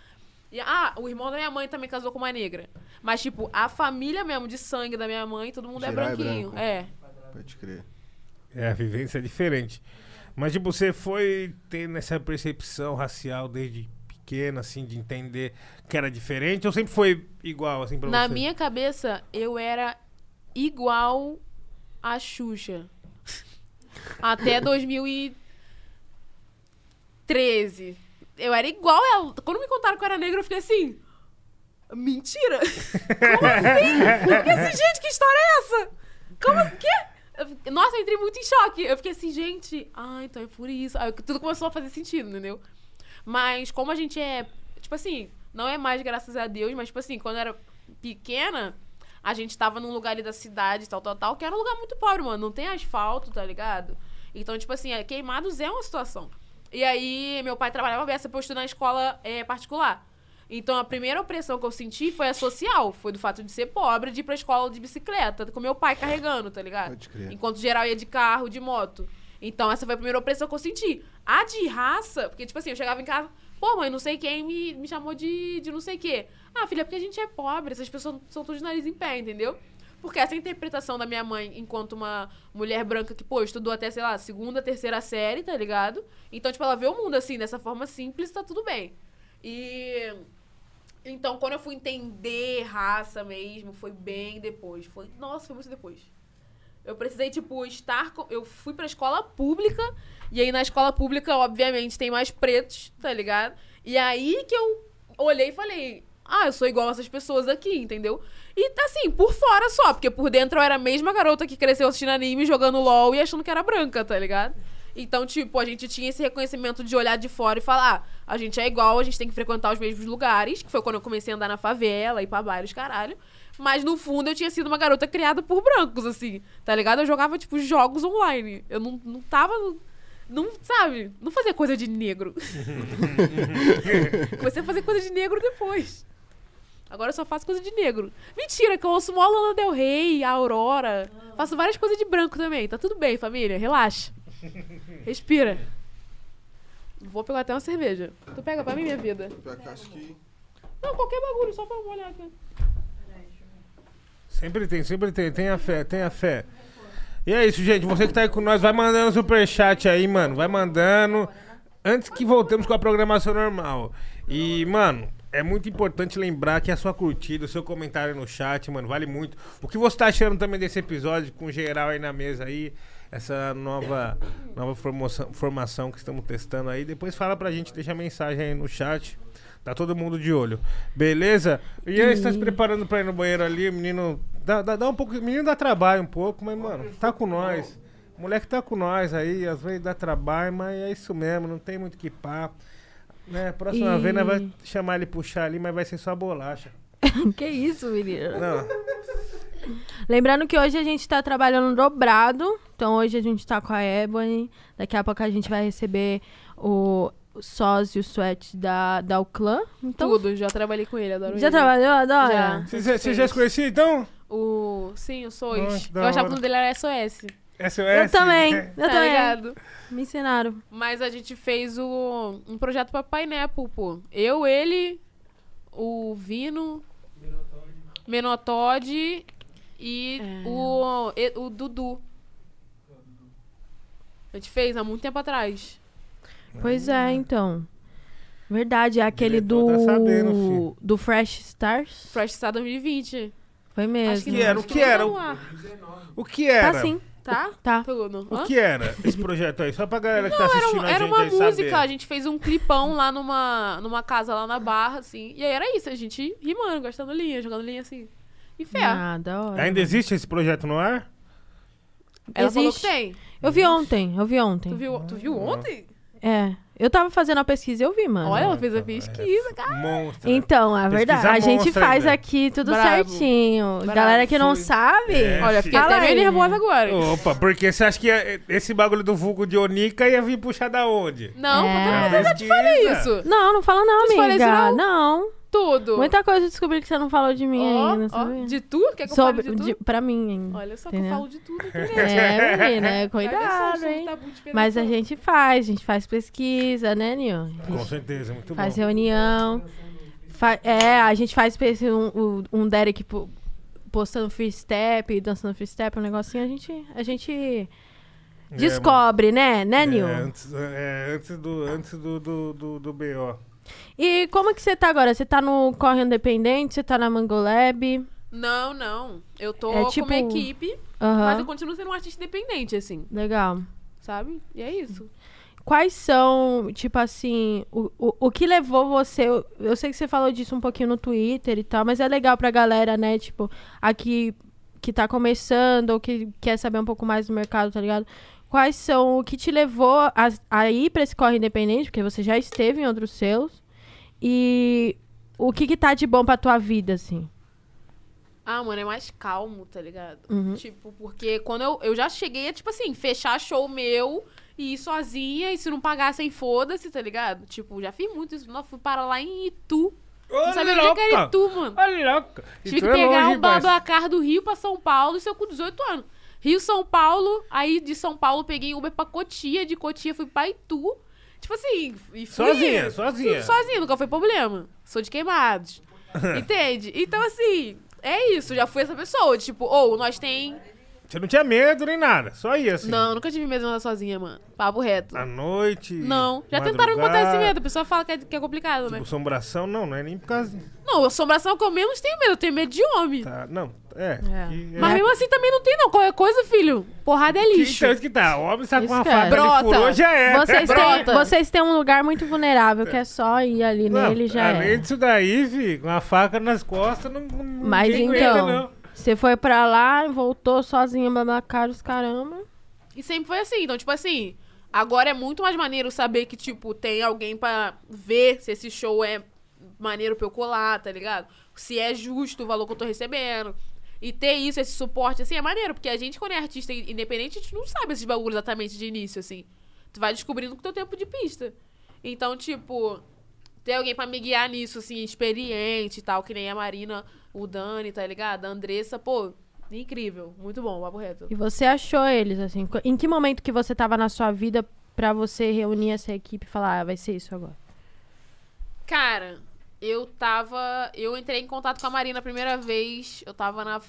S3: E, ah, o irmão da minha mãe também casou com uma negra. Mas, tipo, a família mesmo, de sangue da minha mãe, todo mundo
S2: Geral é
S3: é branquinho.
S2: branco.
S3: É.
S2: Pode crer.
S4: É, a vivência é diferente. Mas, tipo, você foi tendo essa percepção racial desde pequena, assim, de entender que era diferente? Ou sempre foi igual, assim, pra
S3: Na
S4: você?
S3: minha cabeça, eu era igual a Xuxa. Até 2013. Eu era igual ela. Quando me contaram que eu era negra, eu fiquei assim. Mentira! Como assim? Eu fiquei assim, gente, que história é essa? Como assim? Quê? Eu fiquei- Nossa, eu entrei muito em choque. Eu fiquei assim, gente, ah, então é por isso. Aí tudo começou a fazer sentido, entendeu? Mas como a gente é, tipo assim, não é mais graças a Deus, mas tipo assim, quando eu era pequena, a gente tava num lugar ali da cidade, tal, tal, tal, que era um lugar muito pobre, mano. Não tem asfalto, tá ligado? Então, tipo assim, é, queimados é uma situação. E aí, meu pai trabalhava beça pra eu estudar na escola é, particular. Então, a primeira opressão que eu senti foi a social. Foi do fato de ser pobre, de ir pra escola de bicicleta, com meu pai carregando, tá ligado?
S2: Pode crer.
S3: Enquanto geral ia de carro, de moto. Então, essa foi a primeira opressão que eu senti. A de raça, porque, tipo assim, eu chegava em casa, pô, mãe, não sei quem me, me chamou de, de não sei o quê. Ah, filha, é porque a gente é pobre, essas pessoas são todas de nariz em pé, entendeu? Porque essa interpretação da minha mãe enquanto uma mulher branca que, pô, estudou até, sei lá, segunda, terceira série, tá ligado? Então, tipo, ela vê o mundo assim, dessa forma simples, tá tudo bem. E. Então, quando eu fui entender raça mesmo, foi bem depois. Foi, nossa, foi muito depois. Eu precisei, tipo, estar. co- Eu fui pra escola pública. E aí, na escola pública, obviamente, tem mais pretos, tá ligado? E aí que eu olhei e falei: Ah, eu sou igual a essas pessoas aqui, entendeu? E tá assim, por fora só, porque por dentro eu era a mesma garota que cresceu assistindo anime, jogando LOL e achando que era branca, tá ligado? Então, tipo, a gente tinha esse reconhecimento de olhar de fora e falar: ah, a gente é igual, a gente tem que frequentar os mesmos lugares, que foi quando eu comecei a andar na favela, ir pra bairros, caralho. Mas no fundo eu tinha sido uma garota criada por brancos, assim, tá ligado? Eu jogava, tipo, jogos online. Eu não, não tava. no- Não, sabe? Não fazia coisa de negro. Comecei a fazer coisa de negro depois. Agora eu só faço coisa de negro. Mentira, que eu ouço mó Lana Del Rey, a Aurora.
S1: Ah.
S3: Faço várias coisas de branco também. Tá tudo bem, família. Relaxa. Respira. Vou pegar até uma cerveja. Tu pega pra mim, minha vida? Não, qualquer bagulho, só pra eu olhar aqui.
S4: Sempre tem, sempre tem. Tenha fé, tenha fé. E é isso, gente. Você que tá aí com nós, vai mandando superchat aí, mano. Vai mandando. Antes que voltemos com a programação normal. E, mano, é muito importante lembrar que a sua curtida, o seu comentário no chat, mano, vale muito. O que você tá achando também desse episódio, com geral aí na mesa aí, essa nova, nova formação, formação que estamos testando aí. Depois fala pra gente, deixa a mensagem aí no chat. Tá todo mundo de olho. Beleza? E eles estão se preparando pra ir no banheiro ali. O menino. Dá, dá, dá um pouco. O menino dá trabalho um pouco, mas, mano, tá com nós. O moleque tá com nós aí. Às vezes dá trabalho, mas é isso mesmo. Não tem muito que pá. Né? Próxima
S1: E-
S4: vez nós vai chamar ele puxar ali, mas vai ser só bolacha.
S1: que isso, menina?
S4: Não.
S1: Lembrando que hoje a gente tá trabalhando dobrado. Então hoje a gente tá com a Ebony. Daqui a pouco a gente vai receber o sócio sweat da, da Uclã. Então,
S3: Tudo, já trabalhei com ele, adoro
S1: já
S3: ele.
S1: trabalhou? Adora?
S3: Já.
S4: Vocês já- vocês já se conheciam então?
S3: O. Sim, o
S4: Nossa,
S3: SOS.
S4: que da
S3: Eu achava que o
S4: hora.
S3: nome dele era SOS.
S4: SOS?
S1: Eu também.
S4: né?
S1: Eu
S3: tá
S1: também.
S3: ligado?
S1: Me ensinaram.
S3: Mas a gente fez o, um projeto pra Pineapple, pô. Eu, ele, o Vino, Menotode e
S1: É.
S3: o, e- o Dudu. A gente fez há muito tempo atrás.
S1: Pois é, então. Verdade, é aquele do.
S4: Ah. Diretor tá sabendo, filho.
S1: do Fresh Stars?
S3: Fresh Star 2020.
S1: Foi mesmo.
S3: Acho que
S4: Que era,
S3: acho
S4: o que era?
S3: não tá no ar,
S4: O que era?
S1: Tá sim.
S3: Tá?
S1: Tá.
S3: Tudo.
S4: O
S3: Hã?
S4: que era esse projeto aí? Só pra galera que tá
S3: Era,
S4: assistindo
S3: um-
S4: a
S3: era
S4: gente
S3: uma
S4: aí
S3: música, a
S4: saber.
S3: gente fez um clipão lá numa, numa casa lá na Barra, assim. E aí era isso, a gente rimando, gastando linha, jogando linha assim. E fé.
S1: Ah, da hora.
S4: Ainda existe esse projeto no ar?
S3: Ela falou que
S1: Existe.
S3: tem.
S1: Eu vi ontem, eu vi
S3: Tu
S1: ontem.
S3: viu, tu viu ontem?
S1: É. Eu tava fazendo a pesquisa e eu vi, mano.
S3: Olha, ela fez a
S4: é.
S3: pesquisa, cara.
S4: Monstro.
S1: Então, é verdade. A
S4: Pesquisa
S1: gente
S4: monstra
S1: faz
S4: ainda.
S1: aqui tudo
S3: Bravo.
S1: certinho.
S3: Bravo,
S1: Galera que não
S3: fui.
S1: sabe.
S4: É,
S3: Olha,
S4: fi.
S3: fiquei até
S1: Fala
S3: meio
S1: aí.
S3: nervosa agora.
S4: Opa, porque você acha que é- esse bagulho do vulgo de Onica ia vir puxar da onde?
S3: Não,
S1: É.
S3: é.
S4: eu já te falei
S3: isso.
S1: Não, não fala não,
S3: Vocês falam isso
S1: amiga.
S3: não?
S1: Não.
S3: Tudo.
S1: Muita coisa eu descobri que você não falou de mim
S3: Ó,
S1: ainda,
S3: ó,
S1: sabia?
S3: de tu? Quer que
S1: Sobre,
S3: eu fale de tu?
S1: de- pra mim ainda.
S3: Olha só que
S1: Entendeu?
S3: eu falo de tudo aqui, né?
S1: É, menina,
S3: Olha só, tá
S1: cuidado,
S3: assunto
S1: hein?
S3: tabu de
S1: Mas a
S3: penetração.
S1: gente faz, a gente faz pesquisa, né, Nil? A
S4: Com
S1: gente
S4: certeza, muito
S1: faz
S4: bom.
S1: reunião. fa- é, a gente faz pes- um, um um Derek po- postando free step, dançando free step, um negocinho, a gente, a gente
S4: É,
S1: descobre, né, né, Nil?
S4: É, antes, é, antes do, antes do, do, do, do BO.
S1: E como que você tá agora? Você tá no Corre Independente? Você tá na Mangolab?
S3: Não, não. Eu tô
S1: É
S3: com
S1: tipo-
S3: uma equipe, mas
S1: Aham.
S3: eu continuo sendo um artista independente, assim,
S1: Legal.
S3: sabe? E é isso.
S1: Quais são, tipo assim, o, o, o que levou você? Eu, eu sei que você falou disso um pouquinho no Twitter e tal, mas é legal pra galera, né? Tipo, aqui que tá começando ou que quer saber um pouco mais do mercado, tá ligado? Quais são, o que te levou a, a ir pra esse corre independente? Porque você já esteve em outros selos. E o que que tá de bom pra tua vida, assim?
S3: Ah, mano, é mais calmo, tá ligado?
S1: Uhum.
S3: Tipo, porque quando eu, eu já cheguei a, tipo assim, fechar show meu e ir sozinha, e se não pagassem, foda-se, tá ligado? Tipo, já fiz muito isso. Nossa, fui parar lá em Itu. Não sabia onde é que era Itu, mano.
S4: Olha louca.
S3: Tive que
S4: Então é
S3: pegar
S4: longe,
S3: um
S4: parça.
S3: babacar do Rio pra São Paulo, isso eu com 18 anos. Rio, São Paulo, aí de São Paulo peguei Uber pra Cotia, de Cotia fui pra Itu. Tipo assim, e fui.
S4: Sozinha, sozinha.
S3: Sozinha, nunca foi problema. Sou de queimados. Entende? Então, assim, é isso, já fui essa pessoa. Tipo, ou nós tem.
S4: Você não tinha medo nem nada, só ia assim.
S3: Não, nunca tive medo de andar sozinha, mano. Papo reto.
S4: À noite.
S3: Não, já tentaram me botar esse
S4: Ah, madrugada,
S3: medo. A pessoa fala que é, que é complicado, né?
S4: Tipo, assombração, não, não é nem por causa. de-
S3: Não, assombração que eu menos tenho medo. Eu tenho medo de homem.
S4: Tá, não, é.
S1: É.
S4: que- é.
S3: Mas mesmo assim também não tem, não. Qualquer coisa, filho. Porrada é
S4: Que-
S3: lixo.
S4: Então, isso que tá. O homem sabe com uma
S1: Isso que é.
S4: faca de
S3: Brota.
S4: furou, já é.
S1: Vocês têm,
S3: brota.
S1: vocês têm um lugar muito vulnerável, que é só ir ali
S4: Não,
S1: nele já
S4: além
S1: é.
S4: disso daí, vi, com a faca nas costas, não, não
S1: Mas
S4: ninguém aguenta,
S1: então,
S4: não.
S1: você foi pra lá, voltou sozinha, babacar os caramba.
S3: E sempre foi assim. Então, tipo assim, agora é muito mais maneiro saber que, tipo, tem alguém pra ver se esse show é maneiro pra eu colar, tá ligado? Se é justo o valor que eu tô recebendo. E ter isso, esse suporte, assim, é maneiro. Porque a gente, quando é artista independente, a gente não sabe esses bagulhos exatamente de início, assim. Tu vai descobrindo com o teu tempo de pista. Então, tipo, ter alguém pra me guiar nisso, assim, experiente e tal, que nem a Marina, o Dani, tá ligado? A Andressa, pô, incrível. Muito bom, papo reto.
S1: E você achou eles, assim? qu- Em que momento que você tava na sua vida pra você reunir essa equipe e falar, ah, vai ser isso agora?
S3: Cara, eu tava. Eu entrei em contato com a Marina a primeira vez. Eu tava na.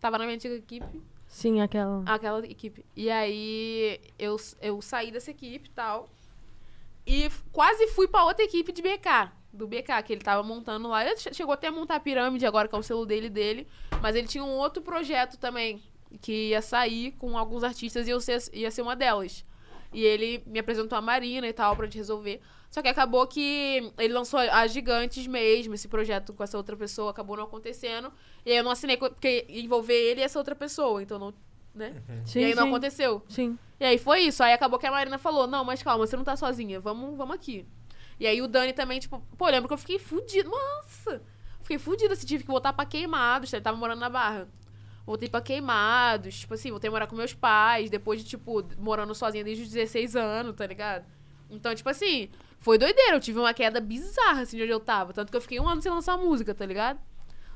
S3: Tava na minha antiga equipe.
S1: Sim, aquela.
S3: Aquela equipe. E aí eu, eu saí dessa equipe e tal. E f- quase fui pra outra equipe de BK. Do BK, que ele tava montando lá. Ele che- chegou até a montar a pirâmide agora, que é o selo dele e dele. Mas ele tinha um outro projeto também. Que ia sair com alguns artistas e eu ser- ia ser uma delas. E ele me apresentou a Marina e tal, pra gente resolver. Só que acabou que ele lançou a Gigantes mesmo, esse projeto com essa outra pessoa, acabou não acontecendo. E aí eu não assinei, co- porque ia envolver ele e essa outra pessoa, então não. Né?
S1: Sim,
S3: e aí não
S1: sim.
S3: aconteceu.
S1: Sim.
S3: E aí foi isso. Aí acabou que a Marina falou: Não, mas calma, você não tá sozinha, vamos, vamos aqui. E aí o Dani também, tipo, pô, lembro que eu fiquei fudida. Nossa! Fiquei fudida se tive que voltar pra queimados, tá? ele tava morando na Barra. Voltei pra queimados, tipo assim, voltei a morar com meus pais, depois de, tipo, morando sozinha desde os 16 anos, tá ligado? Então, tipo assim, foi doideira. Eu tive uma queda bizarra, assim, de onde eu tava. Tanto que eu fiquei um ano sem lançar música, tá ligado?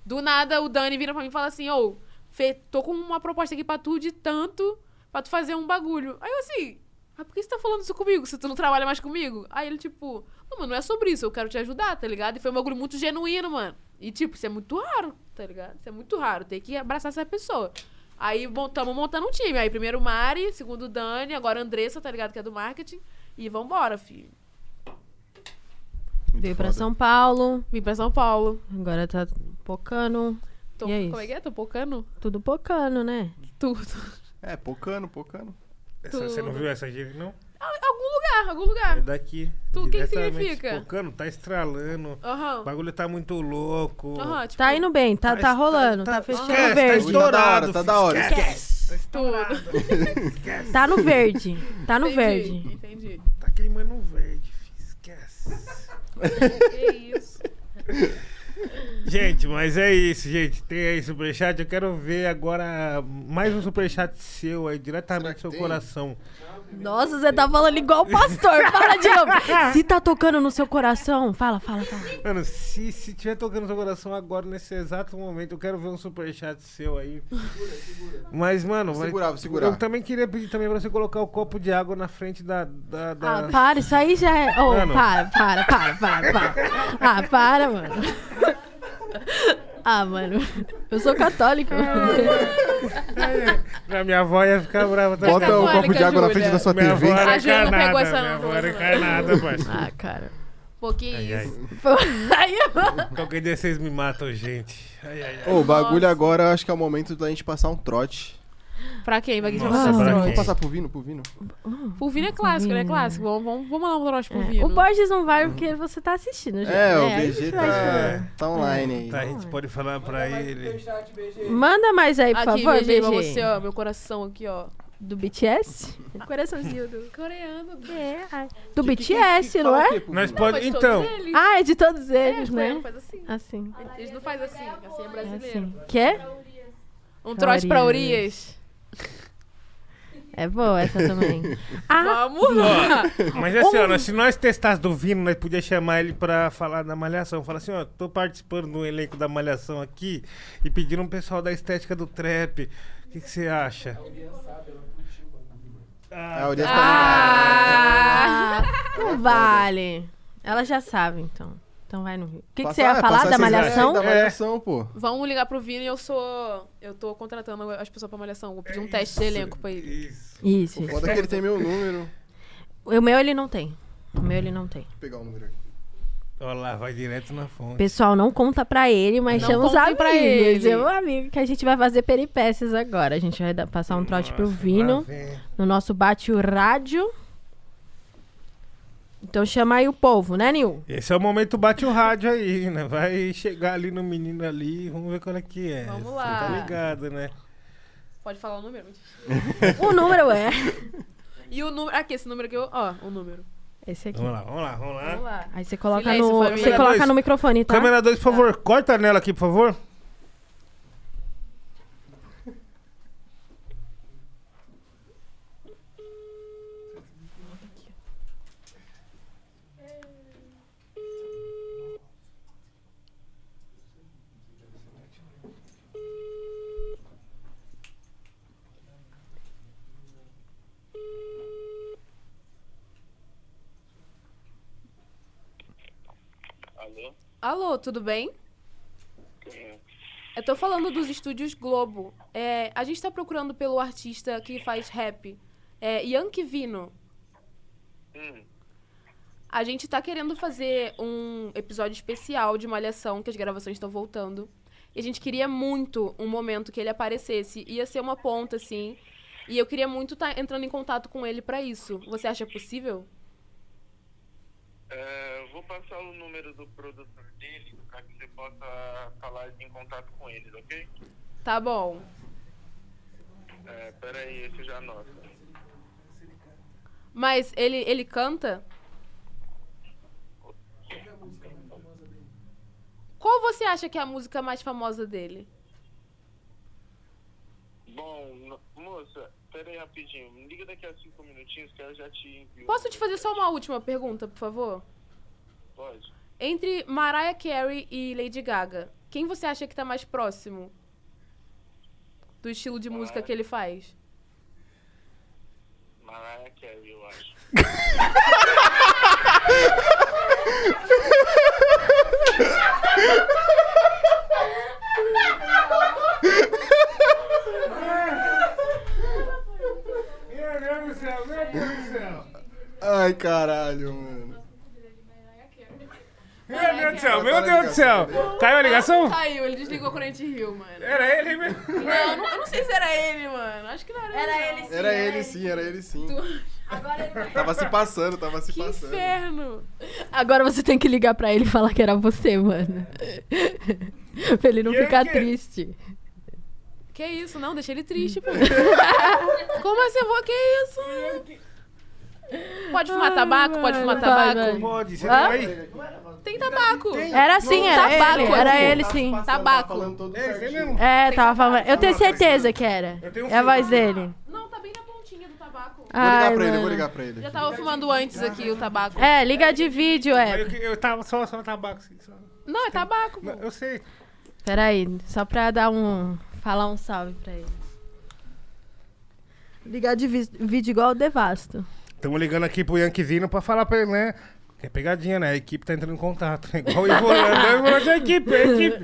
S3: Do nada, o Dani vira pra mim e fala assim, ô, Fê, tô com uma proposta aqui pra tu de tanto, pra tu fazer um bagulho. Aí eu assim, mas por que você tá falando isso comigo, se tu não trabalha mais comigo? Aí ele, tipo, não, mano, não é sobre isso, eu quero te ajudar, tá ligado? E foi um bagulho muito genuíno, mano. E, tipo, isso é muito raro, tá ligado? Isso é muito raro, tem que abraçar essa pessoa. Aí montamos montando um time. Aí primeiro o Mari, segundo o Dani, agora a Andressa, tá ligado? Que é do marketing. E vambora, filho.
S2: Muito
S1: Veio pra
S2: foda.
S1: São Paulo,
S3: Vim pra São Paulo.
S1: agora tá pocando.
S3: Tô,
S1: E é
S3: como é
S1: isso.
S3: que é? Tô pocando?
S1: Tudo pocando, né?
S3: Tudo.
S2: É, pocano, pocano.
S4: Essa- você não viu essa gíria, não?
S3: Algum lugar, algum
S4: É
S3: lugar.
S4: daqui.
S3: Ah, Tu- o que que
S4: diretamente.
S3: significa?
S4: Focando, tá estralando.
S3: Aham.
S4: O bagulho tá muito louco.
S3: Aham, tipo,
S1: Tá indo bem, tá, tá rolando, tá, fechando
S4: esquece,
S1: o
S4: Tá
S1: verde.
S2: Hoje tá da hora,
S4: estourado.
S2: tá da hora.
S4: filho. Esquece.
S3: tudo.
S1: Tá no verde, tá no
S3: Entendi,
S1: verde.
S3: entendi.
S4: Tá queimando o verde, filho. Esquece.
S3: Que isso.
S4: Gente, mas é isso, gente. Tem aí superchat. Eu quero ver agora mais um superchat seu aí, diretamente do seu
S2: tem?
S4: coração.
S1: Nossa, você tá falando igual o pastor, fala de novo. Se tá tocando no seu coração, fala, fala, fala.
S4: Mano, se, se tiver tocando no seu coração agora, nesse exato momento, eu quero ver um superchat seu aí. Mas, mano...
S2: Vou
S4: vai-
S2: segurar, vou segurar.
S4: Eu também queria pedir também pra você colocar o copo de água na frente da... da, da-
S1: Ah, para, isso aí já é. Oh,
S4: Mano.
S1: para, para, para, para, para. Ah, para, mano. Ah, mano. Eu sou católico.
S4: Aí, a É, minha avó ia ficar brava tá também.
S2: Bota um copo de água na frente da sua
S4: minha
S2: TV.
S4: avó era
S3: A Ju não
S4: encarnada,
S3: pegou essa,
S4: Minha
S3: não,
S4: avó
S3: não
S4: era
S3: pegou
S4: encarnada, pai.
S1: Ah, cara.
S3: Pô, que isso.
S4: Ai,
S1: Aí eu...
S4: ai. Qualquer dia vocês me matam, gente. Ai, ai, ai.
S2: Ô, o bagulho
S3: Nossa.
S2: agora acho que é o momento da gente passar um trote.
S3: Pra quem? Pra quem
S4: Nossa,
S3: joga
S4: pra
S3: trote?
S2: Vamos
S4: quem?
S2: passar pro Vino, pro Vino.
S3: O Vini é clássico, ele é clássico. Vamos, vamos, vamos lá um trote pro Vini.
S1: É. O Borges não vai porque você tá assistindo, gente.
S2: É, o
S1: aí
S2: BG
S1: você vai escolher.
S2: tá, tá online
S4: Tá, a
S2: aí.
S4: gente pode falar pra ele.
S6: Chat, BG.
S1: Manda mais aí, por
S3: Aqui,
S1: favor,
S3: beijei pra
S1: BG.
S3: você, ó. Meu coração aqui, ó.
S1: Do BTS? Coraçãozinho do...
S3: Coreano.
S1: É, ai. do BTS, não é?
S4: Nós
S3: Não,
S4: pode...
S3: mas
S4: Então,
S3: todos eles.
S1: Ah, é de todos
S3: É,
S1: eles,
S3: os
S1: né?
S3: coreanos faz assim.
S1: Assim,
S3: Eles não fazem assim, assim é
S1: é
S3: brasileiro.
S1: assim. Tá Quê?
S3: Um trote pra Urias.
S1: É boa essa também. Ah,
S3: Vamos lá.
S4: mas assim, ó, nós- se nós testássemos do Vino, nós podíamos chamar ele pra falar da Malhação. Falar assim, ó, tô participando do elenco da Malhação aqui e pedindo um pessoal da estética do trap. O que que você acha?
S2: Ah, o dia
S3: Ah!
S1: não vale. Ela já sabe, então. Então vai no Rio. O que, que
S2: Passar-
S1: você ia
S2: é,
S1: falar
S2: passar
S1: da
S2: esses
S1: malhação?
S2: dados aí Da
S4: É.
S2: malhação, pô.
S3: Vamos ligar pro Vini, eu sou. Eu tô contratando as pessoas pra malhação. Vou pedir
S4: É
S3: um teste de elenco pra ele.
S4: Isso.
S1: Isso,
S2: O
S1: isso.
S2: foda é que ele tem meu número.
S1: O meu ele não tem. O meu ele não tem.
S2: Vou pegar o número aqui.
S4: Ó lá, vai direto na fonte.
S1: Pessoal, não conta pra ele, mas
S3: Não
S1: chama os
S3: contem
S1: amigos.
S3: pra ele.
S1: Chama um amigo que a gente vai fazer peripécias agora. A gente vai dar- passar um trote pro
S4: Nossa, lá
S1: Vino
S4: vem.
S1: no nosso bate o rádio. Então chama aí o povo, né, Nil?
S4: Esse é o momento bate o rádio aí, né? Vai chegar ali no menino ali, vamos ver qual é que é.
S3: Vamos
S4: Você
S3: lá.
S4: Tá ligado, né?
S3: Pode falar o número?
S1: O número é.
S3: E o número. Aqui, esse número aqui, eu- ó, o número.
S1: Esse aqui.
S4: Vamos lá, vamos lá, vamos lá.
S3: Vamos lá.
S1: Aí você coloca
S3: Silêncio,
S1: no.
S3: família.
S1: Você coloca
S4: Dois.
S1: no microfone, tá?
S4: Câmera 2, por favor, corta nela aqui, por favor.
S7: Alô?
S3: Alô, tudo bem?
S7: Quem é?
S3: Eu tô falando dos estúdios Globo. É, a gente tá procurando pelo artista que faz rap. É, Yankee Vino.
S7: Hum,
S3: A gente tá querendo fazer um episódio especial de Malhação, que as gravações estão voltando. E a gente queria muito um momento que ele aparecesse. Ia ser uma ponta, assim. E eu queria muito estar entrando em contato com ele pra isso. Você acha possível?
S7: é, eu vou passar o número do produtor dele para que você possa falar em contato com eles, ok?
S3: Tá bom.
S7: É, peraí, esse eu já anota.
S3: Mas ele, ele canta? Qual você acha que é a música mais famosa dele?
S7: Bom, no- moça, peraí rapidinho. Me liga daqui a cinco minutinhos que eu já te envio.
S3: Posso te fazer só uma última pergunta, por favor?
S7: Pode.
S3: Entre Mariah Carey e Lady Gaga, quem você acha que tá mais próximo do estilo de música que ele faz?
S7: Mariah Carey, eu acho.
S4: Meu Deus do céu, meu Deus do céu.
S2: Ai, caralho, mano.
S4: Meu Deus do céu, meu Deus do céu. Caiu a ligação?
S3: Saiu, ele desligou quando a gente riu, mano.
S4: Era ele mesmo.
S3: Não, não- eu não sei se era ele, mano. Acho que não era,
S5: Era
S3: não.
S5: ele sim.
S2: Era ele sim, era ele sim.
S5: Agora ele vai.
S2: Tava se passando, tava se
S3: Que
S2: passando.
S3: inferno.
S1: Agora você tem que ligar pra ele e falar que era você, mano. pra ele não
S2: é
S4: E aí,
S1: ficar
S4: que-
S1: triste.
S3: Que isso, não, deixa ele triste, pô. Como assim, eu vou? Que isso? Pode fumar
S1: Ai,
S3: tabaco? Pode
S1: mano.
S3: fumar
S1: Vai,
S3: tabaco?
S1: vai.
S4: Pode, você
S1: Hã?
S4: tá aí.
S3: Tem tabaco. É.
S1: Era sim, era
S3: Tabaco,
S1: ele. Era
S3: pô.
S1: ele sim.
S2: Passando,
S3: Tabaco.
S2: tava falando todo
S4: É, você
S2: certinho.
S4: mesmo?
S1: É, tava falando. Eu tenho certeza que era.
S4: Eu tenho um
S1: É a voz
S4: filho.
S1: dele.
S3: Não, tá bem na pontinha do tabaco.
S2: Vou ligar
S1: Ai,
S2: pra ele, eu vou
S1: mano.
S2: ligar pra ele.
S3: Já tá tava fumando antes aqui o tabaco.
S1: É, liga de vídeo, é.
S4: Eu, eu tava só, só tabaco. assim, só.
S3: Não, é tabaco, pô.
S4: Não, Eu sei.
S1: Peraí, só pra dar um. Falar um salve pra ele. Ligar de vi- vídeo igual o Devasto.
S4: Estamos ligando aqui pro Yankee Vino pra falar pra ele, né? Que é pegadinha, né? A equipe tá entrando em contato. É Igual o Ivolando. O Ivolando é a equipe, é a equipe.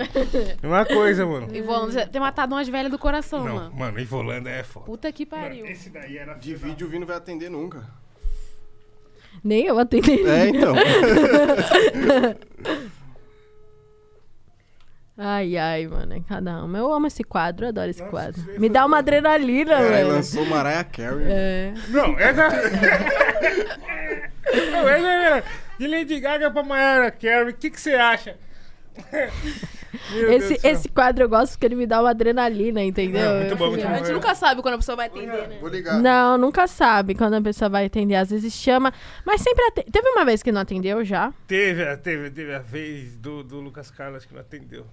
S4: Mesma coisa, mano.
S3: E vou ter matado umas velhas do coração,
S4: Não,
S3: mano.
S4: mano, Ivolando é foda.
S3: Puta que
S4: Mano,
S3: pariu.
S4: esse daí era
S2: De vídeo o Vi não vai atender nunca.
S1: Nem eu atendi.
S2: É, então.
S1: Ai, ai, mano, é cada um. Eu amo esse quadro, eu adoro esse
S4: Nossa,
S1: quadro.
S4: isso aí
S1: Me dá uma adrenalina,
S2: Caralho,
S1: velho.
S2: É, lançou Mariah Carey.
S1: É.
S4: Não, essa. Não, essa era de Lady Gaga pra Mariah Carey. O que que você acha? Meu Deus do
S1: Esse,
S4: céu.
S1: esse quadro eu gosto porque ele me dá uma adrenalina, entendeu? assim,
S4: É, muito bom, muito
S3: A gente
S4: bom.
S3: nunca sabe quando a pessoa vai atender, né?
S2: Vou ligar.
S1: Não, nunca sabe quando a pessoa vai atender. Às vezes chama, mas sempre atende. Teve uma vez que não atendeu já.
S4: Teve, teve, teve a vez do, do Lucas Carlos que não atendeu.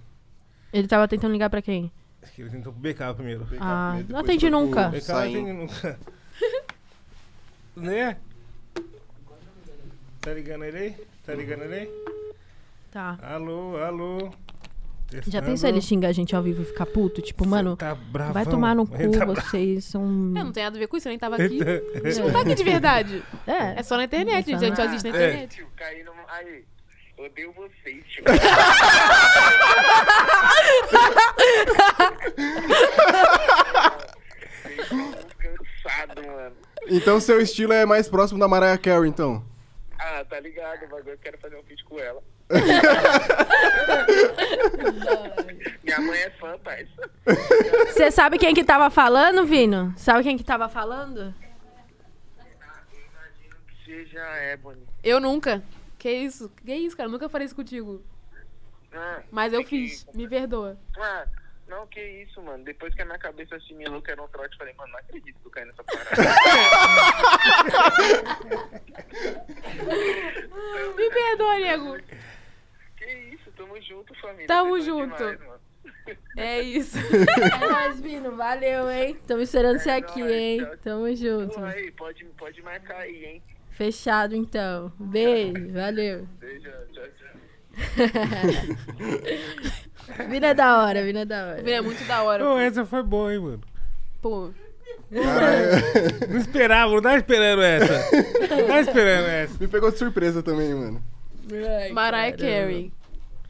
S1: Ele tava tentando ligar pra quem?
S4: Acho que ele tentou pro BK primeiro.
S2: Vem cá
S1: Ah,
S2: primeiro,
S1: não
S2: depois
S1: atendi
S2: vai pro
S1: nunca.
S4: BK não
S2: Saim.
S4: atende nunca. né? Tá ligando ele aí? Tá ligando ele aí?
S1: Tá.
S4: Alô, alô.
S1: Já
S4: Testando.
S1: pensou ele xingar a gente ao vivo e ficar puto? Tipo, mano,
S4: Tá bravão.
S1: vai tomar no
S4: Ele
S1: cu,
S4: tá bra-
S1: vocês são.
S3: Eu não tenho nada a ver com isso, eu nem tava aqui.
S4: Ele
S3: A gente não tá aqui de verdade.
S1: É.
S3: É só na internet, gente. A gente só existe na
S4: É.
S3: internet.
S7: Tio, caí numa. Aí, odeio vocês, tio. Vocês estão cansados, mano.
S2: Então seu estilo é mais próximo da Mariah Carey, então.
S7: Ah, tá ligado, o bagulho eu quero fazer um feat com ela. Minha mãe é fã, parça.
S1: Você sabe quem que tava falando, Vino? Sabe quem que tava falando?
S7: Imagino que seja é, a Ebony.
S3: Eu nunca. Que isso? Que isso, cara? Eu nunca farei isso contigo.
S7: Ah,
S3: Mas
S4: É
S3: eu
S7: tem que-
S3: fiz. Me perdoa.
S7: Ah, não, que isso, mano. Depois que a minha cabeça assimilou que era um trote, eu falei, mano, não acredito que eu caí nessa parada.
S3: Me perdoa, nego.
S7: que isso, tamo junto, família.
S3: Tamo
S7: Vocês são
S3: junto.
S7: demais, mano.
S3: É isso.
S1: É nóis, Vino. Valeu, hein? Tamo esperando você
S7: É
S1: aqui,
S7: nóis,
S1: hein?
S7: tchau.
S1: Tamo junto.
S7: Pô, aí, pode, pode marcar aí, hein.
S1: Fechado, então. Beijo, valeu.
S7: Beijo, tchau, tchau.
S1: É. Vino é da hora, Vino é da hora.
S3: É muito da hora.
S4: Não, essa foi boa, hein, mano.
S3: Pô,
S2: Caralho.
S4: Não esperava, não tava esperando essa. Não tava esperando essa.
S2: Me pegou de surpresa também, mano.
S1: é
S3: Mariah Carey.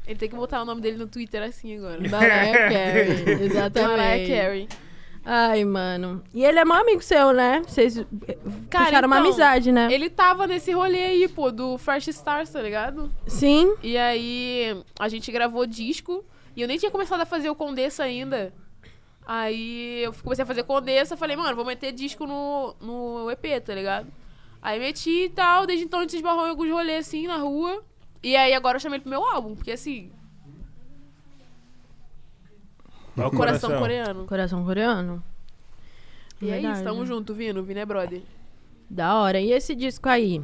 S3: Ele tem que botar o nome dele no Twitter assim agora.
S1: Mariah Carey, exatamente.
S3: Mariah Carey.
S1: Ai, mano. E ele é maior amigo seu, né? Vocês eh,
S3: Cara,
S1: puxaram uma
S3: então,
S1: amizade, né?
S3: Ele tava nesse rolê aí, pô, do Fresh Stars, tá ligado?
S1: Sim.
S3: E aí a gente gravou disco e eu nem tinha começado a fazer o Condessa ainda. Aí eu comecei a fazer Condessa, falei, mano, vou meter disco no, no EP, tá ligado? Aí meti e tal, desde então a gente se esbarrou em alguns rolês assim na rua. E aí agora eu chamei ele pro meu álbum, porque assim,
S4: Olha o
S3: coração, coreano.
S1: Coração coreano.
S3: E é isso, tamo junto, Vino, Vino é brother.
S1: Da hora. E esse disco aí?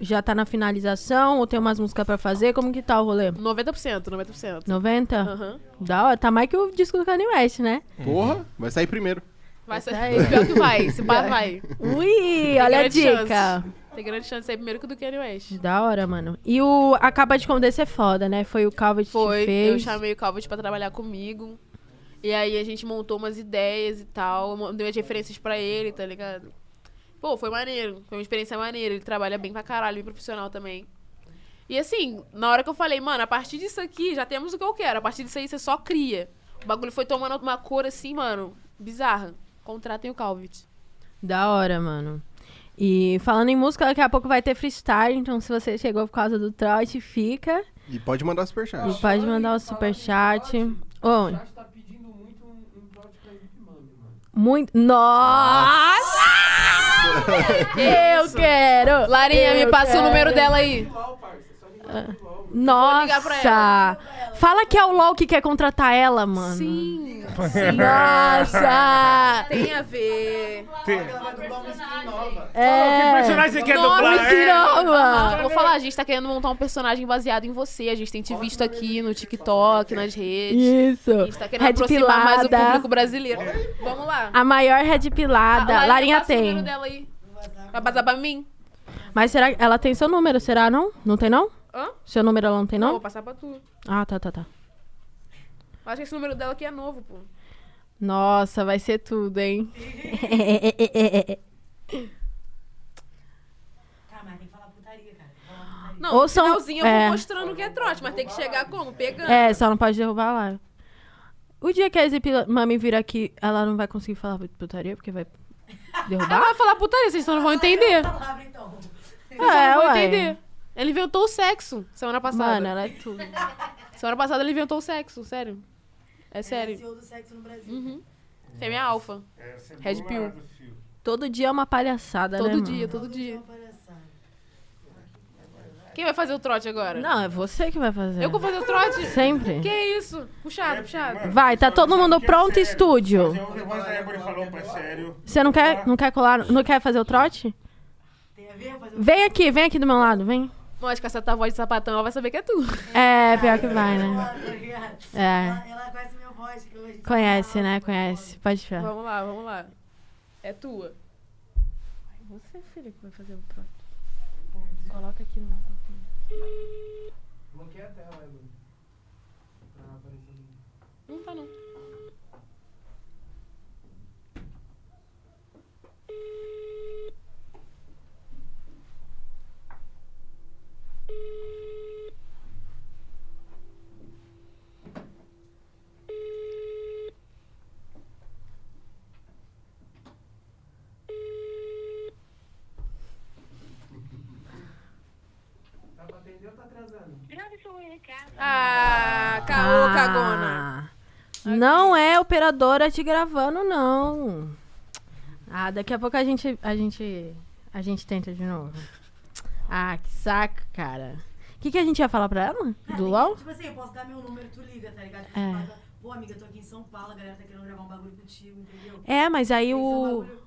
S1: Já tá na finalização ou tem umas músicas pra fazer? Como que tá o rolê?
S3: 90%, 90%.
S1: 90?
S3: Aham.
S1: Da hora. Tá mais que o disco do Kanye West, né?
S4: Uhum.
S2: Porra, vai sair primeiro.
S3: Vai
S1: aí.
S3: sair. Pior que vai, se pá, vai.
S1: Ui,
S3: Uhum. Tem
S1: é olha a
S3: grande
S1: dica.
S3: chance. Tem grande chance de sair primeiro que o do Kanye West.
S1: Da hora, mano. E o Acaba de Acontecer é foda, né? Foi o Calvin
S3: Foi,
S1: que fez.
S3: eu chamei o Calvert pra trabalhar comigo. E aí a gente montou umas ideias e tal, eu mandei as referências pra ele, tá ligado? Pô, foi maneiro, foi uma experiência maneira, ele trabalha bem pra caralho, bem profissional também. E assim, na hora que eu falei, mano, a partir disso aqui já temos o que eu quero, a partir disso aí você só cria. O bagulho foi tomando uma cor assim, mano, bizarra. Contratem o Calvit.
S1: Da hora, mano. E falando em música, daqui a pouco vai ter freestyle, então se você chegou por causa do trote, fica.
S2: E pode mandar
S1: E
S2: superchat.
S1: pode mandar o
S3: tá
S1: superchat.
S6: O
S1: Oi.
S6: chat tá pedindo muito um, um trote pra Henrique Mami, mano.
S1: Muito. Nossa! Eu quero!
S3: Larinha,
S1: Eu
S3: me passa
S1: quero.
S3: o número dela aí.
S6: Igual, parça. Só ligar pro LOL, mano.
S1: Nossa!
S3: ligar pra ela.
S1: Fala que é o LOL que quer contratar ela, mano.
S3: Sim.
S1: Nossa!
S3: Tem a ver.
S6: Ela vai dublar uma skin nova.
S4: Que
S1: É.
S4: personagem você quer
S3: Nossa,
S4: dublar?
S1: que não,
S3: Ah,
S1: mano.
S3: vou falar, a gente tá querendo montar um personagem baseado em você. A gente tem te visto aqui no TikTok, nas redes.
S1: Isso.
S3: A gente tá querendo
S1: Red
S3: aproximar
S1: pilada.
S3: mais o público brasileiro. Vamos lá.
S1: A maior red pilada.
S3: Ah,
S1: Larinha
S3: passa o número
S1: tem.
S3: dela aí. Vai passar pra mim?
S1: Mas será que ela tem seu número? Será não? Não tem não?
S3: Hã?
S1: Seu número ela não tem
S3: Não,
S1: não?
S3: vou passar pra tu.
S1: Ah, tá, tá, tá.
S3: Acho que esse número dela aqui é novo, pô.
S1: Nossa, vai ser tudo, hein?
S5: Tá, mas tem que falar putaria, cara. Tem que falar
S3: Não,
S1: Ou
S3: no
S1: são-
S3: finalzinho eu
S1: é.
S3: vou mostrando que é trote, mas tem que chegar como? Pegando.
S1: É, só não pode derrubar lá. O dia que a Zip Mami vir aqui, ela não vai conseguir falar putaria, porque vai
S3: Ela
S1: derrubar?
S3: vai falar putaria, vocês só não vão entender.
S5: Palavra, então.
S3: Vocês só
S1: É,
S3: não vão
S1: ué.
S3: entender. Ele inventou o sexo semana passada.
S1: Mano, ela é tudo.
S3: Semana passada ele inventou o sexo, sério. É sério.
S5: CEO do sexo no Brasil.
S3: Fêmea alfa.
S4: É,
S3: Red pill.
S1: Todo dia é uma palhaçada, né?
S3: Todo
S1: mano?
S3: dia, todo dia.
S5: Uma palhaçada.
S3: Quem vai fazer o trote agora?
S1: Não, é você que vai fazer.
S3: Eu que vou fazer o trote?
S1: Sempre.
S3: Que isso? Puxado, puxado.
S1: Vai, tá todo mundo pronto, estúdio.
S4: O negócio da Ebony falou, opa, é sério.
S1: Você não quer, não quer colar, não quer fazer o trote?
S5: Tem a ver fazer
S1: Vem aqui, vem aqui do meu lado, vem.
S3: Mas com essa tua voz de sapatão, ela vai saber que é tu.
S1: É, pior que vai, né?
S5: né? Ela,
S1: É.
S5: ela conhece minha voz. Que hoje tá
S1: Conhece, né? Conhece. Pode falar.
S3: Vamos lá, vamos lá. É tua. Você, filha, que vai fazer o trote. Coloca aqui no.
S6: Bloqueei a tela, Edu. Pra não aparecer no-
S3: Não tá, não.
S6: Tá pra atender ou tá atrasando?
S3: Ah, caô, cagona.
S1: Ah, Não é operadora te gravando, não. Ah, daqui a pouco a gente, a gente, a gente tenta de novo. Ah, que saco, cara. O que, que a gente ia falar pra ela? Do LOL?
S5: Tipo assim, eu posso dar meu número, tu liga, tá ligado? Tu
S1: É.
S5: marca, Pô, amiga, eu tô aqui em São Paulo, a galera tá querendo gravar um bagulho contigo, entendeu?
S1: É, mas aí
S5: Esse é um
S1: o...
S5: bagulho-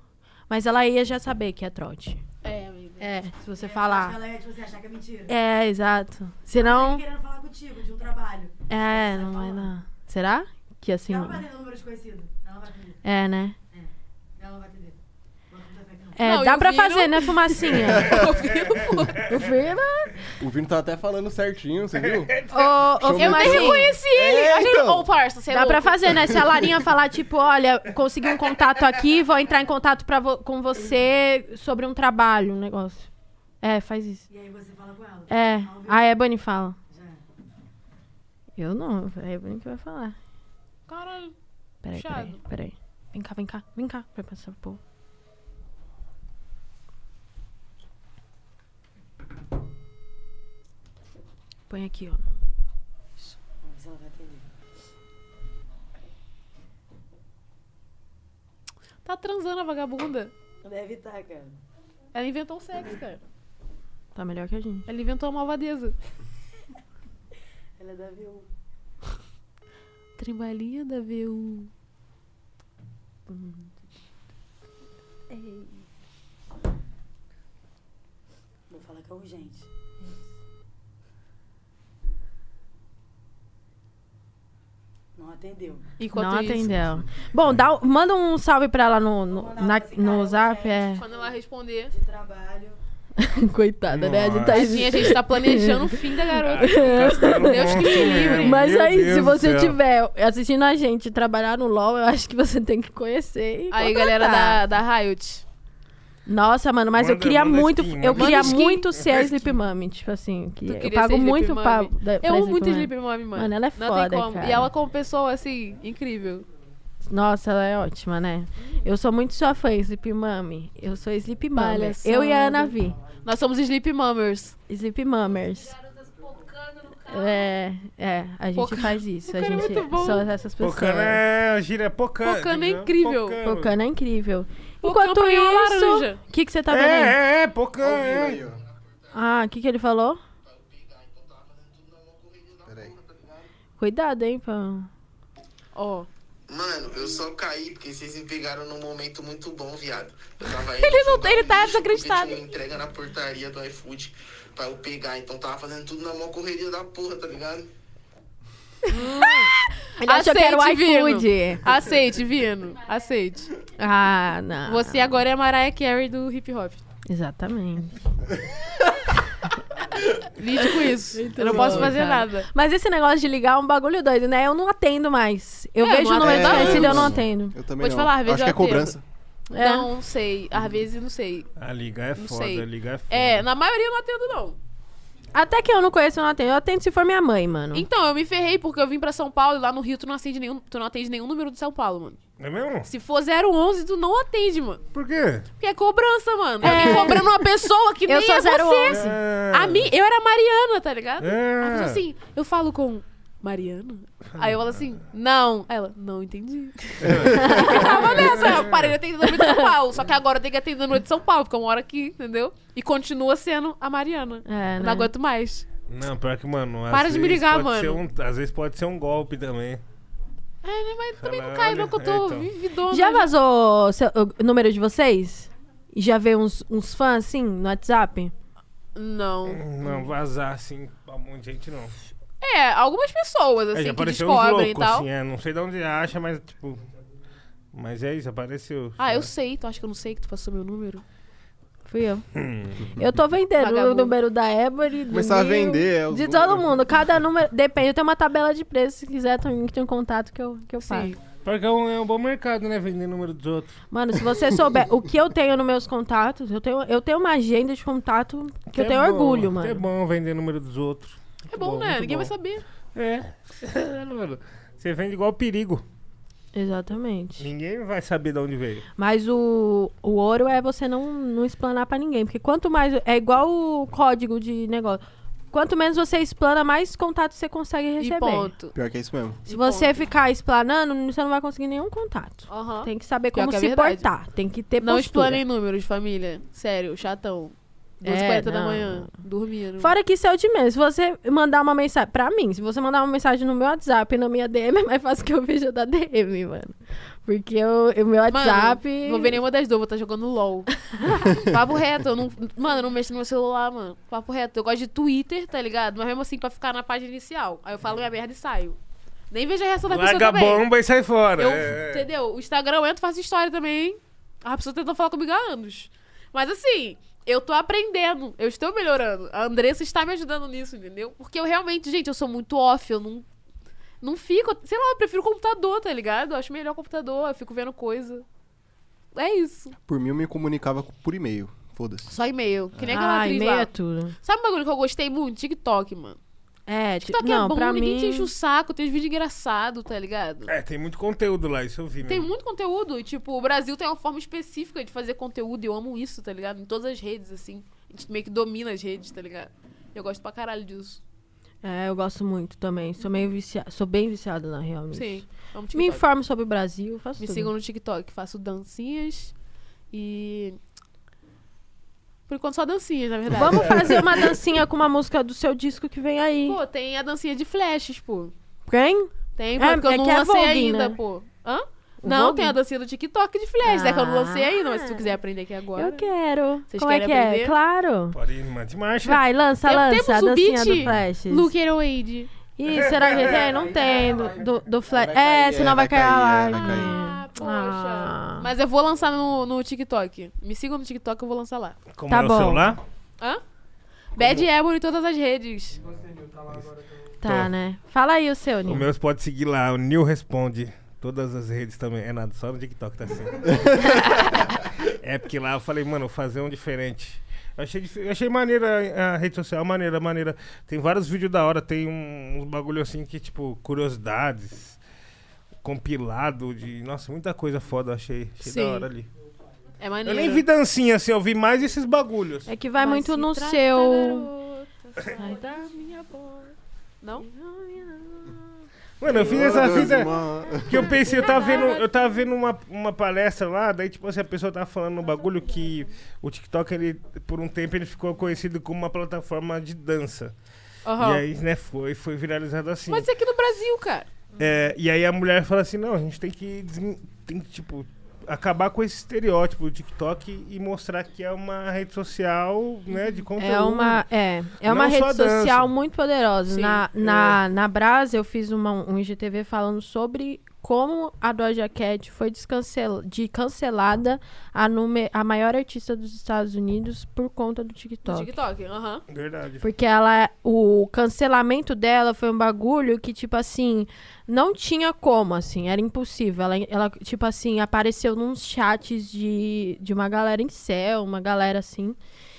S1: Mas ela ia já saber que é trote.
S3: É, amiga.
S1: É, se você
S5: é, eu acho que
S1: falar.
S5: Ela é, tipo assim, achar que é mentira.
S1: É, exato.
S5: Ela tá
S1: Senão...
S5: querendo falar contigo de um trabalho.
S1: É, não vai dar. Será? Que assim...
S5: Ela não vai atender número desconhecido. Ela não vai atender.
S1: É, né?
S5: Ela não vai atender. Bota muita fé que não.
S1: É,
S3: Não, e
S1: dá
S3: o
S1: pra
S3: Vino-
S1: fazer, né, fumacinha? o Vino...
S2: O Vino tá até falando certinho, você viu?
S1: Ô, ô,
S2: Eu nem
S1: fumacinha.
S3: Conheci ele!
S2: É,
S3: a gente...
S2: então.
S3: Ô, parça, você é
S1: Dá pra
S3: louco.
S1: fazer, né? Se a Larinha falar, tipo, olha, consegui um contato aqui, vou entrar em contato pra vo- com você sobre um trabalho, um negócio. É, faz isso.
S5: E aí você fala com ela.
S1: É,
S5: Ao vivo.
S1: a Ebony fala.
S5: Já.
S1: Eu não, a Ebony que vai falar.
S3: Caralho.
S1: Peraí, peraí, peraí. Vem cá, vem cá, vem cá, pra passar pro povo. Põe aqui, ó.
S5: Vamos ver se ela vai atender.
S3: Tá transando a vagabunda.
S5: Deve estar, cara.
S3: Ela inventou o sexo, cara.
S1: Tá melhor que a gente.
S3: Ela inventou a malvadeza.
S5: Ela deve um.
S3: Trimbalinha da VU.
S5: Vou falar que é urgente. Não atendeu.
S3: Enquanto
S1: não
S3: isso,
S1: atendeu. Bom, dá, o- manda um salve pra ela no, no,
S5: Vou mandar
S1: na-
S5: pra esse cara,
S1: no
S5: no
S1: zap.
S5: chat.
S1: É.
S3: Quando ela responder.
S5: De trabalho.
S1: Coitada, né? A gente tá
S3: Assim, a gente tá planejando o fim da
S2: Ah, tá
S3: garota. Ah, Deus que me livre.
S1: Mas
S4: Meu
S1: aí,
S4: Deus
S1: se
S4: do
S1: você
S4: céu.
S1: tiver assistindo a gente trabalhar no LOL, eu acho que você tem que conhecer. e
S3: Aí,
S1: contratar.
S3: galera da, da Riot.
S1: Nossa, mano, mas eu
S4: Manda-
S1: queria
S4: manda
S1: muito.
S4: skin,
S1: eu
S4: manda
S1: queria
S3: skin.
S1: muito ser a Sleep Mummy. Tipo assim, que
S3: Tu
S1: eu
S3: queria
S1: pago
S3: ser
S1: muito
S3: Sleep
S1: pra.
S3: Mummy?
S1: da-
S3: Eu
S1: pra
S3: amo muito a
S1: Mummy.
S3: Sleep Mom, mano.
S1: Mano, ela é
S3: Não
S1: foda,
S3: tem como.
S1: cara.
S3: E ela como pessoa, assim, incrível.
S1: Nossa, ela é ótima, né? Eu sou muito sua fã, Sleep Mummy. Eu sou Sleep Mummy.
S3: Palhaçada.
S1: Eu e a Ana Vi.
S3: Nós somos Sleep Mummers.
S1: Sleep Mummers. É, é, a gente
S3: Pocano.
S1: faz isso. A
S3: Pocano é
S1: gente
S3: muito bom.
S1: são essas pessoas.
S4: Pocano é gíria pocano.
S3: Pocano é
S4: entendeu?
S3: incrível.
S4: Pocano.
S1: Pocano é incrível.
S3: Pocano
S1: Enquanto
S3: pra mim é uma
S1: isso,
S3: laranja.
S1: o que, que você tá
S4: É,
S1: vendo aí?
S4: é, é,
S2: Ó o
S4: pocano.
S2: Vino
S4: É.
S2: aí, ó.
S1: Ah, o que, que ele falou?
S2: Peraí.
S1: Cuidado, hein, pão.
S3: Ó.
S8: Mano, eu só caí porque vocês me pegaram num momento muito bom, viado. Eu tava
S3: Ele não-
S8: juntar
S3: ele
S8: um
S3: tá
S8: lixo, porque
S3: desacreditado.
S8: Tinha uma entrega na portaria do iFood pra eu pegar. Então tava fazendo tudo na mão correria da porra, tá ligado?
S1: Ele achou que era o iFood.
S3: Aceite, Vino. Aceite.
S1: Ah, não.
S3: Você agora é a Mariah Carey do hip hop.
S1: Exatamente.
S3: Lide com isso. Eu não posso
S1: bom,
S3: fazer
S1: cara.
S3: nada.
S1: Mas esse negócio de ligar é um bagulho doido, né? Eu não atendo mais. Eu
S3: É,
S1: vejo
S3: não
S1: o número
S3: atendo.
S1: desconhecido, eu não
S2: É,
S1: atendo.
S2: Eu também
S3: Vou te
S2: não.
S3: falar, às vezes
S2: Acho
S3: eu
S2: que é
S3: atendo.
S2: cobrança.
S1: É.
S3: Não sei. Às vezes, não sei.
S4: Ah, ligar é
S3: Não
S4: foda,
S3: sei.
S4: ligar é foda.
S3: É, na maioria eu não atendo, não.
S1: Até que eu não conheço, eu não atendo. Eu atendo se for minha mãe, mano.
S3: Então, eu me ferrei porque eu vim pra São Paulo e lá no Rio tu não atende nenhum, tu não atende nenhum número de São Paulo, mano.
S4: É mesmo?
S3: Se for 011, tu não atende, mano.
S4: Por quê?
S3: Porque é cobrança, mano. É. Alguém cobrando uma pessoa que
S1: Eu
S3: nem
S1: sou
S3: é você.
S1: 011.
S4: É.
S3: A mim, eu era Mariana, tá ligado?
S4: É.
S3: Aí, assim, eu falo com Mariana? Aí eu falo assim, não. Aí ela, não entendi. eu tava nessa, eu parei de atender número de São Paulo. Só que agora eu tenho que atender número de São Paulo, porque eu moro aqui, entendeu? E continua sendo a Mariana.
S1: É,
S3: Eu
S1: né?
S3: não aguento mais.
S4: Não, pior que, mano. às
S3: Para de me
S4: vezes
S3: ligar,
S4: pode
S3: mano.
S4: ser um- às vezes pode ser um golpe também.
S3: É, né, mas também não
S4: Ela
S3: cai,
S4: olha-
S3: não, que eu
S4: é,
S3: tô
S4: então.
S3: vividona.
S1: Já
S3: né?
S1: vazou seu- o número de vocês? E já veio uns, uns fãs, assim, no WhatsApp?
S3: Não.
S4: Não, vazar assim pra um monte de gente não.
S3: É, algumas pessoas,
S4: é,
S3: assim,
S4: já
S3: que
S4: apareceu uns
S3: descobrem e
S4: loucos,
S3: tal.
S4: assim, é, não sei de onde acha, mas tipo. Mas é isso, apareceu.
S3: Ah, eu sei, tu acha que eu não sei que tu passou meu número?
S1: Fui eu. eu tô vendendo o
S3: Vagabundo.
S1: número da Ebony. do
S2: Hum. Começar a
S1: Nil,
S2: vender, é, os
S1: De
S2: números.
S1: todo mundo. Cada número. Depende. Eu tenho uma tabela de preço, se quiser, também que tem um contato que eu, que eu
S3: Sim.
S1: pago.
S4: Porque é um, é um bom mercado, né? Vender número dos outros.
S1: Mano, se você souber o que eu tenho nos meus contatos, eu tenho, eu tenho uma agenda de contato que, eu
S4: É
S1: tenho
S4: bom,
S1: orgulho,
S4: É
S1: mano.
S4: bom vender número dos outros.
S3: É bom,
S4: Bom,
S3: né?
S4: muito
S3: Ninguém vai
S4: bom.
S3: saber.
S4: É. mano. Você vende igual perigo.
S1: Exatamente.
S4: Ninguém vai saber de onde veio.
S1: Mas o, o ouro é você não, não explanar pra ninguém. Porque quanto mais. É igual o código de negócio. Quanto menos você explana, mais contato você consegue
S3: E
S1: receber.
S3: ponto.
S2: Pior que é isso mesmo.
S1: Se
S3: E
S1: você
S3: ponto.
S1: ficar explanando, você não vai conseguir nenhum contato.
S3: Aham.
S1: Tem que saber
S3: Pior
S1: como
S3: que é
S1: se
S3: verdade.
S1: portar. Tem que ter
S3: Não
S1: postura.
S3: explanem números, família. Sério, chatão. 12h40
S1: É,
S3: da
S1: não.
S3: manhã, dormindo.
S1: Fora que isso é o de menos. Se você mandar uma mensagem. Pra mim, se você mandar uma mensagem no meu WhatsApp e na minha DM, é mais fácil que eu veja da DM, mano. Porque eu- o meu
S3: Mano,
S1: WhatsApp.
S3: não vou ver nenhuma das duas, vou estar jogando LOL. Papo reto, eu não. Mano, eu não mexo no meu celular, mano. Papo reto. Eu gosto de Twitter, tá ligado? Mas mesmo assim, pra ficar na página inicial. Aí eu falo minha merda e saio. Nem vejo a reação da
S4: Larga
S3: pessoa
S4: a
S3: também.
S4: bomba e sai fora.
S3: Eu,
S4: é.
S3: Entendeu? O Instagram eu entro e faço história também. A pessoa tentou falar comigo há anos. Mas assim, eu tô aprendendo, eu estou melhorando. A Andressa está me ajudando nisso, entendeu? Porque eu realmente, gente, eu sou muito off, eu não. Não fico. Sei lá, eu prefiro o computador, tá ligado? Eu acho melhor o computador, eu fico vendo coisa. É isso.
S2: Por mim, eu me comunicava por e-mail. Foda-se.
S3: Só e-mail. Que nem aquela
S1: Ah,
S3: atriz
S1: e-mail
S3: lá.
S1: é tudo.
S3: Sabe um bagulho que eu gostei muito? TikTok, mano.
S1: É, tipo,
S3: TikTok
S1: não,
S3: é bom,
S1: pra
S3: ninguém
S1: mim.
S3: te enche o saco, tem os vídeos engraçados, tá ligado?
S4: É, tem muito conteúdo lá, isso eu vi.
S3: Tem
S4: mesmo.
S3: muito conteúdo. e, Tipo, o Brasil tem uma forma específica de fazer conteúdo e eu amo isso, tá ligado? Em todas as redes, assim. A gente meio que domina as redes, tá ligado? Eu gosto pra caralho disso.
S1: É, eu gosto muito também. Sou meio viciada. Sou bem viciada, na real. nisso.
S3: Sim. Amo
S1: Me
S3: TikTok.
S1: informo sobre o Brasil, faço
S3: Me
S1: tudo.
S3: sigam no TikTok. Faço dancinhas e. Por enquanto, só dancinhas, na verdade.
S1: Vamos fazer uma dancinha com uma música do seu disco que vem aí.
S3: Pô, tem a dancinha de flashes, pô.
S1: Quem?
S3: Tem,
S1: É,
S3: pô, que eu
S1: é
S3: não
S1: que é
S3: lancei
S1: Vogue,
S3: ainda,
S1: né?
S3: pô. Hã? não,
S1: Vogue?
S3: tem a dancinha do TikTok de flashes. É que eu não lancei ainda, mas se tu
S1: Ah.
S3: quiser aprender aqui agora.
S1: Eu quero.
S3: Vocês
S1: Como é
S3: querem
S1: que é?
S3: aprender?
S1: Claro.
S4: Pode ir, mano, de marcha.
S1: Vai, lança,
S3: Tem-
S1: lança. A
S3: temos o
S1: dancinha
S3: beat.
S1: do Flash.
S3: Look at Wade.
S1: Ih, será que tem? Não tem. Do, do, do Flash.
S2: Vai
S1: É,
S2: cair,
S1: senão vai
S2: é, vai
S1: cair a
S2: cair, é,
S1: live.
S2: vai cair.
S3: Ah, poxa.
S1: Ah.
S3: Mas eu vou lançar no, no TikTok. Me sigam no TikTok, eu vou lançar lá.
S4: Como
S1: Tá
S4: é
S1: bom.
S4: o celular?
S3: Hã? Bad Ebony em todas as redes.
S1: Tá, né? Fala aí o seu,
S4: O
S1: Nil.
S4: meu você pode seguir lá, o Nil Responde. Todas as redes também. É nada, só no TikTok tá assim. é porque lá eu falei, mano, vou fazer um diferente. Eu achei, dif- eu achei maneira a rede social, maneira, maneira. Tem vários vídeos da hora, tem um- uns bagulho assim que, tipo, curiosidades, compilado de. Nossa, muita coisa foda, eu achei. Achei
S3: Sim.
S4: da hora ali.
S3: É
S4: Eu
S3: maneiro.
S4: nem vi dancinha assim, eu vi mais esses bagulhos.
S1: É que vai muito
S3: se
S1: no
S3: trata,
S1: seu.
S3: garota, sai da minha boca. Não?
S4: Mano, eu fiz essa
S2: Todas
S4: fita.
S2: uma-
S4: Que eu pensei, eu tava vendo, eu tava vendo uma, uma palestra lá, daí tipo assim, a pessoa tava falando um bagulho que o TikTok, ele, por um tempo, ele ficou conhecido como uma plataforma de dança.
S3: Aham.
S4: E aí, né, foi, foi viralizado assim.
S3: Mas isso aqui no Brasil, cara.
S4: É, e aí a mulher fala assim, não, a gente tem que, desmin- tem que tipo, acabar com esse estereótipo do TikTok e mostrar que é uma rede social, né, de conteúdo.
S1: É uma, é, é uma
S4: Não só
S1: rede social
S4: dança.
S1: muito poderosa.
S3: Sim.
S1: na, na, na Brasa, eu fiz uma- um IGTV falando sobre como a Doja Cat foi descancel, de cancelada a, nume, a maior artista dos Estados Unidos por conta do
S3: No
S1: TikTok.
S3: TikTok, aham.
S4: Verdade.
S1: Porque ela, o cancelamento dela foi um bagulho que, tipo assim, não tinha como, assim, era impossível. Ela, ela tipo assim, apareceu nos chats de, de uma galera em céu, uma galera assim.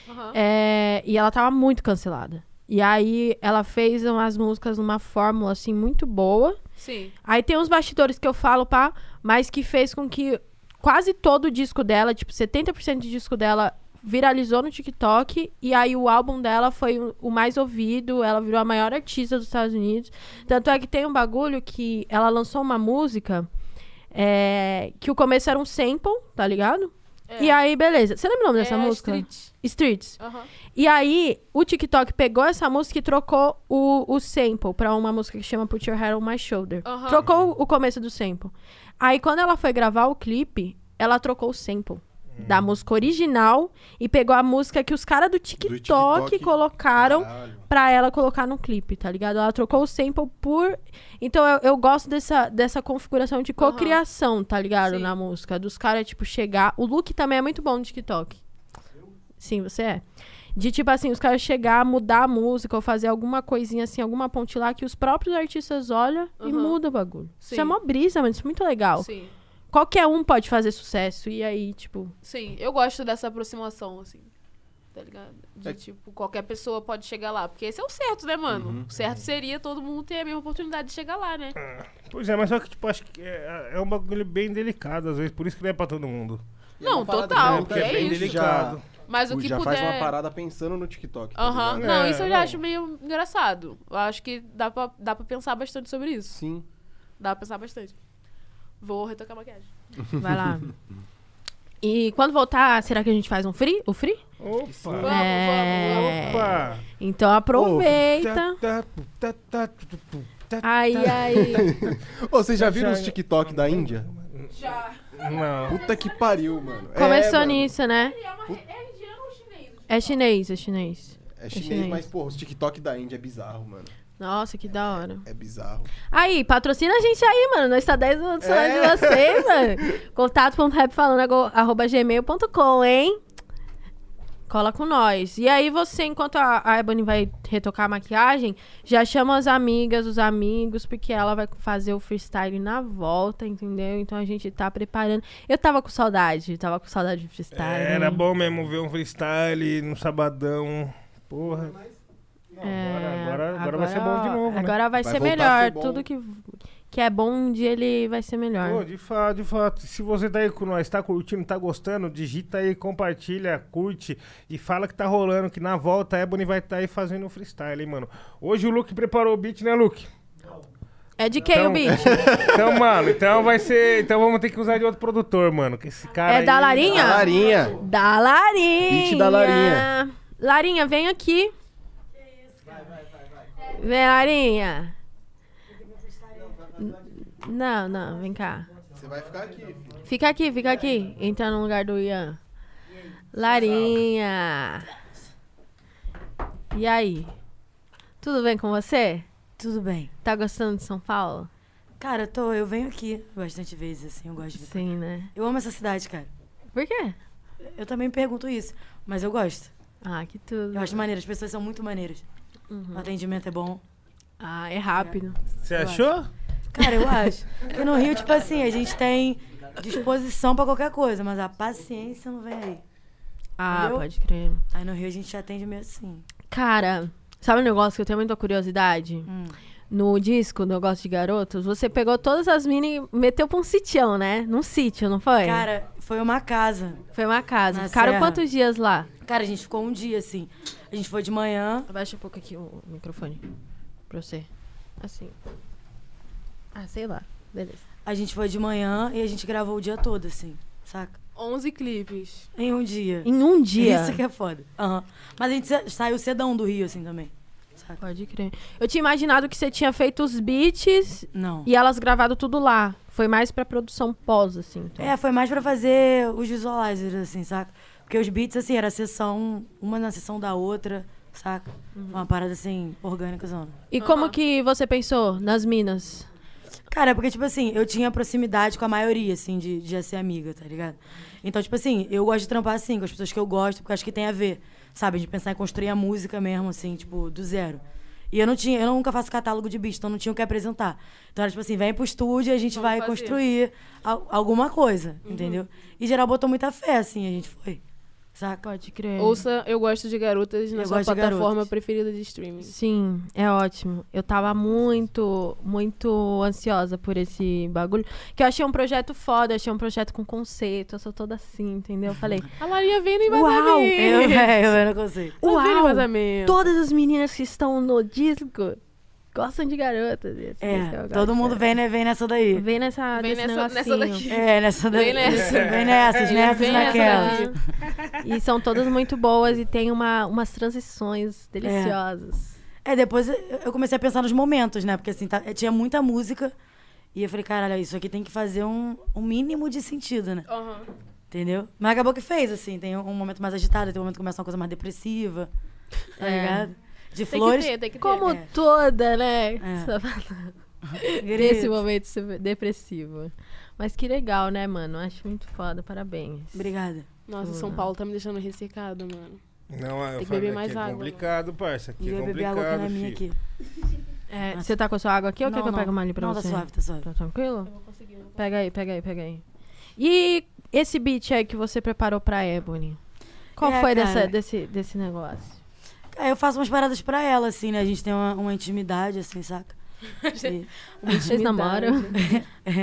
S3: aham.
S1: É, e ela tava muito cancelada. E aí ela fez umas músicas numa fórmula, assim, muito boa.
S3: Sim.
S1: Aí tem uns bastidores que eu falo, pá, mas que fez com que quase todo o disco dela, tipo, 70% do disco dela viralizou no TikTok e aí o álbum dela foi o- o mais ouvido, ela virou a maior artista dos Estados Unidos. Tanto é que tem um bagulho que ela lançou uma música é, que o começo era um sample, tá ligado?
S3: É.
S1: E aí, beleza. Você lembra o nome dessa
S3: É,
S1: música?
S3: Street.
S1: Streets.
S3: Aham.
S1: E aí, o TikTok pegou essa música e trocou o, o sample pra uma música que chama Put Your Hair on My Shoulder.
S3: Aham.
S1: Trocou o começo do sample. Aí, quando ela foi gravar o clipe, ela trocou o sample da música original e pegou a música que os caras do TikTok,
S2: TikTok.
S1: colocaram
S2: Caralho.
S1: pra ela colocar no clipe, tá ligado? Ela trocou o sample por. Então eu, eu gosto dessa, dessa configuração de cocriação, tá ligado?
S3: Sim.
S1: Na música. Dos caras, tipo, chegar. O look também é muito bom no TikTok. Sim, você é. De tipo assim, os caras chegar, mudar a música ou fazer alguma coisinha assim, alguma ponte lá que os próprios artistas olham e
S3: Aham.
S1: muda o bagulho. Isso é
S3: Sim.
S1: mó brisa, mano. Isso é muito legal.
S3: Sim.
S1: Qualquer um pode fazer sucesso. E aí, tipo.
S3: Sim, eu gosto dessa aproximação, assim. Tá ligado? De,
S2: É.
S3: tipo, qualquer pessoa pode chegar lá. Porque esse é o certo, né, mano?
S4: Uhum.
S3: O certo seria todo mundo ter a mesma oportunidade de chegar lá, né?
S4: Pois é, mas só que, tipo, acho que é, é um bagulho bem delicado, às vezes, por isso que não é pra todo mundo.
S3: Não,
S4: né?
S3: total.
S4: Porque
S3: é
S4: é bem
S3: isso.
S4: delicado.
S3: Mas o que
S2: já
S3: puder.
S2: faz uma parada pensando no TikTok. tá
S3: Aham,
S2: ligado?
S3: não,
S4: É,
S3: isso eu
S4: não.
S3: já acho meio engraçado. Eu acho que dá pra, dá pra pensar bastante sobre isso.
S2: Sim.
S3: Dá pra pensar bastante. Vou retocar a maquiagem.
S1: Vai lá. E quando voltar, será que a gente faz um free? O free?
S4: Opa!
S3: Vamos, vamos,
S1: É.
S4: Opa!
S1: Então aproveita.
S4: Tá, tá, tá, tá, tu, tu, tá,
S1: Aí,
S4: tá.
S1: aí.
S2: Ô, vocês já
S4: é
S2: viram os TikTok da Índia?
S3: vamos. Já.
S4: Não.
S2: Puta que pariu, mano. É,
S1: Começou
S2: mano.
S1: nisso, né?
S3: É, uma, é indiano ou chinês?
S1: É chinês, é chinês.
S2: É
S1: chinês.
S2: chinês, mas, porra, os TikTok da Índia é bizarro, mano.
S1: Nossa, que da hora.
S2: É bizarro.
S1: Aí, patrocina a gente aí, mano. Nós tá 10 minutos falando
S2: É.
S1: de você, mano. Contato.rapfalando.gmail.com, hein? Cola com nós. E aí você, enquanto a, a Ebony vai retocar a maquiagem, já chama as amigas, os amigos, porque ela vai fazer o freestyle na volta, entendeu? Então a gente tá preparando. Eu tava com saudade, tava com saudade de freestyle.
S4: É,
S1: né?
S4: Era bom mesmo ver um freestyle no sabadão. Porra. Não,
S1: É,
S4: agora, agora, agora vai ser bom de novo, né?
S1: Agora vai,
S2: Vai
S1: ser
S2: voltar a
S1: melhor.
S2: ser bom.
S1: Tudo que, que é bom, um dia ele vai ser melhor.
S4: Pô, de fato, de fato. Se você tá aí com nós, tá curtindo, tá gostando, digita aí, compartilha, curte e fala que tá rolando, que na volta a Ebony vai estar aí fazendo um freestyle, hein, mano. Hoje o Luke preparou o beat, né, Luke?
S1: É de quem
S4: Então-
S1: o beat?
S4: Então, mano, então vai ser. Então vamos ter que usar de outro produtor, mano. Que esse cara.
S1: É
S4: aí-
S1: da Larinha?
S2: Larinha.
S1: Da Larinha.
S2: Beat da Larinha.
S1: Larinha, vem aqui. Vem, Larinha. Não, não, vem cá.
S2: Você vai ficar aqui. filho.
S1: Fica aqui, fica aqui. Entra no lugar do Ian. Larinha. E aí? Tudo bem com você?
S5: Tudo bem.
S1: Tá gostando de São Paulo?
S5: Cara, eu tô, eu venho aqui bastante vezes, assim, eu gosto de
S1: Sim, né?
S5: Eu amo essa cidade, cara.
S1: Por quê?
S5: Eu também pergunto isso, mas eu gosto.
S1: Ah, que tudo.
S5: Eu acho maneiro, as pessoas são muito maneiras. O atendimento é bom.
S1: Ah, é rápido.
S4: Você achou?
S5: Cara, eu acho. Porque no Rio, tipo assim, a gente tem disposição pra qualquer coisa, mas a paciência não vem aí.
S1: Ah,
S5: Entendeu?
S1: pode crer.
S5: Aí no Rio a gente atende meio assim.
S1: Cara, sabe um negócio que eu tenho muita curiosidade?
S5: Hum.
S1: No disco Negócio de Garotos, você pegou todas as mini e meteu pra um sitião, né? Num sítio, não foi?
S5: Cara, foi uma casa.
S1: Foi uma casa.
S5: na
S1: Ficaram
S5: serra.
S1: quantos dias lá?
S5: Cara, a gente ficou um dia assim. A gente foi de manhã.
S1: Abaixa um pouco aqui o microfone. Pra você. Assim. Ah, sei lá. Beleza.
S5: A gente foi de manhã e a gente gravou o dia todo, assim, saca?
S3: 11 clipes.
S5: Em um dia.
S1: Em um dia.
S5: Isso que é foda. Aham. Mas a gente sa- saiu cedão do Rio, assim, também. Saca?
S1: Pode crer. Eu tinha imaginado que você tinha feito os beats
S5: Não.
S1: e elas gravado tudo lá. Foi mais pra produção pós, assim. então.
S5: É, foi mais pra fazer os visualizers, assim, saca? Porque os beats, assim, era sessão, uma na sessão da outra, saca?
S1: Uhum.
S5: Uma parada, assim, orgânica, zona.
S1: E como que você pensou nas minas?
S5: Cara, é porque, tipo assim, eu tinha proximidade com a maioria, assim, de, de já ser amiga, tá ligado? Então, tipo assim, eu gosto de trampar, assim, com as pessoas que eu gosto, porque eu acho que tem a ver, sabe? De pensar em construir a música mesmo, assim, tipo, do zero. E eu não tinha, eu nunca faço catálogo de bicho, então não tinha o que apresentar. Então era tipo assim, vem pro estúdio e a gente
S3: Vamos
S5: vai
S3: fazer.
S5: construir al- alguma coisa, entendeu? E geral botou muita fé, assim, a gente foi. Saca?
S1: Pode crer.
S3: Ouça Eu Gosto de Garotas na
S5: Eu
S3: sua
S5: Gosto de
S3: plataforma
S5: Garotas.
S3: preferida de streaming.
S1: Sim, é ótimo. Eu tava muito, muito ansiosa por esse bagulho. Que eu achei um projeto foda, achei um projeto com conceito. Eu sou toda assim, entendeu? Eu falei,
S3: A Larinha vem no
S1: Uau!
S5: Eu,
S3: embasamento.
S5: é, eu não consigo.
S3: Ela vem no
S1: uau,
S3: embasamento.
S1: todas as meninas que estão no disco gostam de garotas. E esse disco eu
S5: É,
S1: gosto.
S5: todo mundo vem, né, vem nessa daí.
S1: é. Vem nessa,
S3: Vem
S1: desse
S3: nessa- nessa
S1: negocinho.
S3: daqui.
S5: É, nessa daí.
S3: Vem nessa.
S5: Vem
S1: É,
S5: nessas, nessas
S3: vem
S5: e
S3: nessa
S5: naquelas.
S3: daqui.
S1: E são todas muito boas e tem uma, umas transições deliciosas.
S5: É, depois eu- eu comecei a pensar nos momentos, né? Porque assim, tá- tinha muita música. E eu falei, caralho, isso aqui tem que fazer um, um mínimo de sentido, né?
S3: Aham.
S5: Entendeu? Mas acabou que fez, assim. Tem um momento mais agitado, tem um momento que começa uma coisa mais depressiva. Tá
S1: É.
S5: ligado? De
S3: Tem
S5: flores.
S3: que ter, tem que ter.
S1: Como
S5: É.
S1: toda, né?
S5: É.
S1: Só
S5: grito.
S1: Nesse momento super depressivo. Mas que legal, né, mano? Acho muito foda, parabéns.
S5: Obrigada.
S3: Nossa, São Paulo tá me deixando ressecado, mano.
S4: Não, eu
S3: Tem que
S4: falei,
S3: beber
S4: aqui
S3: mais
S4: é
S3: água,
S4: complicado, parça. Aqui
S5: E
S4: é
S5: eu bebi água aqui na
S4: complicado,
S5: minha
S4: filho.
S5: aqui.
S1: É, você tá com a sua água aqui ou quer
S5: Não,
S1: que eu
S5: não.
S1: pegue uma ali pra
S5: Não,
S1: você?
S5: tá suave, tá suave.
S1: Tá tranquilo? Pega aí, pega aí, pega aí. E esse beat aí que você preparou pra Ebony? Qual
S5: É,
S1: foi
S5: cara.
S1: dessa, desse, desse negócio?
S5: Aí eu faço umas paradas pra ela, assim, né? A gente tem uma, uma intimidade, assim, saca? E-
S1: Vocês namoram?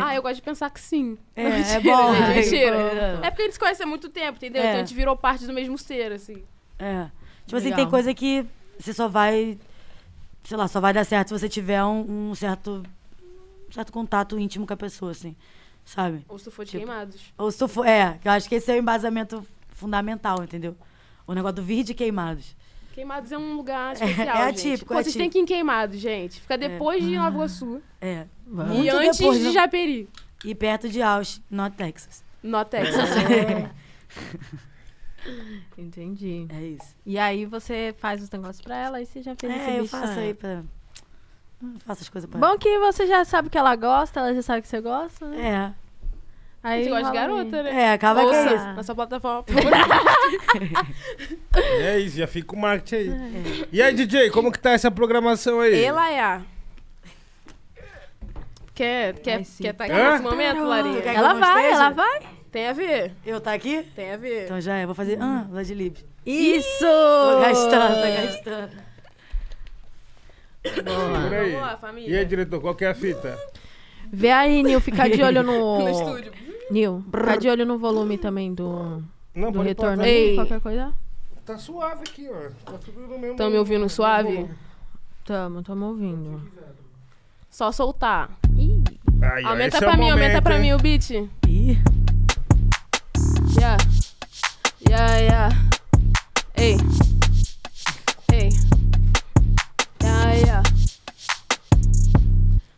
S3: Ah, eu gosto de pensar que sim.
S5: É,
S3: Não,
S5: é
S3: mentira,
S5: bom,
S3: gente,
S5: é
S3: mentira.
S5: bom.
S3: É porque a gente se conhece há muito tempo, entendeu?
S5: É.
S3: Então a gente virou parte do mesmo ser, assim.
S5: É. Tipo assim,
S1: Legal.
S5: tem coisa que você só vai. Sei lá, só vai dar certo se você tiver um, um certo. um certo contato íntimo com a pessoa, assim. Sabe?
S3: Ou se tu for de
S5: Tipo-
S3: queimados.
S5: Ou se tu for. É, eu acho que esse é o embasamento fundamental, entendeu? O negócio do vir de queimados.
S3: Queimados é um lugar especial.
S5: é
S3: gente.
S5: atípico,
S3: Pô,
S5: é
S3: Vocês têm
S5: atípico.
S3: que ir em queimados, gente. Fica depois de Nova Iguaçu.
S5: É.
S1: Vamos.
S3: e
S5: Muito
S3: antes
S5: depois,
S3: de
S5: né?
S3: Japeri.
S5: E perto de Austin, no Texas.
S3: No Texas.
S1: Entendi.
S5: É isso.
S1: E aí você faz os negócios pra ela e você já fez esse
S5: É,
S1: beat
S5: eu faço
S1: pra
S5: aí
S1: ela.
S5: pra. eu Faço as coisas pra.
S1: Bom que você já sabe que ela gosta, ela já sabe que você gosta, né?
S5: É.
S1: Aí
S3: Você gosta de
S1: rola
S3: garota, né?
S5: É, acaba que é
S3: Ouça
S5: isso.
S3: na sua plataforma.
S4: E é isso, já fica o marketing
S3: É.
S4: aí. E aí, DJ, como que tá essa programação aí?
S3: Ela é a. Quer, quer,
S1: Vai sim.
S3: quer tá aqui
S4: Hã?
S3: nesse momento,
S5: Tu
S3: Larinha?
S5: quer-
S1: Ela
S5: Como
S1: vai,
S5: esteja?
S1: ela vai.
S3: Tem a ver.
S5: Eu tá aqui?
S3: Tem a ver.
S5: Então já é, vou fazer. Ah, lá de Libs.
S1: Isso!
S5: Tô gastando, tô gastando.
S4: Por aí.
S3: Vamos
S4: E
S3: lá,
S4: aí,
S3: família.
S4: diretor, qual que é a fita?
S1: Vê aí, Nil, fica de olho no.
S3: No estúdio.
S1: Nil, fica de olho no volume também do,
S4: Não,
S1: do
S4: pode
S1: retorno.
S4: pausar.
S1: aí,
S3: Ei.
S1: qualquer coisa?
S4: Tá suave aqui, ó. Tá subindo mesmo.
S3: Tão me ouvindo suave?
S1: Tamo, tamo ouvindo.
S3: Só soltar.
S4: Aí, ó,
S3: aumenta
S4: esse é
S3: pra
S4: o
S3: mim, aumenta
S4: momento,
S3: pra
S4: hein?
S3: mim o beat.
S5: Ih.
S3: Yeah. Yeah, yeah. Ei. Ei. Yeah, yeah.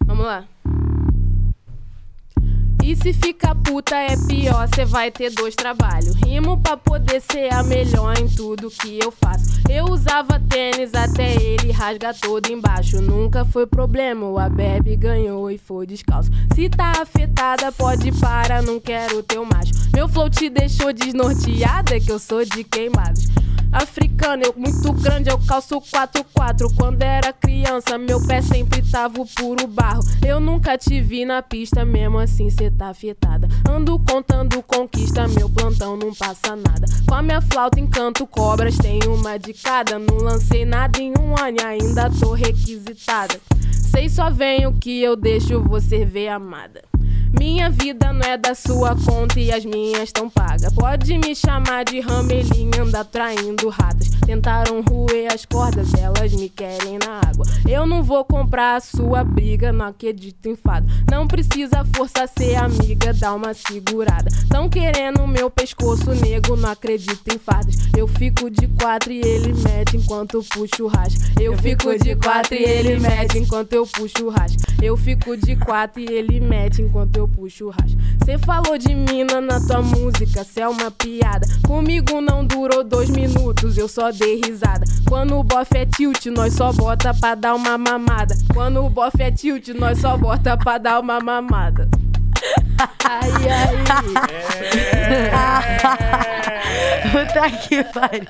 S3: Vamos lá. E se fica puta é pior, cê vai ter dois trabalhos. Rimo pra poder ser a melhor em tudo que eu faço. Eu usava tênis até ele rasga todo embaixo. Nunca foi problema, a Bebe ganhou e foi descalço. Se tá afetada, pode parar, não quero teu macho. Meu flow te deixou desnorteada, que eu sou de queimados. Africano, eu muito grande, eu calço 4-4. Quando era criança, meu pé sempre tava o puro barro. Eu nunca te vi na pista, mesmo assim cê tá afetada. Ando contando conquista, meu plantão não passa nada. Com a minha flauta encanto cobras, tem uma de cada. Não lancei nada em um ano e ainda tô requisitada. Sei só venho que eu deixo você ver amada. Minha vida não é da sua conta e as minhas tão pagas. Pode me chamar de ramelinha, anda traindo ratas. Tentaram roer as cordas, elas me querem na água. Eu não vou comprar a sua briga, não acredito em fado. Não precisa força ser amiga, dá uma segurada. Tão querendo o meu pescoço, nego, não acredito em fadas. Eu fico de quatro e ele mete enquanto puxo o rasgo. Eu fico de quatro e ele mete enquanto eu puxo o rasgo. Eu fico de quatro e ele mete enquanto eu puxo o rasgo. Cê falou de mina na tua música, cê é uma piada. Comigo não durou dois minutos, eu só dei risada. Quando o bofe é tilt, nós só bota pra dar uma mamada. Quando o bofe é tilt, nós só bota pra dar uma mamada. Ai, ai.
S5: Puta que pariu.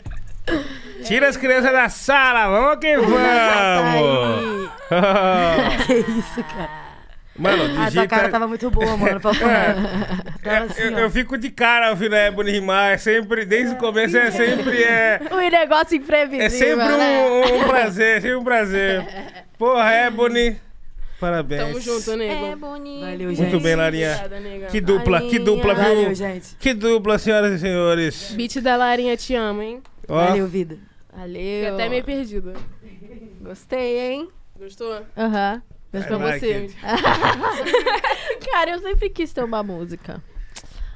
S4: É. Tira as crianças da sala, vamos que vamos!
S1: Aí.
S5: Que isso, cara.
S4: Mano,
S5: Ah,
S4: digita-
S5: tua cara tava muito boa, mano.
S4: É,
S5: Papo reto. Tava assim,
S4: eu,
S5: ó.
S4: eu fico de cara ouvindo a Ebony rimar. É sempre, desde o começo, é sempre. É,
S1: O Um negócio imprevisível.
S4: é sempre
S1: né?
S4: um, um prazer, sempre um prazer. Porra, Ebony. Parabéns.
S3: Tamo junto, né,
S1: É
S3: nego.
S1: bonito.
S5: Valeu, gente.
S4: Muito bem, Larinha.
S3: Obrigada, nega.
S4: Que dupla, que dupla, viu?
S5: Valeu, gente.
S4: Que dupla, senhoras e senhores.
S3: Beat da Larinha te ama, hein?
S4: Ó,
S5: Valeu, vida.
S3: Fiquei
S1: Valeu.
S3: até meio perdida.
S1: Gostei, hein?
S3: Gostou?
S1: Aham.
S3: Mas
S4: I
S3: pra
S4: like
S3: você.
S4: it.
S1: Cara, eu sempre quis ter uma música.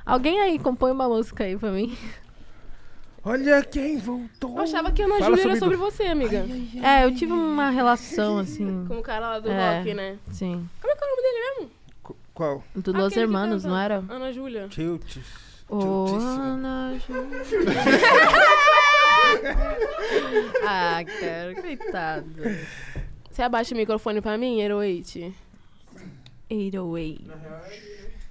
S1: Alguém aí compõe uma música aí pra mim?
S4: Olha quem voltou.
S3: Eu achava que Ana
S4: Fala
S3: Júlia era
S4: sobre
S3: sobre você, amiga.
S1: É, eu tive uma relação, assim,
S3: Com o cara lá do
S1: É.
S3: rock, né?
S1: sim.
S3: Como é que é o nome dele mesmo?
S4: Qu- Qual?
S1: Do Los
S3: que
S1: Hermanos,
S3: canta.
S1: não era?
S3: Ana Júlia.
S4: Tilt.
S1: Ô,
S4: Tiltíssimo.
S1: Ana Júlia. Ah, cara, coitado.
S3: Você abaixa o microfone pra mim, Heroite?
S1: 808.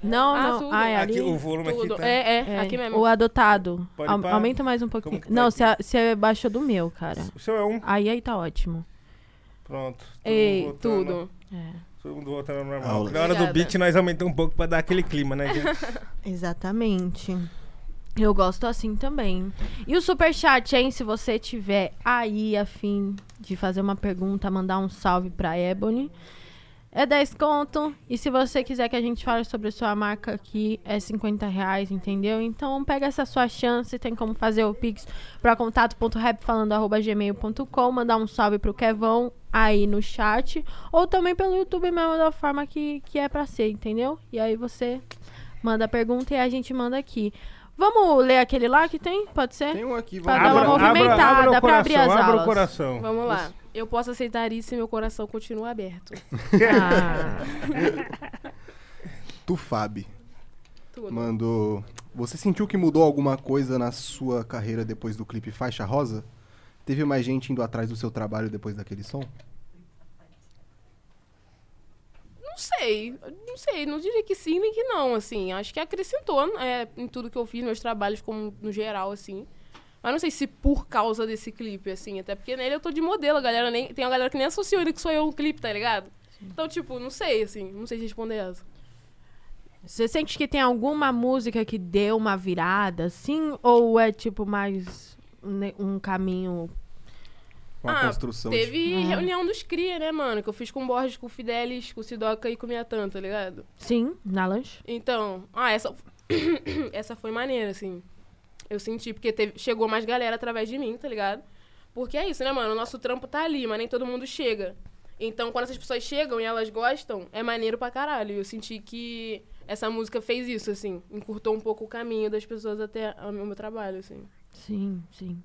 S1: Não,
S3: Ah,
S1: não.
S3: tudo.
S1: Ai, ali.
S4: Aqui, o volume
S3: Tudo.
S4: aqui tá.
S3: É, é,
S1: É,
S3: aqui mesmo.
S1: O adotado.
S4: Pode
S1: Au-
S4: pá?
S1: aumenta mais um pouquinho.
S4: Como que tá
S1: Não,
S4: aqui?
S1: você você baixou do meu, cara.
S4: O seu é um.
S1: Aí aí tá ótimo.
S4: Pronto. Todo mundo
S3: Ei,
S4: voltando.
S3: tudo.
S1: É.
S4: Todo mundo voltando ao normal.
S2: Aulas.
S4: Na hora do
S3: Obrigada.
S4: beat, nós aumentamos um pouco pra dar aquele clima, né, gente?
S1: Exatamente. Eu gosto assim também. E o superchat, hein? Se você tiver aí a fim de fazer uma pergunta, mandar um salve pra Ebony, é 10 conto. E se você quiser que a gente fale sobre a sua marca aqui, é 50 reais, entendeu? Então pega essa sua chance, tem como fazer o Pix pra contato.rapfalando.gmail.com, mandar um salve pro Kevão aí no chat, ou também pelo YouTube mesmo, da forma que, que é pra ser, entendeu? E aí você manda a pergunta e a gente manda aqui. Vamos ler aquele lá que tem? Pode ser?
S2: Tem um aqui,
S1: Pra dar
S2: vamos
S1: uma
S2: lá.
S1: movimentada.
S4: o
S1: pra abrir as
S4: abra
S1: aulas.
S4: o coração.
S3: Vamos lá. Eu posso aceitar isso se meu coração continua aberto.
S1: Ah,
S2: Tufab
S3: Tudo.
S2: mandou. Você sentiu que mudou alguma coisa na sua carreira depois do clipe Faixa Rosa? Teve mais gente indo atrás do seu trabalho depois daquele som?
S3: Não sei, não sei, não diria que sim nem que não, assim. Acho que acrescentou é, em tudo que eu fiz, meus trabalhos como no geral, assim. Mas não sei se por causa desse clipe, assim, até porque nele eu tô de modelo, a galera nem. Tem uma galera que nem associou ele que sou eu o clipe, tá ligado? Então, tipo, não sei, assim, não sei responder essa.
S1: você sente que tem alguma música que deu uma virada, assim? Ou é tipo mais ne- um caminho.
S2: Uma
S3: Ah,
S2: construção. de-
S3: Teve reunião dos CRIA, né, mano? Que eu fiz com o Borges, com o Fidelis, com o Sidoca e com o Miatan, tá ligado?
S1: Sim, na lanche?
S3: Então, ah, essa, essa foi maneira, assim. Eu senti, porque teve- chegou mais galera através de mim, tá ligado? Porque é isso, né, mano? O nosso trampo tá ali, mas nem todo mundo chega. Então, quando essas pessoas chegam e elas gostam, é maneiro pra caralho. E Eu senti que essa música fez isso, assim. Encurtou um pouco o caminho das pessoas até o meu trabalho, assim.
S1: Sim, sim.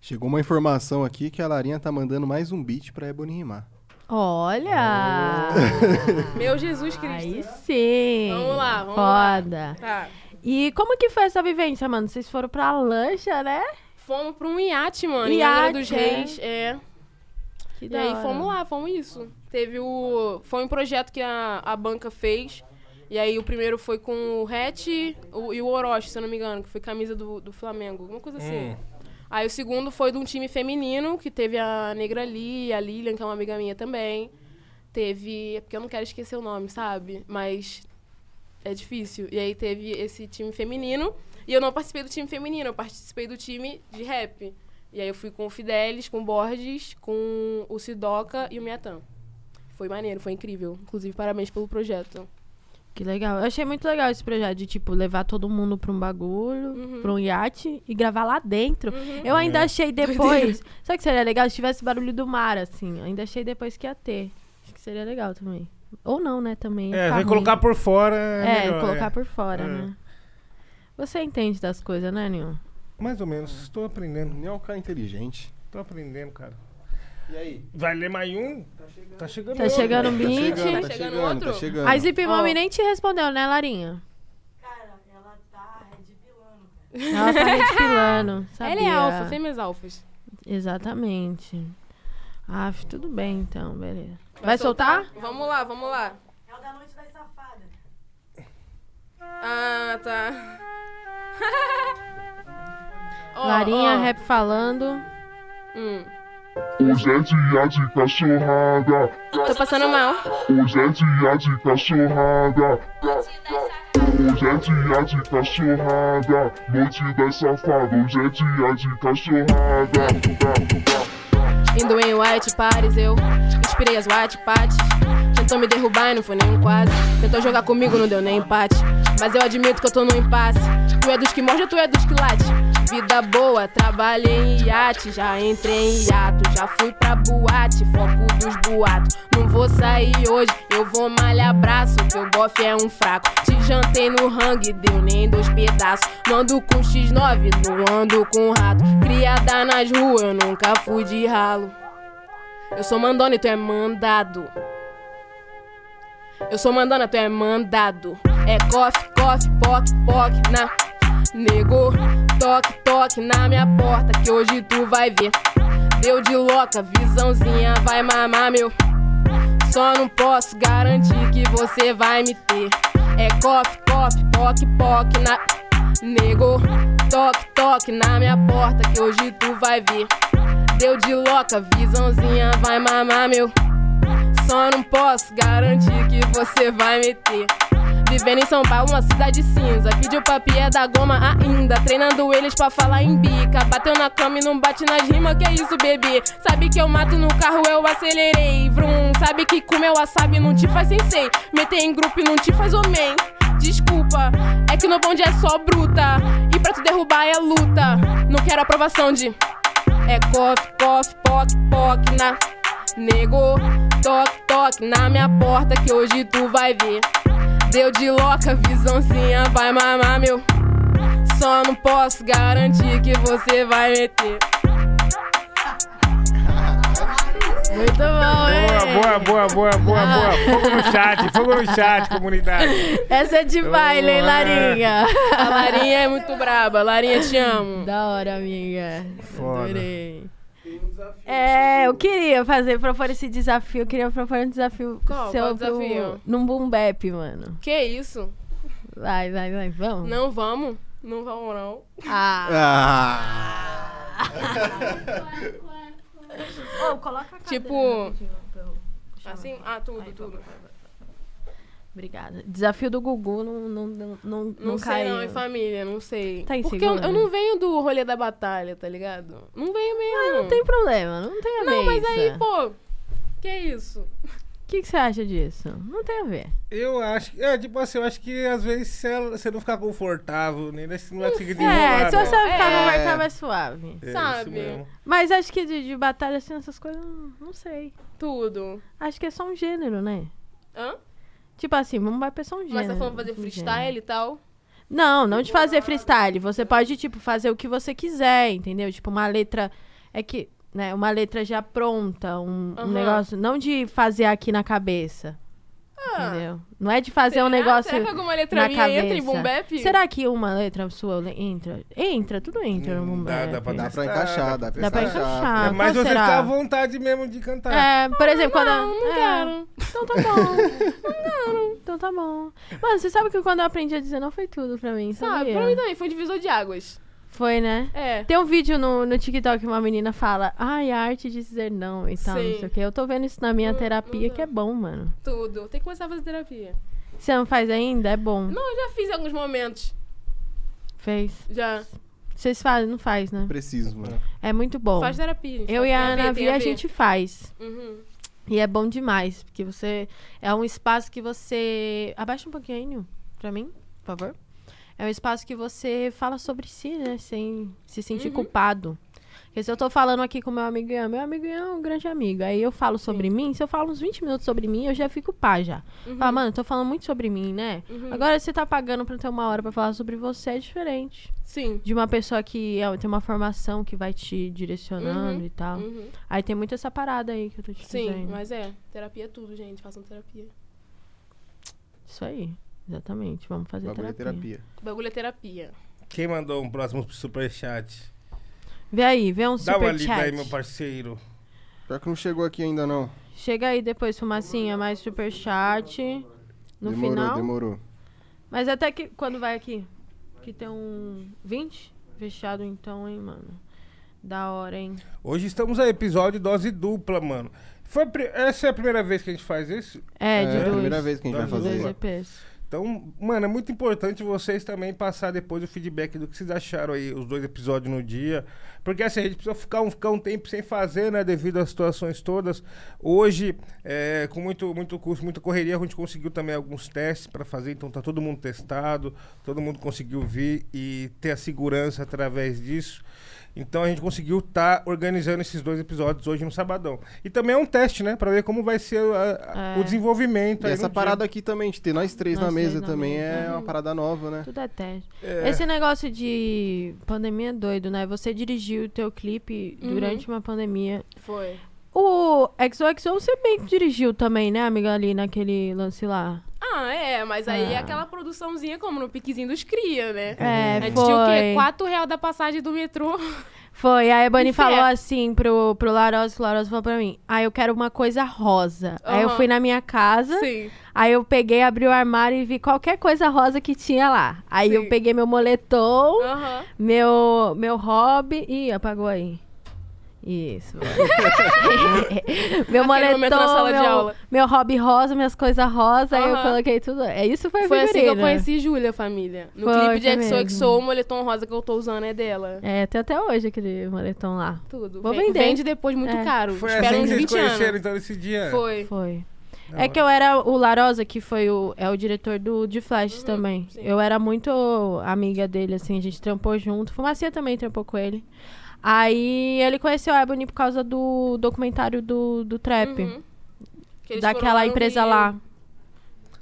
S2: Chegou uma informação aqui que a Larinha tá mandando mais um beat pra Ebony rimar.
S1: Olha!
S3: Meu Jesus Cristo.
S1: Ah, Aí sim!
S3: Vamos lá, vamos lá.
S1: Foda.
S3: Tá.
S1: E como que foi essa vivência, mano? Vocês foram pra lancha, né?
S3: Fomos pra um iate, mano.
S1: Iate,
S3: em Angra dos
S1: é.
S3: Reis. É.
S1: Que
S3: E aí fomos lá, fomos isso. Teve o. Foi um projeto que a, a banca fez. E aí o primeiro foi com o Hatch o- e o Orochi, se eu não me engano, que foi camisa do, do Flamengo, alguma coisa assim.
S4: Hum.
S3: Aí o segundo foi de um time feminino, que teve a Negra Lee, a Lilian, que é uma amiga minha também. Teve. É porque eu não quero esquecer o nome, sabe? Mas é difícil. E aí teve esse time feminino. E eu não participei do time feminino, eu participei do time de rap. E aí eu fui com o Fidelis, com o Borges, com o Sidoca e o Miatan. Foi maneiro, foi incrível. Inclusive, parabéns pelo projeto.
S1: Que legal. Eu achei muito legal esse projeto de, tipo, levar todo mundo pra um bagulho,
S3: Uhum.
S1: pra um iate e gravar lá dentro. Eu
S4: É.
S1: ainda achei depois. Sabe que seria legal se tivesse barulho do mar, assim? Eu ainda achei depois que ia ter. Acho que seria legal também. Ou não, né? Também. ia
S4: É,
S1: ficar
S4: vai
S1: ruim.
S4: colocar por fora.
S1: É,
S4: melhor,
S1: colocar por fora,
S4: É.
S1: né? Você entende das coisas, né, Nil?
S4: Mais ou menos. Estou aprendendo.
S2: Não é um cara inteligente.
S4: Estou aprendendo, cara.
S2: E aí?
S4: Vai ler mais um? Tá chegando.
S1: Tá
S4: outro.
S1: chegando um
S2: Tá
S1: beat.
S2: chegando, tá
S3: Tá chegando
S2: chegando, tá
S3: outro?
S4: É.
S2: chegando.
S1: A Zip Mami
S3: Ó.
S1: nem te respondeu, né, Larinha?
S5: Cara, ela tá redpilando.
S1: Ela tá redpilando.
S3: Ela é alfa, fêmeas alfas.
S1: Exatamente. Ah, tudo bem então, beleza. Vai soltar?
S3: Vamos lá, vamos lá.
S5: É o da noite das safadas.
S3: Ah, tá. Ó,
S1: Larinha,
S3: ó.
S1: rap falando.
S3: Hum.
S9: Hoje é dia de cachorrada.
S3: Tô passando mal.
S9: Hoje é dia de cachorrada. Hoje é dia de cachorrada. Noite das safadas. Hoje é dia de cachorrada.
S3: Indo em white parties, eu inspirei as white pates. Tentou me derrubar e não foi nem um quase. Tentou jogar comigo, não deu nem empate. Mas eu admito que eu tô no impasse. Tu é dos que morde, tu é dos que late. Vida boa, trabalhei em iate, já entrei em hiato, já fui pra boate, foco dos boatos. Não vou sair hoje, eu vou malhar braço, teu bofe é um fraco. Te jantei no hang, deu nem dois pedaços. Não ando com X9, não ando com rato. Criada nas ruas, eu nunca fui de ralo. Eu sou mandona e tu é mandado. Eu sou mandona, tu é mandado. É coffee, coffee, poc, poc, na. Nego, toque, toque na minha porta que hoje tu vai ver. Deu de loca, visãozinha vai mamar meu. Só não posso garantir que você vai me ter. É coffee, coffee, poc, poc na. Nego, toque, toque na minha porta que hoje tu vai ver. Deu de loca, visãozinha vai mamar meu. Só não posso garantir que você vai meter. Vivendo em São Paulo, uma cidade cinza. Pediu papia da goma ainda. Treinando eles pra falar em bica. Bateu na cama e não bate nas rimas, que é isso, bebê? Sabe que eu mato no carro, eu acelerei. Vrum, sabe que com meu wasabi não te faz sensei. Meter em grupo e não te faz homem. Desculpa, é que no bonde é só bruta. E pra tu derrubar é luta. Não quero aprovação de. É cof, cof, poc, poc, na. Nego, toque, toque na minha porta que hoje tu vai ver. Deu de loca, visãozinha vai mamar meu. Só não posso garantir que você vai meter.
S1: Muito bom, hein?
S4: Boa, boa, boa, boa, boa, boa.
S1: Ah.
S4: Fogo no chat, fogo no chat, comunidade.
S1: Essa é de baile, hein, Larinha?
S3: A Larinha é muito braba. Larinha, te amo.
S1: Da hora, amiga.
S4: Foda.
S1: Adorei.
S10: um
S1: É, eu queria fazer, propor esse desafio. Eu queria propor um desafio
S11: Qual?
S1: seu
S11: Qual
S1: pro-
S11: desafio?
S1: num boom bap, mano.
S11: Que isso?
S1: Vai, vai, vai, vamos.
S11: Não vamos? Não vamos, não.
S1: Ah,
S2: Ah.
S10: coloca a
S11: É. Tipo. Assim? Ah, tudo, tudo.
S1: obrigada. Desafio do Gugu não, não, não, não,
S11: Não, sei,
S1: caiu.
S11: não, em família, não sei.
S1: Tá
S11: Porque eu,
S1: insegura?
S11: eu não venho do rolê da batalha, tá ligado? Não venho mesmo.
S1: Não tem problema, não tem a ver.
S11: Não, mas aí,
S1: isso.
S11: pô. Que isso?
S1: O que, que você acha disso? Não tem a ver.
S4: Eu acho que, é, tipo assim, eu acho que às vezes se ela- você não ficar confortável, nem né, você não vai conseguir
S1: É,
S4: derrubar.
S1: se você
S4: né?
S1: ficar
S11: É.
S1: confortável é suave.
S4: É, isso
S11: sabe.
S4: mesmo.
S1: Mas acho que de, de batalha, assim, essas coisas, não não sei.
S11: Tudo.
S1: Acho que é só um gênero, né?
S11: Hã?
S1: Tipo assim, vamos vai pra só um gênero.
S11: Mas tá falando fazer
S1: um
S11: freestyle e tal?
S1: Não, não de fazer freestyle. Você pode, tipo, fazer o que você quiser, entendeu? Tipo, uma letra. É que. Né, uma letra já pronta, um, um
S11: Aham.
S1: negócio. Não de fazer aqui na cabeça.
S11: Ah.
S1: Entendeu? Não é de fazer
S11: será?
S1: um negócio.
S11: Será que alguma letra
S1: na
S11: minha
S1: cabeça.
S11: entra em boom bap?
S1: Será que uma letra sua le- entra? Entra, tudo entra no boom
S4: Hum, Dá,
S1: bap.
S4: dá pra
S2: Dá pra
S4: testar,
S2: encaixar, dá pra
S1: Dá pra encaixar.
S4: É, mas
S1: Ah, Qual
S4: você
S1: será?
S4: ficar à vontade mesmo de cantar.
S1: É, por exemplo, quando.
S11: Ah, Não, não
S1: é.
S11: quero.
S1: Então tá bom. não quero. Então tá bom. Mano, você sabe que quando eu aprendi a dizer não foi tudo pra mim,
S11: Sabe?
S1: sabe?
S11: Pra mim também, foi um divisor de águas.
S1: Foi, né?
S11: É.
S1: Tem um vídeo no, no TikTok que uma menina fala, ai, a arte de dizer não e tal,
S11: Sim. Uhum.
S1: não sei o quê. Eu tô vendo isso na minha
S11: Não-
S1: terapia,
S11: não
S1: que é
S11: dá.
S1: bom, mano.
S11: Tudo. Tem que começar a fazer terapia.
S1: Você não faz ainda? É bom.
S11: Não, eu já fiz em alguns momentos.
S1: Fez.
S11: Já.
S1: Vocês fazem? Não faz, né?
S2: Preciso, mano.
S1: É muito bom.
S11: Faz terapia. gente.
S1: Eu
S11: Tem
S1: e a
S11: ver,
S1: Ana
S11: tem
S1: Vi, a
S11: ver.
S1: gente faz.
S11: Uhum.
S1: E é bom demais, porque você... É um espaço que você... Abaixa um pouquinho pra mim, por favor. É um espaço que você fala sobre si, né? Sem se sentir
S11: Uhum.
S1: culpado. Porque se eu tô falando aqui com meu amigo Ian, meu amigo Ian é um grande amigo. Aí eu falo sobre mim, se eu falo uns 20 minutos sobre mim, eu já fico pá já.
S11: Uhum.
S1: Fala, mano, eu tô falando muito sobre mim, né? Agora você tá pagando pra ter uma hora pra falar sobre você, é diferente.
S11: Sim.
S1: De uma pessoa que é, tem uma formação que vai te direcionando
S11: Uhum,
S1: e tal.
S11: Uhum.
S1: Aí tem muito essa parada aí Ah, que eu tô te
S11: Sim,
S1: dizendo.
S11: mas é. Terapia é tudo, gente. Façam terapia.
S1: Isso aí, exatamente. Vamos fazer
S2: Bagulho é
S1: terapia.
S2: terapia.
S11: Bagulho é terapia.
S4: Quem mandou um próximo superchat?
S1: Vê aí, vê um
S4: Dá uma
S1: super
S4: lida
S1: chat.
S4: aí, meu parceiro.
S2: Pior que não chegou aqui ainda, não.
S1: Chega aí depois, fumacinha, mais super chat. No
S2: demorou,
S1: final.
S2: demorou.
S1: Mas até que quando vai aqui? Que tem um 20 fechado então, hein, mano. Da hora, hein?
S4: Hoje estamos a episódio dose dupla, mano. Foi a pri- Essa é a primeira vez que a gente faz isso?
S1: É, de
S2: É a
S1: dois.
S2: primeira vez que a gente vai
S4: Dose
S2: fazer.
S4: dupla.
S1: EPs.
S4: Então, mano, é muito importante vocês também passar depois o feedback do que vocês acharam aí, os dois episódios no dia. Porque assim, a gente precisa ficar um, ficar um tempo sem fazer, né? Devido às situações todas. Hoje, é, com muito, muito curso, muita correria, a gente conseguiu também alguns testes para fazer. Então tá todo mundo testado, todo mundo conseguiu vir e ter a segurança através disso. Então a gente conseguiu estar organizando esses dois episódios hoje no sabadão. E também é um teste, né? Pra ver como vai ser a- a-
S1: É.
S4: o desenvolvimento.
S2: E
S4: aí
S2: essa
S4: no dia.
S2: parada aqui também, de ter nós três
S1: Nós
S2: na
S1: três
S2: mesa
S1: na
S2: também
S1: mesa. Hum.
S2: é uma parada nova, né?
S1: Tudo é teste.
S4: É.
S1: Esse negócio de pandemia é doido, né? Você dirigiu o teu clipe
S3: Uhum.
S1: durante uma pandemia.
S3: Foi.
S1: O XOXO você bem que dirigiu também, né, amiga, ali naquele lance lá.
S3: Ah, é, mas aí é
S1: Ah.
S3: aquela produçãozinha como no piquezinho dos cria, né?
S1: É,
S3: A gente tinha o quê?
S1: foi.
S3: 4 real da passagem do metrô.
S1: Foi, aí a Bunny
S3: Inferno.
S1: falou assim pro, pro Larosa, que o Larosa falou pra mim, ah, eu quero uma coisa rosa. Aí eu
S3: Aham.
S1: fui na minha casa,
S3: Sim.
S1: aí eu peguei, abri o armário e vi qualquer coisa rosa que tinha lá. Aí eu
S3: Sim. Ah.
S1: peguei meu moletom,
S3: Aham.
S1: meu, meu hobby... Ih, apagou aí. Isso. meu
S3: Aquele momento na
S1: moletom,
S3: sala de
S1: meu,
S3: aula.
S1: meu hobby rosa, minhas coisas rosa, aí eu
S3: Aham.
S1: coloquei tudo. É isso foi,
S3: Foi assim que eu
S1: figurino.
S3: conheci Júlia, família. No
S1: Foi, foi
S3: clipe de XOXO,
S1: mesmo.
S3: o moletom rosa que eu tô usando é dela.
S1: É, tem até hoje aquele moletom lá.
S3: Tudo.
S1: Vou
S3: Vem-
S1: vender.
S3: Vende depois muito
S1: É.
S3: caro.
S4: Foi
S3: Espera
S4: assim que
S3: uns
S4: vocês
S3: 20 anos.
S4: conheceram, então, esse dia?
S3: Foi.
S1: Foi.
S4: Da
S1: É
S4: hora.
S1: que eu era o Larosa, que foi o, é o diretor do de Flash também.
S3: Uhum, sim.
S1: Eu era muito amiga dele, assim, a gente trampou junto. Fumacia também trampou com ele. Aí ele conheceu a Ebony por causa do documentário do, do Trap.
S3: Uhum. Que eles foram
S1: Daquela
S3: no
S1: empresa
S3: Rio.
S1: lá.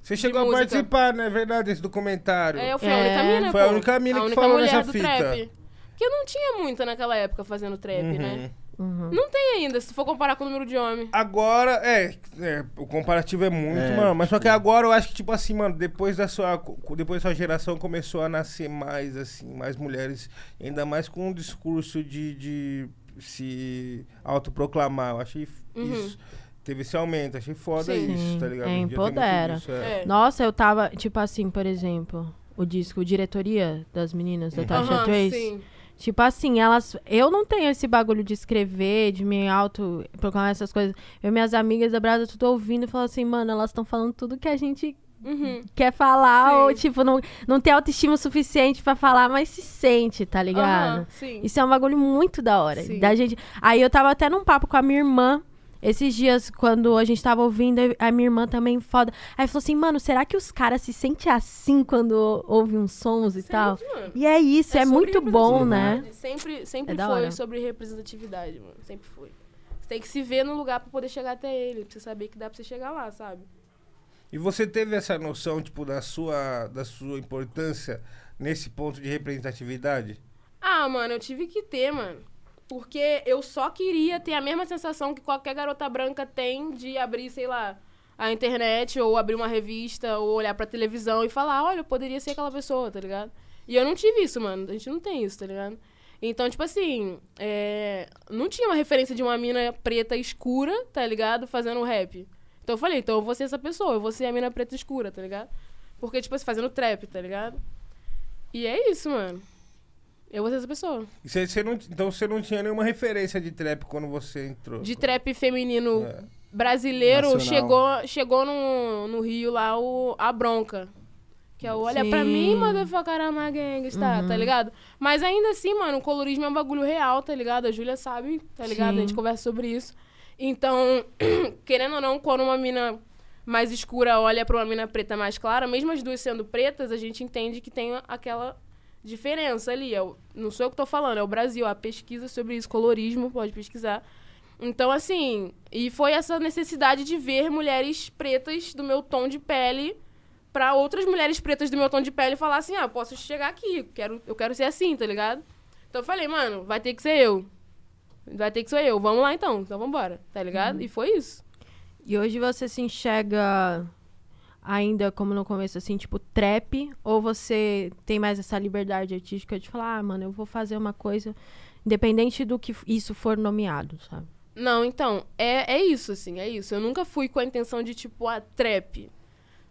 S4: Você chegou a
S3: música.
S4: participar, né? Verdade, desse documentário.
S3: É, eu fui a única
S1: É.
S3: mina,
S4: Foi a
S3: pô.
S4: única mina que
S3: única
S4: falou
S3: mulher
S4: nessa
S3: do
S4: fita.
S3: Trap. Porque não tinha muita naquela época fazendo trap, né?
S1: Uhum.
S3: Não tem ainda, se for comparar com o número de homem.
S4: Agora, é, é, o comparativo é muito,
S2: É,
S4: mano. Mas só que agora eu acho que, tipo assim, mano, depois da sua. co- Depois da sua geração começou a nascer mais, assim, mais mulheres. Ainda mais com um discurso de, de se autoproclamar. Eu achei f- isso. Teve esse aumento, achei foda
S3: Uhum. Sim.
S4: isso, tá
S1: Sim,
S4: ligado?
S1: é,
S4: Hoje em dia tem muito
S1: empodera.
S4: disso, é.
S3: É.
S1: Nossa, eu tava, tipo assim, por exemplo, o disco Diretoria das Meninas da Tasha
S3: Aham,
S1: Trace.
S3: sim.
S1: Tipo assim, elas. Eu não tenho esse bagulho de escrever, de me auto proclamar essas coisas. Eu e minhas amigas da Brasa, tudo ouvindo, e falando assim, mano, elas estão falando tudo que a gente
S3: Uhum.
S1: quer falar,
S3: Sim.
S1: ou tipo, não, não tem autoestima suficiente pra falar, mas se sente, tá ligado?
S3: Aham, sim.
S1: Isso é um bagulho muito da hora.
S3: Sim.
S1: Da gente... Aí eu tava até num papo com a minha irmã. Esses dias, quando a gente tava ouvindo, a minha irmã também foda. Aí falou assim, mano, será que os caras se sentem assim quando ouvem uns sons e tal?
S3: mano.
S1: E é isso, é,
S3: sobre
S1: muito bom, né?
S3: representatividade. Sempre, sempre
S1: É da hora.
S3: foi sobre representatividade, mano. Sempre foi. Você tem que se ver no lugar pra poder chegar até ele. Pra você saber que dá pra você chegar lá, sabe?
S4: E você teve essa noção, tipo, da sua, da sua importância nesse ponto de representatividade?
S3: Ah, mano, eu tive que ter, mano. Porque eu só queria ter a mesma sensação que qualquer garota branca tem de abrir, sei lá, a internet, ou abrir uma revista, ou olhar pra televisão e falar, olha, eu poderia ser aquela pessoa, tá ligado? E eu não tive isso, mano. A gente não tem isso, tá ligado? Então, tipo assim, é, não tinha uma referência de uma mina preta escura, tá ligado? Fazendo rap. Então eu falei, então eu vou ser essa pessoa, eu vou ser a mina preta escura, tá ligado? Porque, tipo assim, fazendo trap, tá ligado? E é isso, mano. Eu vou ser essa pessoa.
S4: E você- você não- então você não tinha nenhuma referência de trap quando você entrou.
S3: De trap feminino
S4: É.
S3: brasileiro,
S2: Nacional.
S3: chegou, chegou no, no Rio lá o, a bronca. Que é o Olha Pra
S1: Sim. Uhum.
S3: Mim, Motherfucker, I'm a Gangsta, tá ligado? Mas ainda assim, mano, o colorismo é um bagulho real, tá ligado? A Júlia sabe, tá ligado?
S1: Sim.
S3: A gente conversa sobre isso. Então, querendo ou não, quando uma mina mais escura olha pra uma mina preta mais clara, mesmo as duas sendo pretas, a gente entende que tem aquela diferença ali. É o- não sou eu que tô falando, é o Brasil. A pesquisa sobre isso, colorismo, pode pesquisar. Então, assim, e foi essa necessidade de ver mulheres pretas do meu tom de pele pra outras mulheres pretas do meu tom de pele falar assim: ah, eu posso chegar aqui, quero, eu quero ser assim, tá ligado? Então eu falei, mano, vai ter que ser eu. Vai ter que ser eu. Vamos lá então, então vambora, tá ligado? E foi isso.
S1: E hoje você se enxerga ainda como no começo, assim, tipo trap? Ou você tem mais essa liberdade artística de falar, ah, mano, eu vou fazer uma coisa, independente do que isso for nomeado, sabe?
S3: Não, então, é, é isso, assim, é isso. Eu nunca fui com a intenção de, tipo, a ah, trap.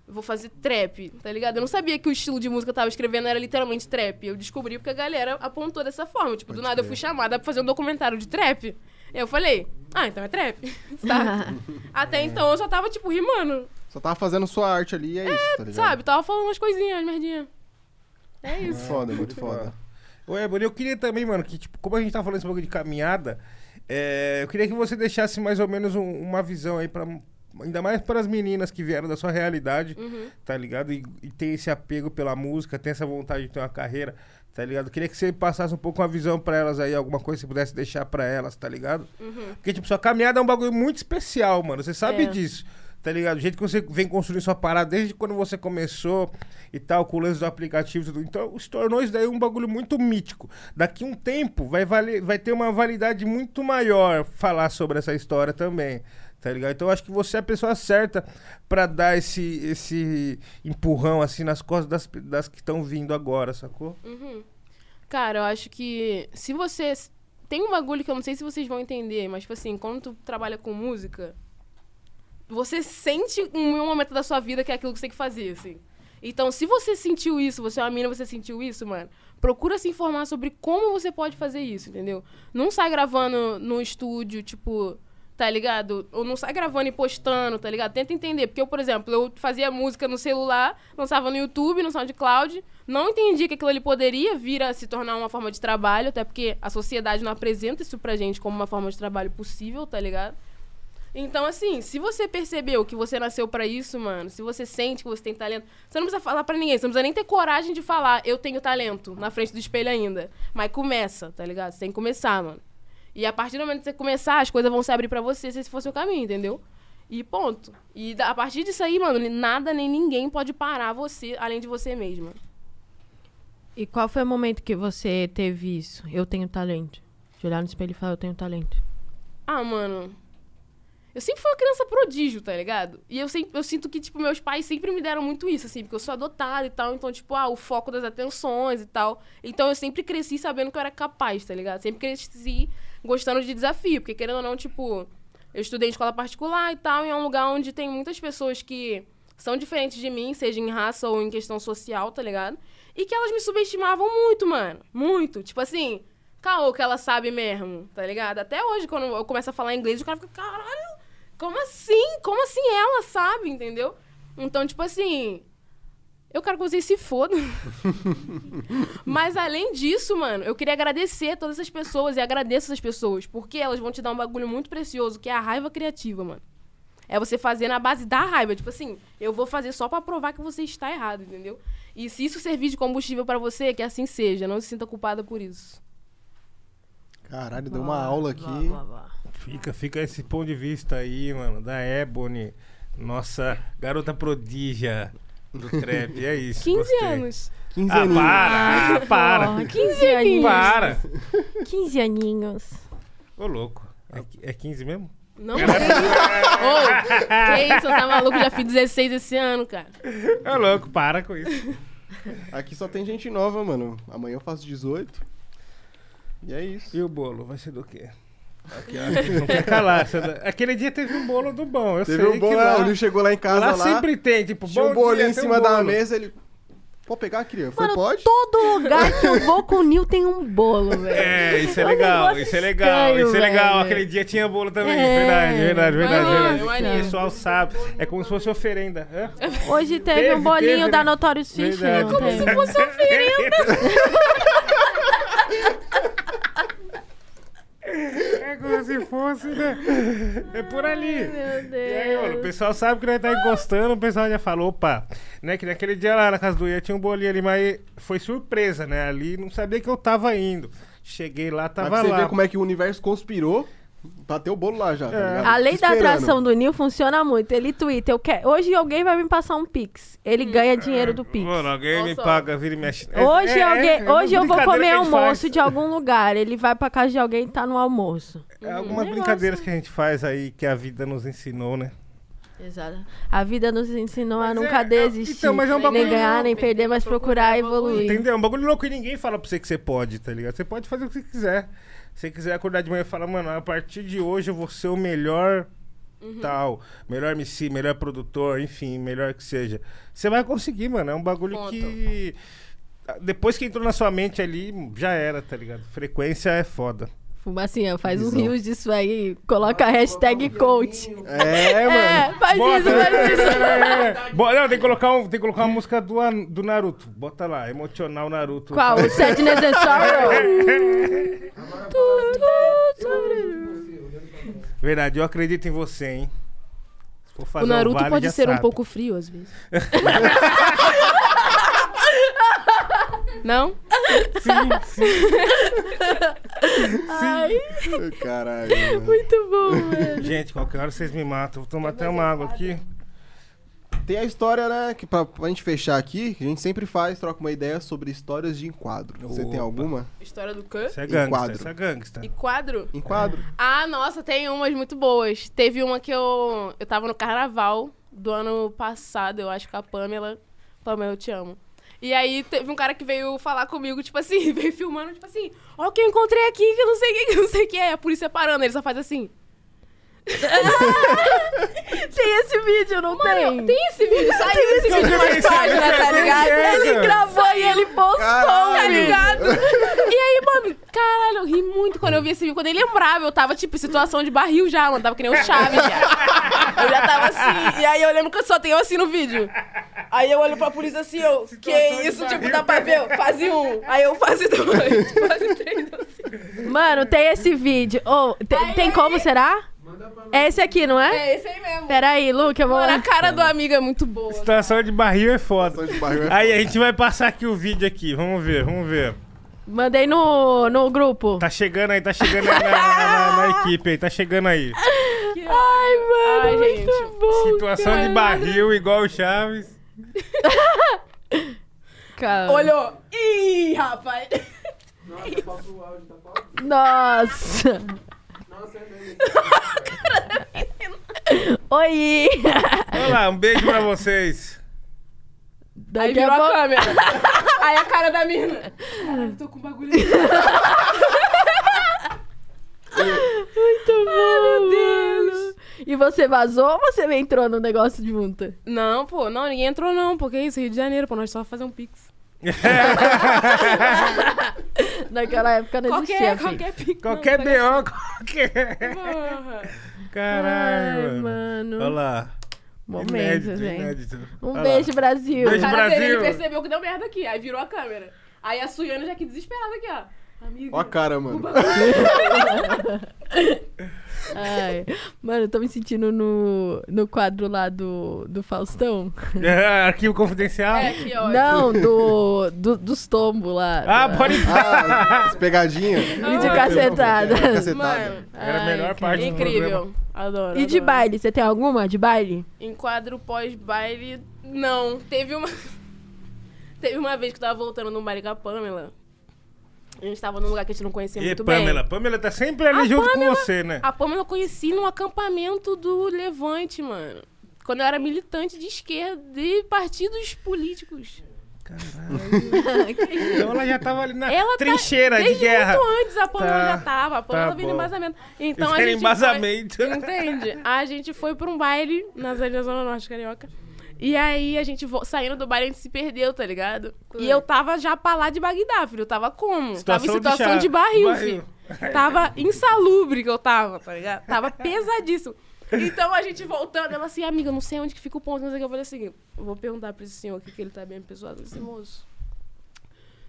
S3: vou fazer trap, tá ligado? Eu não sabia que o estilo de música que eu tava escrevendo era literalmente trap. Eu descobri porque a galera apontou dessa forma. Tipo, do nada eu fui chamada pra fazer um documentário de trap. Eu falei, ah, então é trap, sabe? Até então eu só tava, tipo, rimando,
S2: Só tava fazendo sua arte ali e é, isso, tá ligado?
S3: sabe? Tava falando umas coisinhas, umas merdinhas. É
S2: Muito
S3: isso.
S2: foda, muito foda.
S4: Ô, Ebony, eu queria também, mano, que, tipo, como a gente tá falando esse bagulho de caminhada, é, eu queria que você deixasse mais ou menos um- uma visão aí para Ainda mais para as meninas que vieram da sua realidade,
S12: Uhum.
S4: tá ligado? E, e tem esse apego pela música, tem essa vontade de ter uma carreira, tá ligado? Eu queria que você passasse um pouco uma visão pra elas aí, alguma coisa que você pudesse deixar pra elas, tá ligado?
S12: Uhum.
S4: Porque, tipo, sua caminhada é um bagulho muito especial, mano. Você sabe
S12: É.
S4: disso, tá ligado? O jeito que você vem construindo sua parada desde quando você começou e tal, com o lance do aplicativo e tudo. Então, se tornou isso daí um bagulho muito mítico. Daqui um tempo vai, valer, vai ter uma validade muito maior falar sobre essa história também. Tá ligado? Então eu acho que você é a pessoa certa pra dar esse, esse empurrão assim nas costas das, pe- das que estão vindo agora, sacou?
S3: Uhum. Cara, eu acho que se você. Tem um bagulho que eu não sei se vocês vão entender, mas, tipo assim, quando tu trabalha com música, você sente um momento da sua vida que é aquilo que você tem que fazer, assim. Então, se você sentiu isso, você é uma mina, você sentiu isso, mano, procura se informar sobre como você pode fazer isso, entendeu? Não sai gravando no estúdio, tipo, tá ligado? Ou não sai gravando e postando, tá ligado? Tenta entender. Porque eu, por exemplo, eu fazia música no celular, lançava no YouTube, no SoundCloud, não entendia que aquilo ali poderia vir a se tornar uma forma de trabalho, até porque a sociedade não apresenta isso pra gente como uma forma de trabalho possível, tá ligado? Então, assim, se você percebeu que você nasceu pra isso, mano, se você sente que você tem talento, você não precisa falar pra ninguém, você não precisa nem ter coragem de falar, eu tenho talento, na frente do espelho ainda. Mas começa, tá ligado? Você tem que começar, mano. E a partir do momento que você começar, as coisas vão se abrir pra você, se esse for o seu caminho, entendeu? E ponto. E da- a partir disso aí, mano, nada nem ninguém pode parar você, além de você mesma.
S1: E qual foi o momento que você teve isso? Eu tenho talento. De olhar no espelho e falar, eu tenho talento.
S3: Ah, mano. Eu sempre fui uma criança prodígio, tá ligado? E eu, sempre, eu sinto que, tipo, meus pais sempre me deram muito isso, assim, porque eu sou adotada e tal. Então, tipo, ah, o foco das atenções e tal. Então eu sempre cresci sabendo que eu era capaz, tá ligado? Sempre cresci gostando de desafio, porque querendo ou não, tipo, eu estudei em escola particular e tal, e é um lugar onde tem muitas pessoas que são diferentes de mim, seja em raça ou em questão social, tá ligado? E que elas me subestimavam muito, mano. Muito. Tipo assim, caô que ela sabe mesmo, tá ligado? Até hoje, quando eu começo a falar inglês, o cara fica, caralho, como assim? Como assim ela sabe, entendeu? Então, tipo assim, eu quero que vocês se fodam. Mas além disso, mano, eu queria agradecer todas essas pessoas e agradeço essas pessoas, porque elas vão te dar um bagulho muito precioso, que é a raiva criativa, mano. É você fazer na base da raiva. Tipo assim, eu vou fazer só pra provar que você está errado, entendeu? E se isso servir de combustível pra você, que assim seja. Não se sinta culpada por isso.
S2: Caralho, deu uma aula aqui.
S4: Fica, fica esse ponto de vista aí, mano, da Ebony, nossa garota prodígia do trap. É isso.
S3: 15
S4: gostei.
S3: anos.
S1: 15
S4: ah,
S1: aninhos.
S4: para!
S1: Ah,
S4: Ah, para!
S1: porra, 15 aninhos.
S4: Para!
S1: 15 aninhos.
S4: Ô, louco. É, é 15 mesmo?
S3: Não, que isso? Ô, que isso? Tá maluco? Já fiz 16 esse ano, cara.
S4: É louco, para com isso.
S2: Aqui só tem gente nova, mano. Amanhã eu faço 18. E é isso.
S4: E o bolo? Vai ser do quê? Aqui, ó, não quer calar. essa da- Aquele dia teve um bolo do bom. Eu
S2: Teve
S4: sei
S2: um bolo,
S4: que
S2: lá,
S4: lá,
S2: o Nil chegou lá em casa lá.
S4: sempre tem, tipo,
S2: Tinha um
S4: bom
S2: bolinho
S4: dia,
S2: em
S4: tem um
S2: cima da
S4: bolo.
S2: mesa, ele. Pô, pegar, cria. Foi,
S1: Mano,
S2: pode?
S1: Todo lugar que eu vou com o Nil tem um bolo, velho.
S4: É, isso é
S1: um
S4: legal,
S1: negócio
S4: isso é legal,
S1: estranho,
S4: isso é legal.
S1: velho.
S4: Aquele dia tinha bolo também,
S1: É.
S4: verdade, verdade, verdade.
S1: Nossa.
S4: verdade. O pessoal sabe, é como se fosse oferenda. É?
S1: Hoje teve,
S4: Teve,
S1: um bolinho
S4: teve, né?
S1: da Notorious Fish.
S4: Verdade,
S1: não
S4: né?
S1: teve?
S4: Como se fosse É como se fosse, né? É por ali.
S12: Ai,
S4: meu Deus. E aí, mano, o pessoal sabe que nós tá encostando, o pessoal já falou, opa. Né, que naquele dia lá na casa do Ia tinha um bolinho ali, mas foi surpresa, né? Ali não sabia que eu tava indo. Cheguei lá,
S2: Mas
S4: tava
S2: pra você
S4: lá.
S2: ver como é que o universo conspirou. Bateu o bolo lá já. tá
S4: É.
S2: ligado?
S1: A lei da
S2: Esperando.
S1: atração do Nil funciona muito. Ele twitta, eu quero. Hoje alguém vai me passar um Pix. Ele
S4: Hum.
S1: ganha dinheiro do Pix.
S4: Mano, alguém me paga, vira e mexe. É-
S1: Hoje,
S4: é-
S1: alguém,
S4: é- é uma
S1: hoje eu vou
S4: brincadeira que
S1: comer
S4: a gente
S1: almoço
S4: faz.
S1: de algum lugar. Ele vai pra casa de alguém e tá no almoço.
S4: É algumas brincadeiras que a gente faz aí que a vida nos ensinou, né?
S1: Exato. A vida nos ensinou a nunca
S4: é-
S1: desistir.
S4: então, mas é um
S1: nem
S4: bagulho-
S1: ganhar, nem perder, mas procurar evoluir.
S4: Entendeu? É um bagulho louco e ninguém fala pra você que você pode, tá ligado? Você pode fazer o que você quiser. Se você quiser acordar de manhã e falar, mano, a partir de hoje eu vou ser o melhor
S1: Uhum.
S4: tal, melhor MC, melhor produtor, enfim, melhor que seja. Você vai conseguir, mano. É um bagulho
S13: Ponto.
S4: que. Depois que entrou na sua mente ali, já era, tá ligado? Frequência é foda.
S1: Fumacinha, faz um
S4: Visão.
S1: rios disso aí, coloca a hashtag coach.
S4: É, mano.
S1: faz isso, faz isso.
S4: isso. Bora, É. não, tem que colocar, um, tem que colocar uma música do, An- do Naruto. Bota lá, emocional Naruto.
S1: Qual? Ah, O Sadness and
S4: É.
S1: Sorrow? Tu, tu, tu.
S4: Verdade, eu acredito em você, hein? Se for fazer
S13: O
S4: um
S13: Naruto
S4: vale,
S13: pode
S4: já
S13: ser um
S4: sabe.
S13: pouco frio às vezes. Não?
S4: Sim,
S2: Caralho. mano.
S1: Muito bom, velho.
S4: Gente, qualquer hora vocês me matam. Vou tomar até uma água aqui.
S2: Tem a história, né? Que pra, pra gente fechar aqui, que a gente sempre faz, troca uma ideia sobre histórias de enquadro. Você tem
S4: Opa.
S2: alguma?
S3: História do quê?
S4: Você é
S2: Enquadro.
S4: gangsta, você é gangsta.
S3: E quadro?
S2: Enquadro.
S3: Ah, nossa, tem umas muito boas. Teve uma que eu. Eu tava no carnaval do ano passado, eu acho, com a Pamela. Pamela, eu te amo. E aí teve um cara que veio falar comigo, tipo assim, veio filmando, tipo assim, ó o que eu encontrei aqui, que eu não sei o que, que eu não sei o que é. A polícia parando, ele só faz assim.
S1: Tem esse vídeo, não tem?
S3: Tem esse vídeo, saiu esse
S1: Tem
S3: vídeo
S1: esse
S3: na
S4: vídeo,
S3: página, tá
S4: cara.
S3: ligado?
S1: Ele gravou e Ah, ele postou,
S3: Tá
S2: Caralho.
S3: ligado? E aí, mano, caralho, eu ri muito quando eu vi esse vídeo. Quando ele lembrava, eu tava, tipo, em situação de barril já, mano. Tava que nem o Chaves, já. Eu já tava assim. E aí eu lembro que eu só tenho assim no vídeo. Aí eu olho pra polícia assim, eu. que isso, tipo, dá pra ver? Faz um. Aí eu faço dois. Faz três.
S1: Mano, tem esse vídeo. Oh, te-
S3: Aí,
S1: tem
S3: aí.
S1: como, será? É esse aqui, não é?
S3: É esse aí mesmo.
S1: Peraí, Luke, eu vou...
S3: Mano, a cara do amigo é muito boa.
S4: Situação de barril é foda.
S2: História de barril é
S4: Aí
S2: foda.
S4: a gente vai passar aqui o vídeo aqui. Vamos ver, vamos ver.
S1: Mandei no, no grupo.
S4: Tá chegando aí, tá chegando aí na, na- na- na equipe aí, tá chegando aí.
S1: Ai, mano,
S3: Ai,
S1: muito
S3: gente.
S1: bom.
S4: Situação de barril igual o Chaves.
S1: Cara.
S3: Olhou. Ih, rapaz.
S6: Nossa, falta o áudio, tá faltando.
S1: Nossa.
S6: Nossa, é mesmo.
S1: Oi.
S4: Olha lá, um beijo pra vocês.
S1: Daqui
S3: Aí virou
S1: a
S3: a
S1: pouco...
S3: câmera. Aí a cara da mina. Caralho, tô com um bagulho.
S1: Muito bom, meu Deus. E você vazou ou você entrou no negócio junto?
S3: Não, pô, não, ninguém entrou não, porque é isso, Rio de Janeiro, pô, nós só fazer um pix.
S1: Naquela época não existia.
S3: Qualquer,
S1: filho.
S3: qualquer pix.
S4: Qualquer
S3: não,
S4: BO, qualquer.
S3: Porra.
S1: Ai,
S4: Caralho, mano.
S1: mano.
S4: Olha lá.
S1: Momento,
S4: inédito,
S1: gente.
S4: inédito.
S1: Um
S4: Olha lá.
S1: beijo, Brasil.
S4: Beijo,
S3: Cara dele,
S4: Brasil.
S3: ele percebeu que deu merda aqui, aí virou a câmera. Aí a Suiana já aqui desesperada aqui, ó. Amiga.
S2: Ó a cara, mano.
S1: Ai. Mano, eu tô me sentindo no, no quadro lá do, do Faustão.
S4: É, Arquivo confidencial.
S3: É, aqui, ó.
S1: Não, do, do- dos tombos lá.
S4: Ah, pode
S2: Ah, as pegadinhas.
S1: E de cacetada.
S2: Cacetada.
S3: Mano,
S4: Era a melhor parte do programa.
S3: incrível. Adoro.
S1: E de
S3: adoro.
S1: baile, você tem alguma de baile?
S3: Em quadro pós-baile, não. Teve uma. Teve uma vez que eu tava voltando num baile com a Pamela. A gente tava num lugar que a gente não conhecia
S4: E
S3: muito
S4: Pamela,
S3: bem.
S4: Pamela tá sempre ali
S3: A
S4: junto
S3: Pamela-
S4: com você, né?
S3: A Pamela eu conheci num acampamento do Levante, mano. Quando eu era militante de esquerda e partidos políticos.
S4: Então ela já tava ali na
S3: Ela tá-
S4: trincheira de
S3: Desde
S4: guerra.
S3: muito antes a Pamela
S4: Tá,
S3: já tava. A Pamela
S4: tá
S3: veio no
S4: bom.
S3: embasamento.
S4: Então
S3: Então a gente um
S4: embasamento.
S3: Foi, entende? A gente foi pra um baile na Zona Zona Norte Carioca. E aí a gente vo- saindo do baile, a gente se perdeu, tá ligado? E eu tava já pra lá de Bagdá, filho. Eu tava como? tava
S4: Situação
S3: em
S4: de
S3: situação
S4: chá-
S3: de, barril,
S4: barril.
S3: filho. Tava insalubre que eu tava, tá ligado? Tava pesadíssimo. Então a gente voltando, ela assim, amiga, eu não sei onde que fica o ponto, mas é que eu falei assim, eu vou perguntar pra esse senhor aqui que ele tá bem pessoado, esse moço.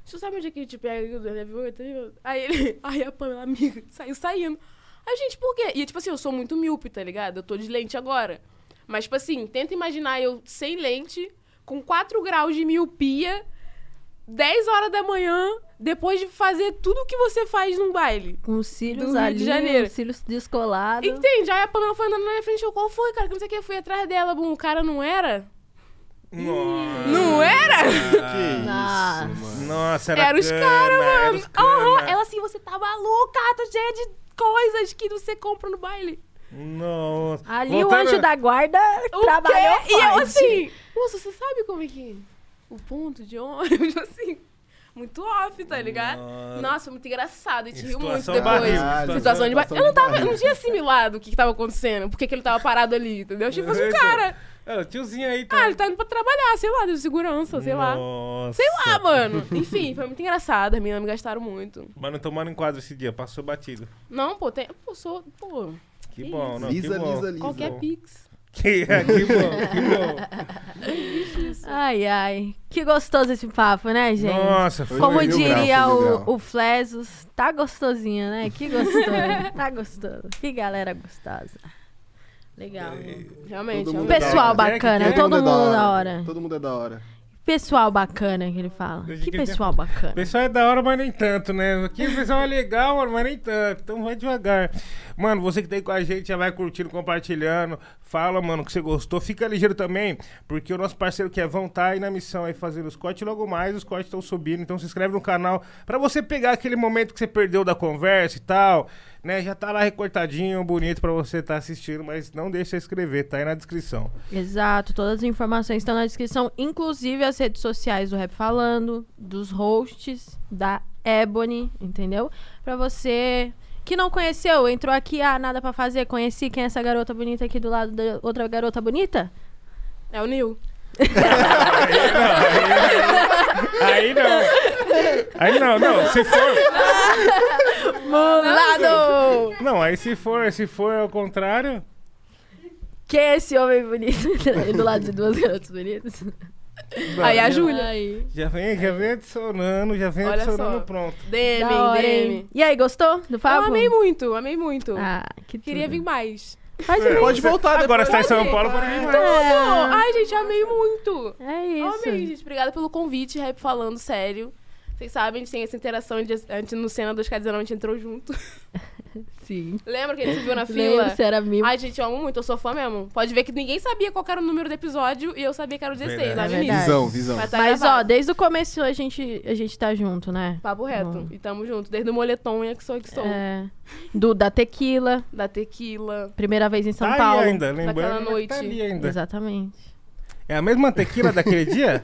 S3: Você sabe onde é que a gente pega o 298? né?" Aí ele. Aí a Pamela, amiga, saiu saindo. Aí, gente, por quê? E tipo assim, eu sou muito míope, tá ligado? Eu tô de lente agora. Mas, tipo assim, tenta imaginar eu sem lente, com 4 graus de miopia, 10 horas da manhã, depois de fazer tudo que você faz num baile.
S1: Com os cílios
S3: Do Rio de
S1: ali,
S3: Janeiro.
S1: os cílios descolados.
S3: Entende? Aí a Pamela foi andando na minha frente, eu, qual foi, cara? Que não sei o que, eu fui atrás dela, bom, o cara não era?
S4: Nossa,
S3: Não era?
S1: Ah.
S2: Que isso, mano.
S4: nossa, era
S3: Era os caras,
S4: cana, era
S3: mano.
S4: os cana.
S3: Aham. Ela assim, você tá maluca, tá cheia de coisas que você compra no baile.
S4: Nossa.
S1: Ali
S4: Voltando-
S1: o anjo da guarda
S3: O
S1: trabalhou
S3: quê? E eu
S1: forte.
S3: assim, moça, você sabe como é que... O ponto de ônibus, assim... muito off, tá ligado? Nossa, muito engraçado. A gente riu muito
S4: Situação
S3: depois.
S4: barril, situação-
S3: situação de barril. Eu não tava, um eu não
S4: barril.
S3: tinha assimilado o que, que tava acontecendo, por que que ele tava parado ali, entendeu? Tipo assim,
S4: Eita.
S3: cara.
S4: É, o tiozinho aí tá.
S3: Ah, ele tá indo pra trabalhar, sei lá, de segurança, sei lá.
S4: Nossa.
S3: Sei lá, mano. Enfim, foi muito engraçado. As meninas me gastaram muito.
S4: Mas não tomaram em quadro esse dia, passou batido.
S3: Não, pô, tem. Pô, sou. Pô.
S4: Que bom, não, que
S2: Lisa,
S4: bom.
S2: lisa, lisa.
S3: Qualquer
S4: bom.
S3: pix.
S4: Que, que bom, que bom.
S1: Ai, ai. Que gostoso esse papo, né, gente?
S4: Nossa, foi
S1: Como
S4: mil grau,
S1: diria
S4: foi mil
S1: o, o Flesos, tá gostosinho, né? Que gostoso. tá gostoso. Que galera gostosa. Legal.
S4: É,
S3: Realmente, é
S1: Todo
S3: um
S1: mundo
S3: realmente.
S1: Pessoal
S2: da hora.
S1: bacana, todo mundo
S4: né?
S2: é
S1: da hora.
S2: Todo mundo é da hora.
S1: Pessoal bacana que ele fala. Que pessoal
S4: O
S1: bacana.
S4: pessoal é da hora, mas nem tanto, né? Aqui o pessoal é legal, mano, mas nem tanto. Então vai devagar. Mano, você que tá aí com a gente, já vai curtindo, compartilhando. Fala, mano, que você gostou. Fica ligeiro também, porque o nosso parceiro que é Vão tá aí na missão aí fazendo os cortes. Logo mais os cortes estão subindo, então se inscreve no canal pra você pegar aquele momento que você perdeu da conversa e tal. Né, já tá lá recortadinho, bonito pra você tá assistindo, mas não deixa de se inscrever, tá aí na descrição.
S1: Exato, todas as informações estão na descrição, inclusive as redes sociais do Rap Falando, dos hosts, da Ebony, entendeu? Pra você que não conheceu, entrou aqui, ah, nada pra fazer, conheci quem é essa garota bonita aqui do lado da outra garota bonita?
S3: É o Nil.
S4: Aí não. Aí não, não. Se for.
S1: Mulado!
S4: Não, aí se for, se for ao contrário.
S1: Quem é esse homem bonito do lado de duas garotas bonitas?
S3: Aí a Júlia.
S1: Aí.
S4: Já vem, já vem adicionando, já vem
S3: Olha
S4: adicionando
S3: só.
S4: pronto.
S3: DM,
S1: Da hora,
S3: DM.
S1: hein? E aí, gostou do papo?
S3: É Eu amei muito, amei muito.
S1: Ah, que é
S3: Queria vir mais.
S1: Faz bem.
S2: Pode voltar
S4: Agora
S2: depois.
S4: está em São
S1: Tá
S3: Pode ir.
S4: Paulo para mim é. mais.
S3: Amor, Ai, gente, amei muito.
S1: É isso.
S3: Amei, gente. Obrigada pelo convite, Rap Falando, sério. Vocês sabem, a gente tem essa interação. A gente, a gente no Cena 2K19, a gente entrou junto.
S1: Sim.
S3: Lembra que a gente se viu na fila?
S1: Lembro, você era mimo.
S3: Ai, gente, eu amo muito, eu sou fã mesmo. Pode ver que ninguém sabia qual era o número do episódio e eu sabia que era o 16,
S4: Verdade.
S3: lá no
S1: É
S3: início.
S1: verdade.
S2: Visão, visão.
S3: Mas, tá
S1: Mas, ó,
S3: gravado.
S1: desde o começo a gente, a gente tá junto, né?
S3: Papo reto.
S1: Bom.
S3: E tamo junto, desde o moletom e a que sou, a que sou.
S1: É, do, da tequila,
S3: Da tequila.
S1: primeira vez em São
S4: Tá aí
S1: Paulo.
S4: ainda, lembrando.
S3: Naquela
S4: mas Tá
S3: noite.
S4: ali ainda.
S1: Exatamente.
S4: É a mesma tequila daquele dia?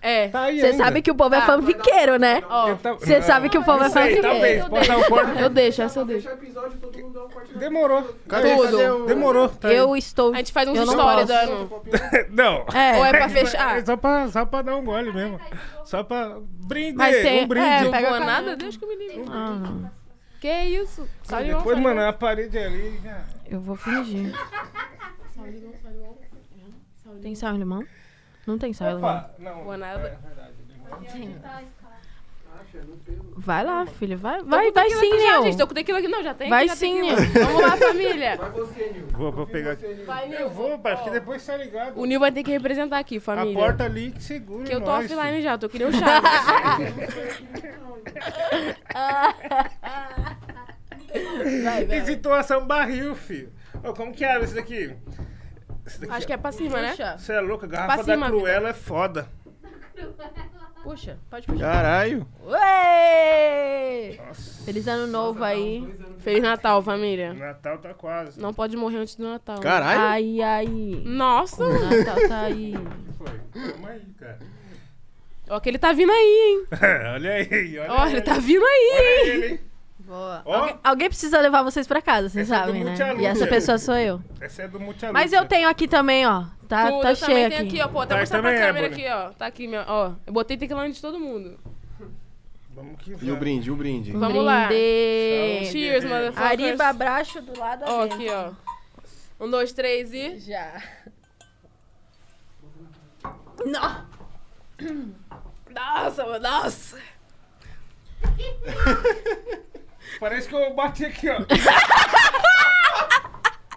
S3: É.
S4: Tá aí
S1: Você
S4: ainda. Tá-
S1: sabe que o povo é
S3: Tá,
S1: fanfiqueiro, né?
S3: Ó,
S1: Você sabe que o povo é
S4: Sei,
S1: fanfiqueiro.
S4: talvez, pode dar um corte.
S3: eu deixo, essa eu deixo.
S6: Fecha o episódio, todo mundo dá um corte na
S4: Demorou.
S2: Cadê,
S3: Tudo.
S2: cadê o...
S4: Demorou. tá aí.
S1: Eu estou.
S3: A gente faz uns
S1: eu não
S3: stories
S1: posso.
S3: dando.
S4: Não.
S1: É,
S3: Ou é pra fechar?
S4: É só pra, só pra dar um gole mesmo. Só pra. Brinde,
S1: Mas tem-
S4: um brinde.
S1: é, pega
S3: Não vou
S1: a
S3: nada, Deus que me livre.
S1: Ah, não.
S3: Que isso? Só de
S4: Depois,
S3: mão,
S4: mano, a parede ali já.
S1: Eu vou fingir. Tem sal e limão? Não tem sal e limão.
S4: Opa, não. É né?
S3: Vou nada.
S1: Vai lá, filho. Vai, vai,
S3: Tô com
S1: vai
S3: tequila
S1: sim,
S3: aqui já,
S1: Nil.
S3: gente. Tô com tequila aqui. Não, já tem.
S1: Vai
S3: já
S1: sim,
S3: tequila.
S1: Nil.
S3: Vamos lá, família.
S6: Vai você, Nil.
S4: Vou, vou pegar aqui.
S6: Você, Nil.
S3: Vai, Nil.
S4: Eu vou, pai, porque depois tá ligado.
S3: O Nil vai ter que representar aqui,
S4: A
S3: família.
S4: porta ali que segura.
S3: Que eu tô
S4: nós,
S3: offline já, tô que nem o Chaves.
S4: Que situação barril, filho. Ô, como que abre isso daqui? Isso daqui
S3: Acho que é pra cima, né?
S4: Você é louca, a garrafa
S3: Pra
S4: da
S3: cima,
S4: Cruella é foda.
S1: Puxa, pode puxar.
S2: Caralho.
S1: Ué! Feliz ano novo aí.
S3: Feliz Natal, família.
S4: Natal tá quase.
S3: Não pode morrer antes do Natal.
S2: Caralho.
S1: Ai, ai.
S3: Nossa!
S1: O Natal tá aí.
S4: Foi. Calma aí, cara.
S3: Ó, que ele tá vindo aí, hein?
S4: olha aí, olha
S3: Ó,
S4: aí.
S3: ele tá vindo aí, hein?
S4: Olha ele, hein?
S1: Boa.
S4: Ó.
S1: Alguém, alguém precisa levar vocês pra casa, vocês
S4: Esse é do
S1: sabem, né?
S4: Multialuno.
S1: E essa pessoa sou eu.
S4: Essa é do Multialuxa.
S1: Mas eu tenho aqui também, ó. Tá,
S3: Tudo,
S1: tá
S3: eu também
S1: cheio
S3: tenho
S1: aqui.
S3: aqui, ó. Pô, até
S4: Mas
S3: mostrar pra
S4: também é,
S3: câmera
S4: Bonnie.
S3: aqui, ó. Tá aqui, minha, ó. Eu botei tequila antes de todo mundo.
S4: Vamos que
S2: E o brinde, e o brinde.
S1: Um
S3: Vamos lá.
S1: brinde.
S3: Cheers, motherfuckers.
S1: Ariba, braço do lado
S3: Ó,
S1: ali.
S3: aqui, ó. Um, dois, três e...
S1: Já.
S3: Nossa, mano, nossa!
S4: Parece que eu bati aqui, ó.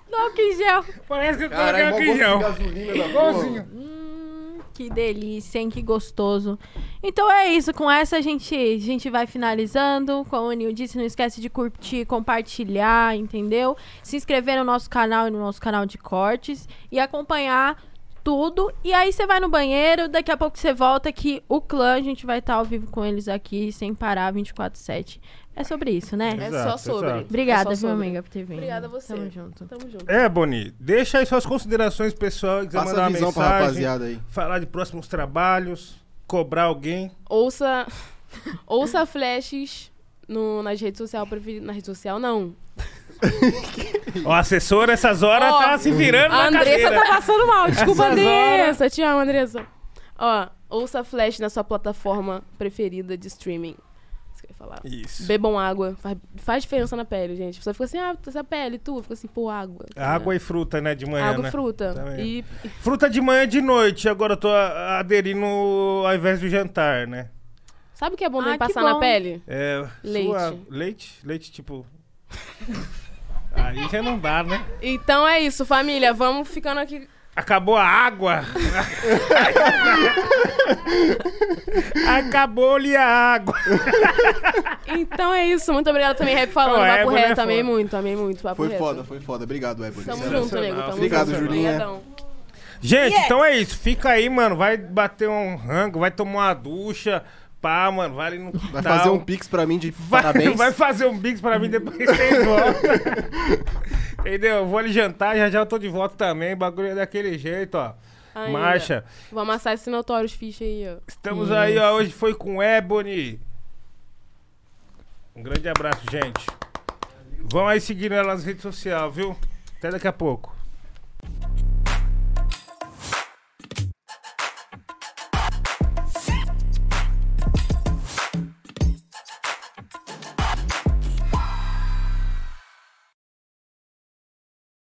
S1: Não, que gel.
S4: Parece que eu coloquei
S2: Caralho,
S4: um
S2: mó gosto de
S4: quinhão.
S2: gasolina da porra.
S4: Igualzinho.
S1: Hum, Que delícia, hein? Que gostoso. Então é isso. Com essa a gente, a gente vai finalizando. Como o Nil disse, não esquece de curtir, compartilhar, entendeu? Se inscrever no nosso canal e no nosso canal de cortes. E acompanhar tudo. E aí você vai no banheiro, daqui a pouco você volta que o clã, a gente vai estar ao vivo com eles aqui, sem parar, 24-7. É sobre isso, né?
S3: É
S4: Exato,
S3: só sobre.
S4: exato.
S1: Obrigada,
S3: é só
S1: viu,
S3: sobre.
S1: amiga, por ter vindo.
S3: Obrigada a você.
S1: Tamo junto.
S3: Tamo junto.
S4: É, Boni, deixa aí suas considerações pessoal, quiser
S2: Passa
S4: mandar
S2: a
S4: uma
S2: visão
S4: mensagem,
S2: pra rapaziada aí.
S4: falar de próximos trabalhos, cobrar alguém.
S3: Ouça. Ouça flashes no, nas redes sociais. preferi- Na rede social, não.
S4: Ó, a assessora, essas horas,
S3: Ó,
S4: tá se virando
S3: A
S4: na
S3: Andressa
S4: cadeira.
S3: tá passando mal. Desculpa,
S4: Essas
S3: Andressa. Te amo, Andressa. Ó, ouça Flash na sua plataforma preferida de streaming. Isso que eu ia falar.
S4: Isso.
S3: Bebam água. Faz, faz diferença na pele, gente. A pessoa fica assim, ah, essa pele, tu. Fica assim, pô, água.
S4: Água e fruta, né, de manhã,
S3: Água e
S4: né?
S3: fruta.
S4: Tá vendo?
S3: E-
S4: Fruta de manhã e de noite. Agora eu tô a- aderindo ao invés do jantar, né?
S3: Sabe o que é bom
S1: Ah,
S3: também
S1: que
S3: passar na
S1: bom.
S3: pele?
S4: É,
S3: Leite.
S4: suave. Leite? Leite, tipo... Aí já não dá, né?
S3: Então é isso, família. Vamos ficando aqui.
S4: Acabou a água. Acabou-lhe a água.
S3: Então é isso. Muito obrigada também, Rap falando.
S4: Não,
S3: Papo
S4: Ebony é
S3: reto,
S4: foda.
S3: amei muito, amei muito. Papo
S2: Foi
S3: reto.
S2: foda, foi foda. Obrigado, Ebony.
S3: Tamo
S2: Sério.
S3: junto, nego. Tamo
S2: Obrigado,
S3: junto.
S2: Julinha.
S3: Obrigadão.
S4: Gente,
S3: Yes.
S4: então é isso. Fica aí, mano. Vai bater um rango, vai tomar uma ducha. Pá, mano, vai ali no
S2: Vai
S4: quintal.
S2: fazer um pix pra mim de
S4: Vai,
S2: parabéns.
S4: vai fazer um bix pra mim depois que você volta. Entendeu? Eu Vou ali jantar, já já eu tô de volta também. Bagulho é daquele jeito, ó.
S3: Ainda.
S4: Marcha.
S3: Vou amassar esse notórios ficha aí, ó.
S4: Estamos aí, ó. Hoje foi com Ebony. Um grande abraço, gente. Vão aí seguir ela nas redes sociais, viu? Até daqui a pouco.